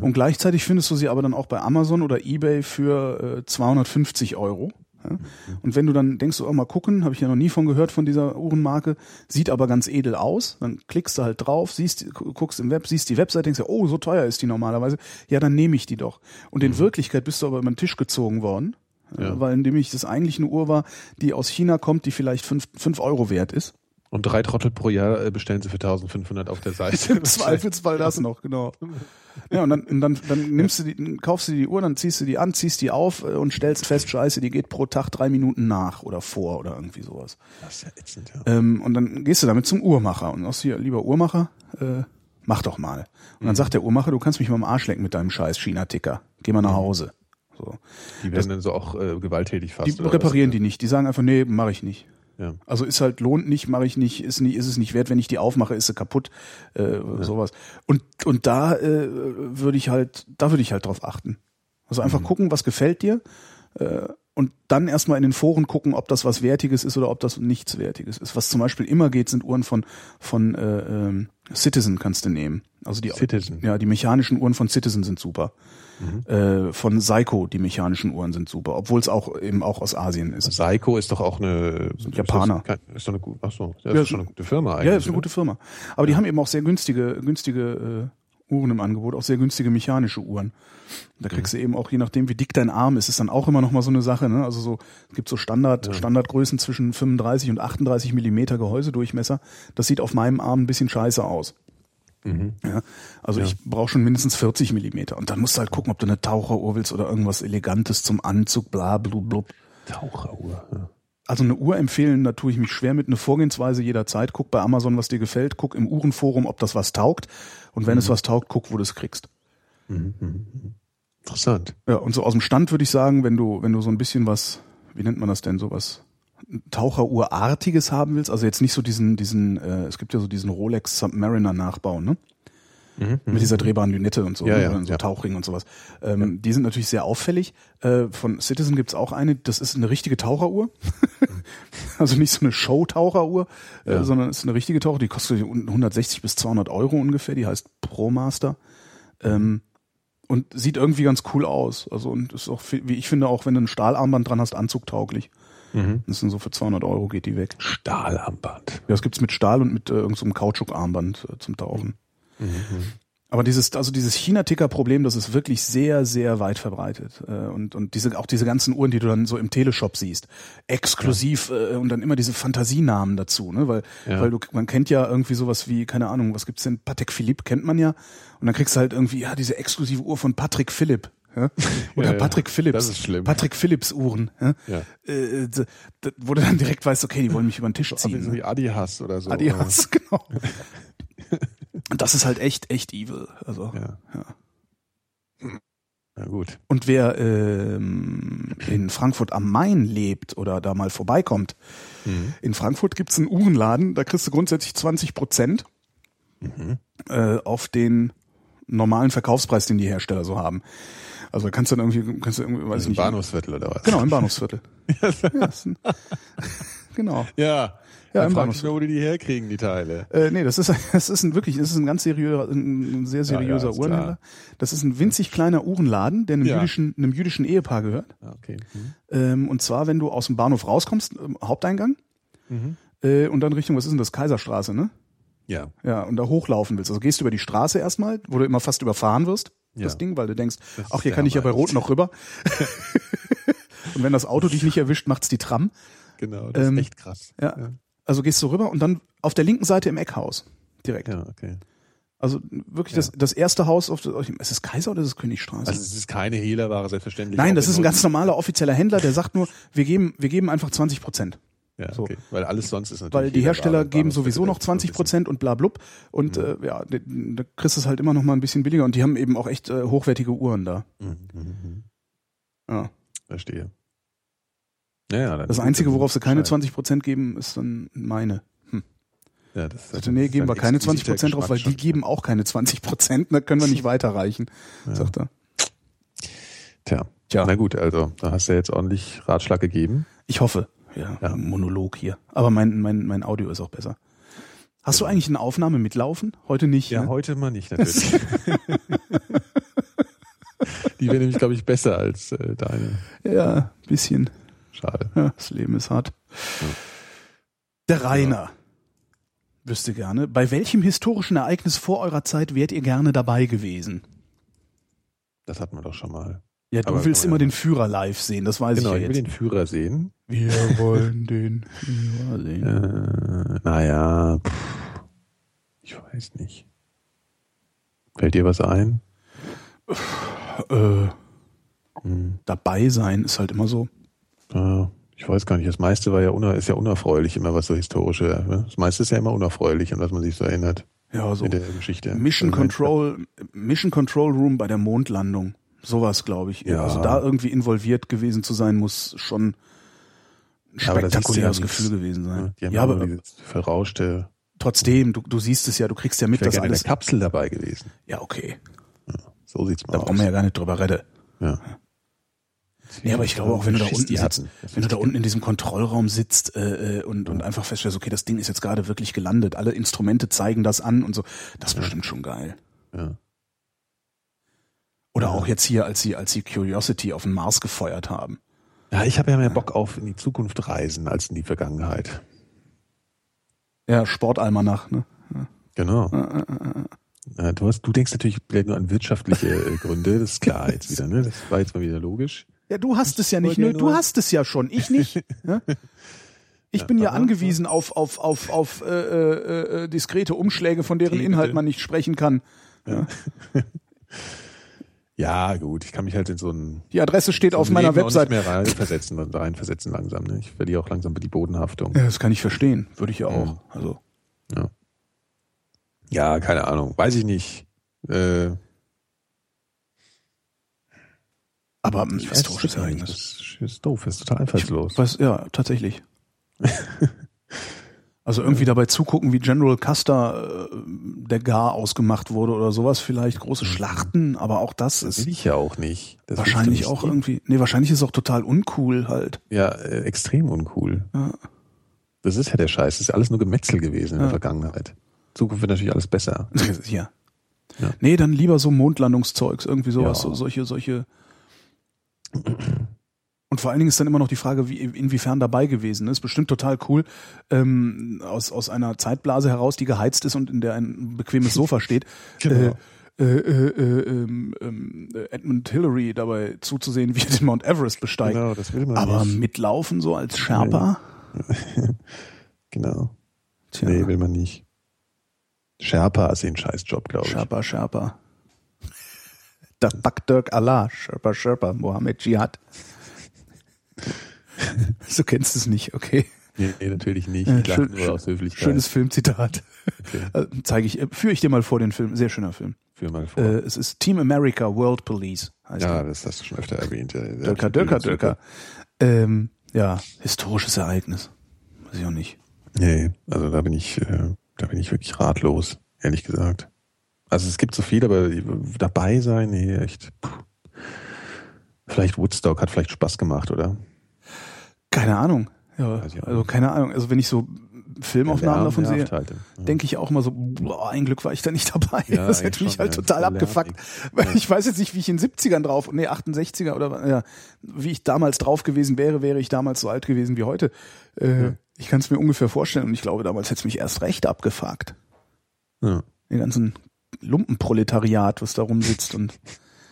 Speaker 1: Und gleichzeitig findest du sie aber dann auch bei Amazon oder eBay für äh, 250 Euro. Ja? Und wenn du dann denkst, oh, mal gucken, habe ich ja noch nie von gehört von dieser Uhrenmarke, sieht aber ganz edel aus, dann klickst du halt drauf, siehst, gu- guckst im Web, siehst die Website, denkst ja, oh, so teuer ist die normalerweise, ja, dann nehme ich die doch. Und in Wirklichkeit bist du aber über den Tisch gezogen worden,
Speaker 2: Ja.
Speaker 1: äh, weil nämlich das eigentlich eine Uhr war, die aus China kommt, die vielleicht fünf fünf Euro wert ist.
Speaker 2: Und drei Trottel pro Jahr äh, bestellen sie für 1500 auf der Seite.
Speaker 1: Im Zweifelsfall das noch, genau. Ja, und dann, und dann, dann nimmst du die, dann kaufst du dir die Uhr, dann ziehst du die an, ziehst die auf äh, und stellst fest, scheiße, die geht pro Tag drei Minuten nach oder vor oder irgendwie sowas.
Speaker 2: Das ist ja ätzend, ja.
Speaker 1: Ähm, und dann gehst du damit zum Uhrmacher und sagst hier, lieber Uhrmacher, äh, mach doch mal. Und dann sagt der Uhrmacher, du kannst mich mal am Arsch lecken mit deinem scheiß China-Ticker. Geh mal nach Hause. So.
Speaker 2: Die werden dann so auch äh, gewalttätig
Speaker 1: Die
Speaker 2: fast. oder was?
Speaker 1: reparieren die nicht. Die sagen einfach, nee, mache ich nicht.
Speaker 2: Ja.
Speaker 1: Also ist halt lohnt nicht, mache ich nicht, ist nicht, ist es nicht wert, wenn ich die aufmache, ist sie kaputt, äh, sowas. Und und da äh, würde ich halt, da würde ich halt drauf achten. Also einfach gucken, was gefällt dir äh, und dann erstmal in den Foren gucken, ob das was Wertiges ist oder ob das nichts Wertiges ist. Was zum Beispiel immer geht, sind Uhren von von äh, ähm, Citizen kannst du nehmen. Also die
Speaker 2: Citizen.
Speaker 1: ja, die mechanischen Uhren von Citizen sind super. Äh, von Seiko die mechanischen Uhren sind super, obwohl es auch eben auch aus Asien ist.
Speaker 2: Seiko ist doch auch eine
Speaker 1: Japaner.
Speaker 2: Ist, das, ist doch eine gute, ach so, das
Speaker 1: Ja,
Speaker 2: ist schon eine gute Firma eigentlich. ne?
Speaker 1: Ja, ist eine
Speaker 2: oder?
Speaker 1: gute Firma. Aber die haben eben auch sehr günstige, günstige äh, Uhren im Angebot, auch sehr günstige mechanische Uhren. Und da
Speaker 2: Mhm.
Speaker 1: kriegst du eben auch, je nachdem, wie dick dein Arm ist, ist dann auch immer noch mal so eine Sache. Ne? Also so, es gibt so Standard, Standardgrößen zwischen 35 und 38 Millimeter Gehäusedurchmesser. Das sieht auf meinem Arm ein bisschen scheiße aus.
Speaker 2: Mhm.
Speaker 1: Ja, also ich brauche schon mindestens 40 Millimeter. Und dann musst du halt gucken, ob du eine Taucheruhr willst oder irgendwas Elegantes zum Anzug, bla blub blub.
Speaker 2: Taucheruhr. Ja.
Speaker 1: Also eine Uhr empfehlen, da tue ich mich schwer mit. Eine Vorgehensweise jederzeit. Guck bei Amazon, was dir gefällt. Guck im Uhrenforum, ob das was taugt. Und wenn es was taugt, guck, wo du es kriegst.
Speaker 2: Interessant.
Speaker 1: Ja, und so aus dem Stand würde ich sagen, wenn du, wenn du so ein bisschen was, wie nennt man das denn, sowas Taucheruhrartiges haben willst, also jetzt nicht so diesen, diesen, äh, es gibt ja so diesen Rolex Submariner Nachbau, ne? Mit dieser drehbaren Lünette und so,
Speaker 2: Mhm, Ja,
Speaker 1: ne?
Speaker 2: ja,
Speaker 1: Und so
Speaker 2: ja.
Speaker 1: Tauchring und sowas. Ähm, Die sind natürlich sehr auffällig. Äh, von Citizen gibt's auch eine, das ist eine richtige Taucheruhr. also nicht so eine Show-Taucheruhr, äh,
Speaker 2: Ja.
Speaker 1: sondern ist eine richtige Taucher, die kostet 160 bis 200 Euro ungefähr, die heißt ProMaster. Ähm, und sieht irgendwie ganz cool aus. Also und ist auch, viel- wie ich finde, auch wenn du ein Stahlarmband dran hast, anzugtauglich. Das sind so für 200 Euro geht die weg.
Speaker 2: Mhm. Stahlarmband.
Speaker 1: Ja, das gibt's mit Stahl und mit äh, irgendeinem so einem Kautschukarmband äh, zum Tauchen.
Speaker 2: Mhm.
Speaker 1: Aber dieses, also dieses China-Ticker-Problem, das ist wirklich sehr, sehr weit verbreitet. Äh, Und, und diese, auch diese ganzen Uhren, die du dann so im Teleshop siehst, exklusiv äh, und dann immer diese Fantasienamen dazu, ne? Weil,
Speaker 2: Ja.
Speaker 1: weil du, man kennt ja irgendwie sowas wie, keine Ahnung, was gibt's denn? Patek Philipp kennt man ja. Und dann kriegst du halt irgendwie, ja, diese exklusive Uhr von Patrick Philipp. Ja? Oder
Speaker 2: Ja, ja.
Speaker 1: Patrick Philips.
Speaker 2: Das ist schlimm.
Speaker 1: Patrick Philips Uhren. Ja?
Speaker 2: Ja.
Speaker 1: Äh, d- d- wo du dann direkt weißt, okay, die wollen mich über den Tisch ziehen.
Speaker 2: Also
Speaker 1: ne?
Speaker 2: wie Adidas oder so.
Speaker 1: Adidas, genau. Und das ist halt echt, echt evil. Also.
Speaker 2: Ja. Na gut.
Speaker 1: Und wer ähm, in Frankfurt am Main lebt oder da mal vorbeikommt, in Frankfurt gibt's einen Uhrenladen, da kriegst du grundsätzlich 20 Prozent
Speaker 2: Mhm.
Speaker 1: äh, auf den normalen Verkaufspreis, den die Hersteller so haben. Also da kannst du dann irgendwie, kannst du irgendwie, weiß
Speaker 2: Also
Speaker 1: ich
Speaker 2: im
Speaker 1: nicht.
Speaker 2: Bahnhofsviertel oder was?
Speaker 1: Genau, im Bahnhofsviertel. ja, ist ein, genau.
Speaker 2: Ja.
Speaker 1: Ja,
Speaker 2: Ja,
Speaker 1: im
Speaker 2: dann frag
Speaker 1: Bahnhof.
Speaker 2: ich mir, wo die die herkriegen, die Teile.
Speaker 1: Äh, nee, das ist, das ist ein wirklich, das ist ein ganz seriöser, ein ein sehr
Speaker 2: Ja, ja,
Speaker 1: seriöser
Speaker 2: ist
Speaker 1: Uhrenhändler.
Speaker 2: klar.
Speaker 1: Das ist ein winzig kleiner Uhrenladen, der einem
Speaker 2: Ja.
Speaker 1: jüdischen, einem jüdischen Ehepaar gehört.
Speaker 2: Ah, Okay. Mhm.
Speaker 1: Ähm, und zwar, wenn du aus dem Bahnhof rauskommst, ähm, Haupteingang,
Speaker 2: Mhm.
Speaker 1: äh, und dann Richtung, was ist denn das? Kaiserstraße, ne?
Speaker 2: Ja.
Speaker 1: Ja, und da hochlaufen willst. Also gehst du über die Straße erstmal, wo du immer fast überfahren wirst,
Speaker 2: Ja.
Speaker 1: das Ding, weil du denkst,
Speaker 2: Das
Speaker 1: ach,
Speaker 2: ist
Speaker 1: hier
Speaker 2: der
Speaker 1: kann ich ja bei
Speaker 2: Hammer.
Speaker 1: Rot noch rüber. und wenn das Auto dich nicht erwischt, macht's die Tram.
Speaker 2: Genau. Das
Speaker 1: Ähm,
Speaker 2: ist echt krass.
Speaker 1: Ja.
Speaker 2: Ja.
Speaker 1: Also gehst du rüber und dann auf der linken Seite im Eckhaus. Direkt.
Speaker 2: Ja, okay.
Speaker 1: Also wirklich das, das erste Haus auf der. Ist es Kaiser oder ist es Königstraße?
Speaker 2: Also es ist keine Hehlerware, selbstverständlich.
Speaker 1: Nein,
Speaker 2: Auch
Speaker 1: das
Speaker 2: in
Speaker 1: ist ein
Speaker 2: Nord-
Speaker 1: ganz normaler offizieller Händler, der sagt nur, wir geben, wir geben einfach 20 Prozent.
Speaker 2: Ja,
Speaker 1: so.
Speaker 2: okay. Weil alles sonst ist natürlich.
Speaker 1: Weil die
Speaker 2: Hehlerware. also
Speaker 1: Hersteller geben
Speaker 2: Bahnhofsviertel
Speaker 1: sowieso noch
Speaker 2: ist
Speaker 1: 20
Speaker 2: so ein bisschen-
Speaker 1: Prozent und bla blub. Und äh, ja, da- da kriegst du es halt immer noch mal ein bisschen billiger. Und die haben eben auch echt äh, hochwertige Uhren da. Ja.
Speaker 2: Mhm, Verstehe. Naja, dann
Speaker 1: Das Einzige, worauf sie keine
Speaker 2: Scheiße.
Speaker 1: 20 Prozent geben, ist dann meine.
Speaker 2: Ja, das,
Speaker 1: Sagte, nee, geben wir keine 20 Prozent drauf,
Speaker 2: drauf,
Speaker 1: weil die geben auch keine 20 Prozent. Da können wir nicht weiterreichen, sagt er.
Speaker 2: Tja.
Speaker 1: Tja.
Speaker 2: Na gut, also da hast du ja jetzt ordentlich Ratschlag gegeben.
Speaker 1: Ich hoffe. Ja,
Speaker 2: Ja.
Speaker 1: Monolog hier. Aber mein, mein, mein Audio ist auch besser. Hast du eigentlich eine Aufnahme mitlaufen? Heute nicht. ne?
Speaker 2: heute mal nicht natürlich. die wäre nämlich, glaube ich, besser als äh, deine.
Speaker 1: ja ein bisschen.
Speaker 2: Schade.
Speaker 1: Ja, das Leben ist hart. Der Rainer wüsste gerne, bei welchem historischen Ereignis vor eurer Zeit wärt ihr gerne dabei gewesen?
Speaker 2: Das hatten wir doch schon mal.
Speaker 1: Ja, du
Speaker 2: Aber
Speaker 1: willst
Speaker 2: kann
Speaker 1: immer
Speaker 2: man ja-
Speaker 1: den Führer live sehen, das weiß
Speaker 2: Genau,
Speaker 1: ich
Speaker 2: ich
Speaker 1: ja
Speaker 2: will
Speaker 1: jetzt.
Speaker 2: den Führer sehen.
Speaker 1: Wir wollen den Führer sehen.
Speaker 2: Äh, naja, pff, ich weiß nicht. Fällt dir was ein?
Speaker 1: Äh,
Speaker 2: Mhm.
Speaker 1: Dabei sein ist halt immer so.
Speaker 2: Ja, Äh, ich weiß gar nicht. Das meiste war ja uner, ist ja unerfreulich, immer was so historische. Ne? Das meiste ist ja immer unerfreulich, an was man sich so erinnert.
Speaker 1: Ja, so.
Speaker 2: in der Geschichte.
Speaker 1: Mission
Speaker 2: Also,
Speaker 1: Control, Mission Control Room bei der Mondlandung. Sowas, glaube ich.
Speaker 2: Ja.
Speaker 1: Also da irgendwie involviert gewesen zu sein, muss schon ein
Speaker 2: Ja, aber da siehst du
Speaker 1: spektakuläres
Speaker 2: ja nichts.
Speaker 1: Gefühl gewesen
Speaker 2: ne,
Speaker 1: sein.
Speaker 2: Die
Speaker 1: Ja,
Speaker 2: haben
Speaker 1: aber
Speaker 2: aber dieses verrauschte,
Speaker 1: trotzdem, du, du siehst es ja, du kriegst ja
Speaker 2: ich
Speaker 1: mit,
Speaker 2: wäre
Speaker 1: dass
Speaker 2: gerne in der
Speaker 1: alles.
Speaker 2: Kapsel dabei gewesen.
Speaker 1: Ja, okay.
Speaker 2: So sieht's mal
Speaker 1: Da
Speaker 2: aus.
Speaker 1: brauchen wir ja gar nicht drüber reden.
Speaker 2: Ja.
Speaker 1: Ja, aber ich glaube auch, wenn du da
Speaker 2: Schiss,
Speaker 1: unten
Speaker 2: die
Speaker 1: sitzt,
Speaker 2: hatten. Das
Speaker 1: wenn du
Speaker 2: ist
Speaker 1: da unten in diesem Kontrollraum sitzt äh, äh, und, und einfach feststellst, okay, das Ding ist jetzt gerade wirklich gelandet, alle Instrumente zeigen das an und so, das ist bestimmt schon geil.
Speaker 2: Ja.
Speaker 1: Oder
Speaker 2: Ja.
Speaker 1: auch jetzt hier, als sie, als sie Curiosity auf den Mars gefeuert haben.
Speaker 2: Ja, ich habe ja mehr Bock auf in die Zukunft reisen als in die Vergangenheit.
Speaker 1: Ja, Sportalmanach, ne?
Speaker 2: Genau.
Speaker 1: Ah,
Speaker 2: Ja, du, hast, du denkst natürlich vielleicht nur an wirtschaftliche äh, Gründe, das ist klar jetzt wieder, ne? Das war jetzt mal wieder logisch.
Speaker 1: Ja, du hast es ja nicht,
Speaker 2: wollte ja
Speaker 1: nö, du
Speaker 2: nur-
Speaker 1: hast es ja schon, ich nicht. ne? Ich bin ja angewiesen auf, auf, auf, auf äh, äh, äh, diskrete Umschläge, von deren
Speaker 2: Die
Speaker 1: Inhalt
Speaker 2: bitte.
Speaker 1: man nicht sprechen kann.
Speaker 2: Ja, gut, ich kann mich halt in so ein
Speaker 1: Die Adresse steht auf
Speaker 2: Leben
Speaker 1: meiner
Speaker 2: auch nicht
Speaker 1: Website.
Speaker 2: mehr reinversetzen und reinversetzen langsam, ne? Ich verliere auch langsam die Bodenhaftung.
Speaker 1: Ja, das kann ich verstehen, würde ich ja auch. Also.
Speaker 2: Ja, keine Ahnung, weiß ich nicht. Äh,
Speaker 1: Aber hm, ein
Speaker 2: ich weiß
Speaker 1: historisches
Speaker 2: es nicht.
Speaker 1: Ereignis.
Speaker 2: Das ist, ist doof, ist total einfallslos.
Speaker 1: Was, ja, tatsächlich. also irgendwie dabei zugucken, wie General Custer äh, der Gar ausgemacht wurde oder sowas vielleicht. Große Schlachten, aber auch das
Speaker 2: Das will
Speaker 1: ist
Speaker 2: ich Mhm. ja auch nicht. Das
Speaker 1: wahrscheinlich
Speaker 2: willst du
Speaker 1: auch
Speaker 2: nicht.
Speaker 1: irgendwie. Nee, wahrscheinlich ist es auch total uncool halt.
Speaker 2: Ja, äh, extrem uncool.
Speaker 1: Ja.
Speaker 2: Das ist ja der Scheiß. Das ist ja alles nur Gemetzel gewesen in
Speaker 1: Ja.
Speaker 2: der Vergangenheit. Zukunft wird natürlich alles besser.
Speaker 1: ja.
Speaker 2: Ja.
Speaker 1: Nee, dann lieber so Mondlandungszeugs, irgendwie sowas,
Speaker 2: Ja.
Speaker 1: so, solche, solche. Und vor allen Dingen ist dann immer noch die Frage, wie, inwiefern dabei gewesen ist. Bestimmt total cool, ähm, aus, aus einer Zeitblase heraus, die geheizt ist und in der ein bequemes Sofa steht.
Speaker 2: Genau.
Speaker 1: Äh, äh, äh, ähm, ähm, äh, Edmund Hillary dabei zuzusehen, wie er den Mount Everest besteigt.
Speaker 2: Genau, das will man
Speaker 1: Aber
Speaker 2: nicht.
Speaker 1: mitlaufen so als Sherpa?
Speaker 2: Genau.
Speaker 1: Tja,
Speaker 2: Nee, will man nicht. Sherpa ist eh ein Scheißjob, glaube ich.
Speaker 1: Sherpa, Sherpa. Da backt Dirk Allah, Sherpa, Sherpa, Mohammed Jihad. so kennst du es nicht, okay.
Speaker 2: Nee, nee, natürlich nicht.
Speaker 1: Äh,
Speaker 2: Ich lache
Speaker 1: schön-
Speaker 2: nur aus Höflichkeit.
Speaker 1: Schönes Filmzitat.
Speaker 2: Okay.
Speaker 1: Äh, Zeige ich, äh, führe ich dir mal vor den Film, sehr schöner Film.
Speaker 2: Führ mal vor.
Speaker 1: Äh, es ist Team America World Police, heißt er.
Speaker 2: ja, das hast du schon öfter erwähnt. Ja,
Speaker 1: Döcker, Döcker, Döcker. Ähm, ja, historisches Ereignis. Weiß ich auch nicht.
Speaker 2: Nee, also da bin ich, äh, da bin ich wirklich ratlos, ehrlich gesagt. Also es gibt so viel, aber dabei sein, nee, echt. puh. Vielleicht Woodstock hat vielleicht Spaß gemacht, oder?
Speaker 1: Keine Ahnung. Ja,
Speaker 2: Weiß ich auch
Speaker 1: also
Speaker 2: nicht.
Speaker 1: keine Ahnung. Also wenn ich so Filmaufnahmen davon sehe,
Speaker 2: Halte. Ja.
Speaker 1: Mhm. denke ich auch mal so, boah, ein Glück war ich da nicht dabei.
Speaker 2: Ja,
Speaker 1: das
Speaker 2: eigentlich
Speaker 1: hätte mich
Speaker 2: schon,
Speaker 1: halt
Speaker 2: ja.
Speaker 1: total
Speaker 2: Voll
Speaker 1: abgefuckt. Weil
Speaker 2: nervig. Ja.
Speaker 1: ich weiß jetzt nicht, wie ich in 70ern drauf, nee, 68er oder was, ja, wie ich damals drauf gewesen wäre, wäre ich damals so alt gewesen wie heute. Äh, Ich kann es mir ungefähr vorstellen und ich glaube, damals hätte es mich erst recht abgefuckt.
Speaker 2: Ja.
Speaker 1: Den ganzen Lumpenproletariat, was da rumsitzt und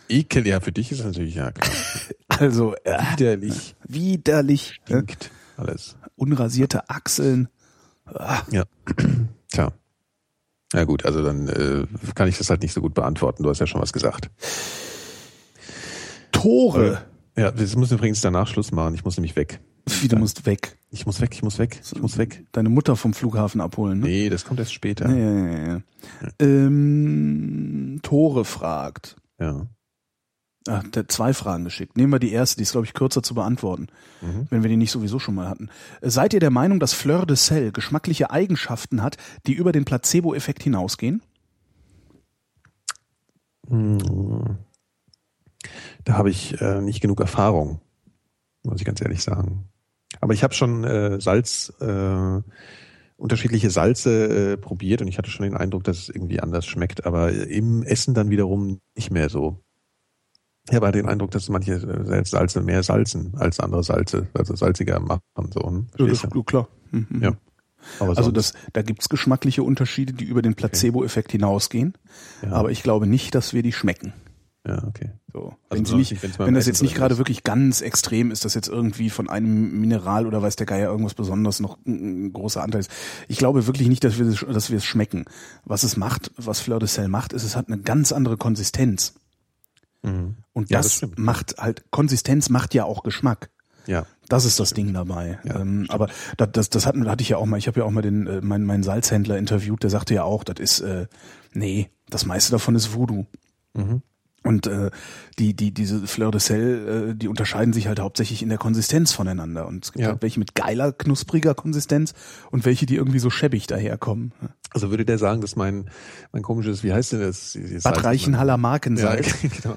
Speaker 2: Ekel, ja, für dich ist natürlich ja klar.
Speaker 1: also äh,
Speaker 2: Widerlich
Speaker 1: widerlich. Ne?
Speaker 2: stinkt alles.
Speaker 1: Unrasierte Achseln.
Speaker 2: Ja. Tja. Ja gut, also dann äh, kann ich das halt nicht so gut beantworten. Du hast ja schon was gesagt.
Speaker 1: Tore.
Speaker 2: Ja, wir müssen übrigens danach Schluss machen. Ich muss nämlich weg.
Speaker 1: Wie, du musst weg.
Speaker 2: Ich muss weg, ich muss weg, Äh. ich muss weg.
Speaker 1: Deine Mutter vom Flughafen abholen. Ne?
Speaker 2: Nee, das kommt erst später.
Speaker 1: Ja, ja, ja, ja. Ähm, Tore fragt.
Speaker 2: Ja.
Speaker 1: Ah, der hat zwei Fragen geschickt. Nehmen wir die erste, die ist, glaube ich, kürzer zu beantworten,
Speaker 2: Mhm.
Speaker 1: wenn wir die nicht sowieso schon mal hatten. Äh, Seid ihr der Meinung, dass Fleur de Sel geschmackliche Eigenschaften hat, die über den Placebo-Effekt hinausgehen?
Speaker 2: Hm. Da habe ich äh, nicht genug Erfahrung, muss ich ganz ehrlich sagen. Aber ich habe schon äh, Salz, äh, unterschiedliche Salze äh, probiert und ich hatte schon den Eindruck, dass es irgendwie anders schmeckt, aber im Essen dann wiederum nicht mehr so. Ich habe halt den Eindruck, dass manche äh, Salze mehr salzen als andere Salze, also salziger machen. So, hm? Verstehst du?
Speaker 1: klar. Mhm.
Speaker 2: Ja. Aber
Speaker 1: Also das,
Speaker 2: sonst-
Speaker 1: da gibt's geschmackliche Unterschiede, die über den Placebo-Effekt hinausgehen.
Speaker 2: ja,
Speaker 1: Aber ich glaube nicht, dass wir die schmecken.
Speaker 2: ja, okay.
Speaker 1: So.
Speaker 2: Also
Speaker 1: wenn sie
Speaker 2: besonders
Speaker 1: nicht,
Speaker 2: nicht, wenn's mal
Speaker 1: wenn
Speaker 2: im
Speaker 1: das
Speaker 2: Essen
Speaker 1: jetzt nicht
Speaker 2: drin
Speaker 1: gerade
Speaker 2: ist.
Speaker 1: wirklich ganz extrem ist, dass jetzt irgendwie von einem Mineral oder weiß der Geier irgendwas besonders noch ein ein großer Anteil ist. Ich glaube wirklich nicht, dass wir es, dass wir es schmecken. Was es macht, was Fleur de Sel macht, ist, es hat eine ganz andere Konsistenz.
Speaker 2: Mhm.
Speaker 1: Und
Speaker 2: Ja, das
Speaker 1: das,
Speaker 2: stimmt.
Speaker 1: macht halt, Konsistenz macht ja auch Geschmack.
Speaker 2: Ja.
Speaker 1: Das ist das Ding dabei.
Speaker 2: Ja,
Speaker 1: ähm, aber das, das, das hatten, hatte ich ja auch mal. Ich habe ja auch mal den äh, meinen, meinen Salzhändler interviewt. Der sagte ja auch, das ist äh, nee, das meiste davon ist Voodoo.
Speaker 2: Mhm.
Speaker 1: Und äh, die die diese Fleur de Sel, äh, die unterscheiden sich halt hauptsächlich in der Konsistenz voneinander. Und es gibt
Speaker 2: Ja.
Speaker 1: halt welche mit geiler knuspriger Konsistenz und welche die irgendwie so schäbig daherkommen.
Speaker 2: Also würde der sagen, dass mein, mein komisches, wie heißt denn das? Dieses
Speaker 1: Bad
Speaker 2: Salz-
Speaker 1: Reichenhaller
Speaker 2: Ja,
Speaker 1: Markensalz.
Speaker 2: genau.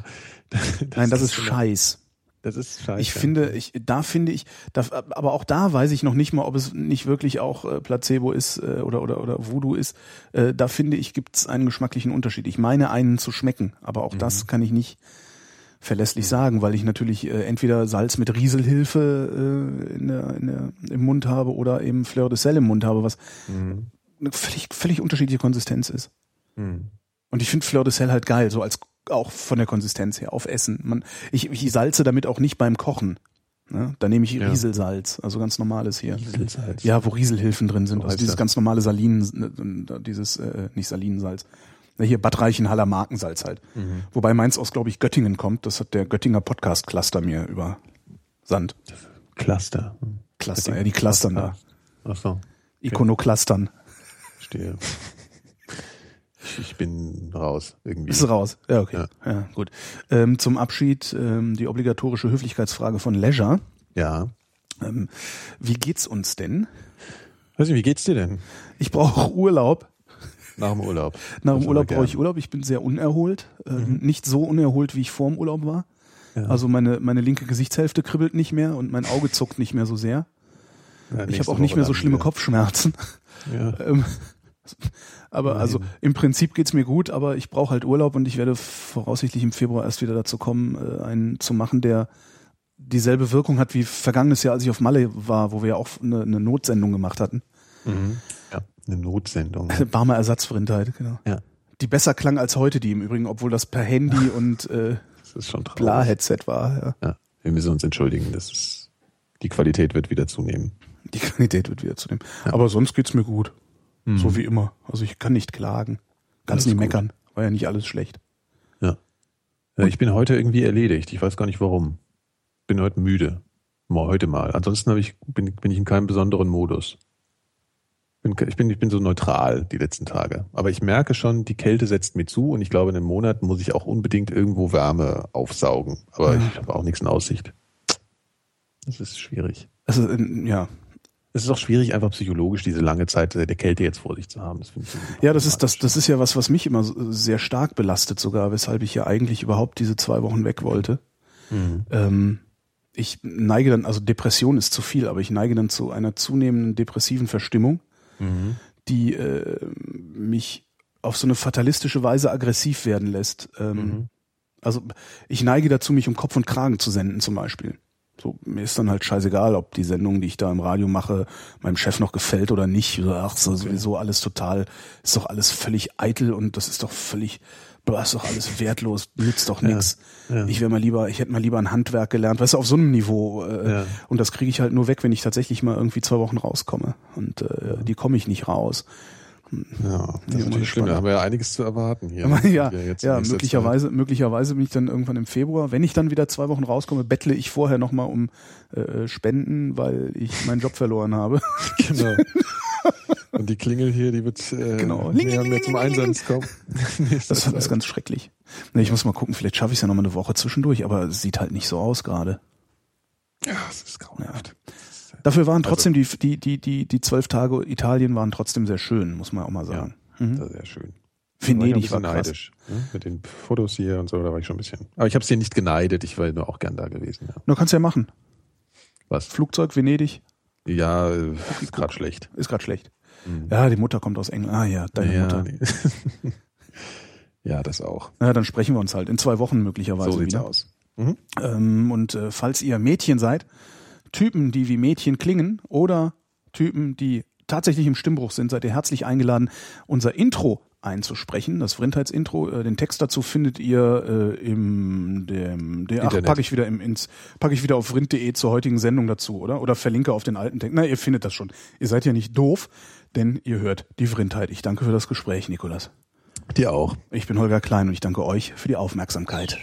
Speaker 1: Nein, das ist Scheiß.
Speaker 2: Das ist scheiße.
Speaker 1: Ich finde, ich, da finde ich, da, aber auch da weiß ich noch nicht mal, ob es nicht wirklich auch äh, Placebo ist äh, oder, oder, oder Voodoo ist. Äh, da finde ich, gibt es einen geschmacklichen Unterschied. Ich meine, einen zu schmecken, aber auch das kann ich nicht verlässlich sagen, weil ich natürlich äh, entweder Salz mit Rieselhilfe äh, in der, in der, im Mund habe oder eben Fleur de Sel im Mund habe, was eine völlig, völlig unterschiedliche Konsistenz ist.
Speaker 2: Hm.
Speaker 1: Und ich finde Fleur de Sel halt geil, so als auch von der Konsistenz her, auf Essen. Man, ich, ich salze damit auch nicht beim Kochen. Ne? Da nehme ich
Speaker 2: Ja.
Speaker 1: Rieselsalz, also ganz normales hier.
Speaker 2: Rieselsalz.
Speaker 1: Ja, wo Rieselhilfen drin sind.
Speaker 2: So
Speaker 1: also
Speaker 2: heißt
Speaker 1: dieses
Speaker 2: das.
Speaker 1: ganz normale Salinen, ne, dieses, äh, nicht Salinensalz. Na, Hier Bad Reichenhaller Markensalz halt.
Speaker 2: Mhm.
Speaker 1: Wobei meins aus, glaube ich, Göttingen kommt. Das hat der Göttinger Podcast-Cluster mir übersandt.
Speaker 2: Cluster. Hm.
Speaker 1: Cluster, ja, die clustern da.
Speaker 2: Ach so,
Speaker 1: Ikonoclustern.
Speaker 2: verstehe. Ich- Ich bin raus irgendwie.
Speaker 1: Ist raus. Ja, okay.
Speaker 2: Ja.
Speaker 1: Ja, gut. Ähm, zum Abschied ähm, die obligatorische Höflichkeitsfrage von Leisure.
Speaker 2: Ja.
Speaker 1: Ähm, wie geht's uns denn?
Speaker 2: Weiß nicht, wie geht's dir denn
Speaker 1: Ich brauche Urlaub.
Speaker 2: nach dem Urlaub?
Speaker 1: Nach
Speaker 2: Das
Speaker 1: dem Urlaub
Speaker 2: aber
Speaker 1: brauche ich
Speaker 2: gern.
Speaker 1: Urlaub. Ich bin sehr unerholt. Ähm, Nicht so unerholt, wie ich vor dem Urlaub war. Also meine, meine linke Gesichtshälfte kribbelt nicht mehr und mein Auge zuckt nicht mehr so sehr.
Speaker 2: Ja,
Speaker 1: Ich
Speaker 2: nächste
Speaker 1: habe auch nicht
Speaker 2: Woche
Speaker 1: mehr so
Speaker 2: dann
Speaker 1: schlimme
Speaker 2: wieder.
Speaker 1: Kopfschmerzen.
Speaker 2: Ja.
Speaker 1: Ähm, aber also im Prinzip geht's mir gut, aber ich brauche halt Urlaub und ich werde voraussichtlich im Februar erst wieder dazu kommen, äh, einen zu machen, der dieselbe Wirkung hat wie vergangenes Jahr, als ich auf Malle war, wo wir ja auch eine, eine Notsendung gemacht hatten.
Speaker 2: Mhm. ja. Eine Notsendung.
Speaker 1: Barmer Ersatz für Rindheit, genau.
Speaker 2: ja.
Speaker 1: Die besser klang als heute die im Übrigen, obwohl das per Handy und äh,
Speaker 2: Das ist schon traurig.
Speaker 1: Bla-Headset war. Ja.
Speaker 2: Ja. Wir müssen uns entschuldigen. Das ist, die Qualität wird wieder zunehmen.
Speaker 1: Die Qualität wird wieder zunehmen. Aber sonst geht's mir gut. So wie immer. Also ich kann nicht klagen.
Speaker 2: Das
Speaker 1: Kannst
Speaker 2: ist
Speaker 1: nicht
Speaker 2: gut.
Speaker 1: meckern. War ja nicht alles schlecht.
Speaker 2: Ja. ja Äh, ich bin heute irgendwie erledigt. Ich weiß gar nicht warum. Bin heute müde. Mal heute mal. Ansonsten hab ich, bin, bin ich in keinem besonderen Modus. Bin, ke- ich, bin, ich bin so neutral die letzten Tage. Aber ich merke schon, die Kälte setzt mir zu und ich glaube, in einem Monat muss ich auch unbedingt irgendwo Wärme aufsaugen. Aber ich habe auch nichts in Aussicht. Das ist schwierig.
Speaker 1: Also, ähm, ja.
Speaker 2: Es ist auch schwierig, einfach psychologisch diese lange Zeit der Kälte jetzt vor sich zu haben. Das finde ich irgendwie
Speaker 1: Ja, das ist, das,
Speaker 2: problematisch.
Speaker 1: das ist ja was, was mich immer so- sehr stark belastet sogar, weshalb ich ja eigentlich überhaupt diese zwei Wochen weg wollte. Ähm, ich neige dann, also Depression ist zu viel, aber ich neige dann zu einer zunehmenden depressiven Verstimmung, Mhm. die äh, mich auf so eine fatalistische Weise aggressiv werden lässt. Ähm, Also ich neige dazu, mich um Kopf und Kragen zu senden zum Beispiel. So, mir ist dann halt scheißegal, ob die Sendung, die ich da im Radio mache, meinem Chef noch gefällt oder nicht. So, Ach, so sowieso alles total, ist doch alles völlig eitel und das ist doch völlig, boah, ist doch alles wertlos, nützt doch nix. Ich wäre mal lieber, ich hätte mal lieber ein Handwerk gelernt, weißt du, auf so einem Niveau. Äh,
Speaker 2: Ja.
Speaker 1: Und das kriege ich halt nur weg, wenn ich tatsächlich mal irgendwie zwei Wochen rauskomme. Und äh, die komme ich nicht raus.
Speaker 2: Ja, das
Speaker 1: bin
Speaker 2: ist
Speaker 1: mal
Speaker 2: natürlich schlimm.
Speaker 1: gespannt.
Speaker 2: Da haben wir ja einiges zu erwarten hier.
Speaker 1: Ja, ja,
Speaker 2: jetzt in
Speaker 1: ja
Speaker 2: nächster
Speaker 1: möglicherweise, möglicherweise bin ich dann irgendwann im Februar. Wenn ich dann wieder zwei Wochen rauskomme, bettle ich vorher nochmal um äh, Spenden, weil ich meinen Job verloren habe.
Speaker 2: Zeit. Genau. Und die Klingel hier, die wird äh,
Speaker 1: Genau. Ling,
Speaker 2: mehr,
Speaker 1: ling,
Speaker 2: mehr
Speaker 1: ling,
Speaker 2: zum
Speaker 1: ling, ling,
Speaker 2: Einsatz kommen.
Speaker 1: Das fand ich ganz schrecklich. Nee, ich muss mal gucken, vielleicht schaffe ich es ja nochmal eine Woche zwischendurch, aber es sieht halt nicht so aus gerade.
Speaker 2: Ja, das ist grauenhaft. Also
Speaker 1: Dafür waren trotzdem die, die, die, die, die zwölf Tage Italien waren trotzdem sehr schön, muss man auch mal sagen.
Speaker 2: Das ist sehr schön.
Speaker 1: Mhm. Venedig
Speaker 2: Da
Speaker 1: war
Speaker 2: ich auch ein bisschen
Speaker 1: krass.
Speaker 2: neidisch. Ne? Mit den Fotos hier und so, da war ich schon ein bisschen. Aber ich habe es dir nicht geneidet, ich wäre nur auch gern da gewesen. Ja.
Speaker 1: Na, kannst ja machen.
Speaker 2: Was?
Speaker 1: Flugzeug, Venedig,
Speaker 2: Ja, äh, ist gerade schlecht.
Speaker 1: ist gerade schlecht.
Speaker 2: Mhm.
Speaker 1: Ja, die Mutter kommt aus England. Ah ja, deine Mutter.
Speaker 2: nee. ja, das auch.
Speaker 1: Na, dann sprechen wir uns halt in zwei Wochen möglicherweise
Speaker 2: so sieht's
Speaker 1: wieder.
Speaker 2: aus. Mhm.
Speaker 1: Ähm, und äh, falls ihr Mädchen seid, Typen, die wie Mädchen klingen oder Typen, die tatsächlich im Stimmbruch sind, seid ihr herzlich eingeladen, unser Intro einzusprechen, das Vrindheitsintro. Äh, den Text dazu findet ihr äh, im dem, der, ach,
Speaker 2: Internet.
Speaker 1: packe ich wieder im ins, packe ich wieder auf vrind.de zur heutigen Sendung dazu, oder? Oder verlinke auf den alten Text. Na, ihr findet das schon. Ihr seid ja nicht doof, denn ihr hört die Vrindheit. Ich danke für das Gespräch, Nikolas.
Speaker 2: Dir auch.
Speaker 1: Ich bin Holger Klein und ich danke euch für die Aufmerksamkeit.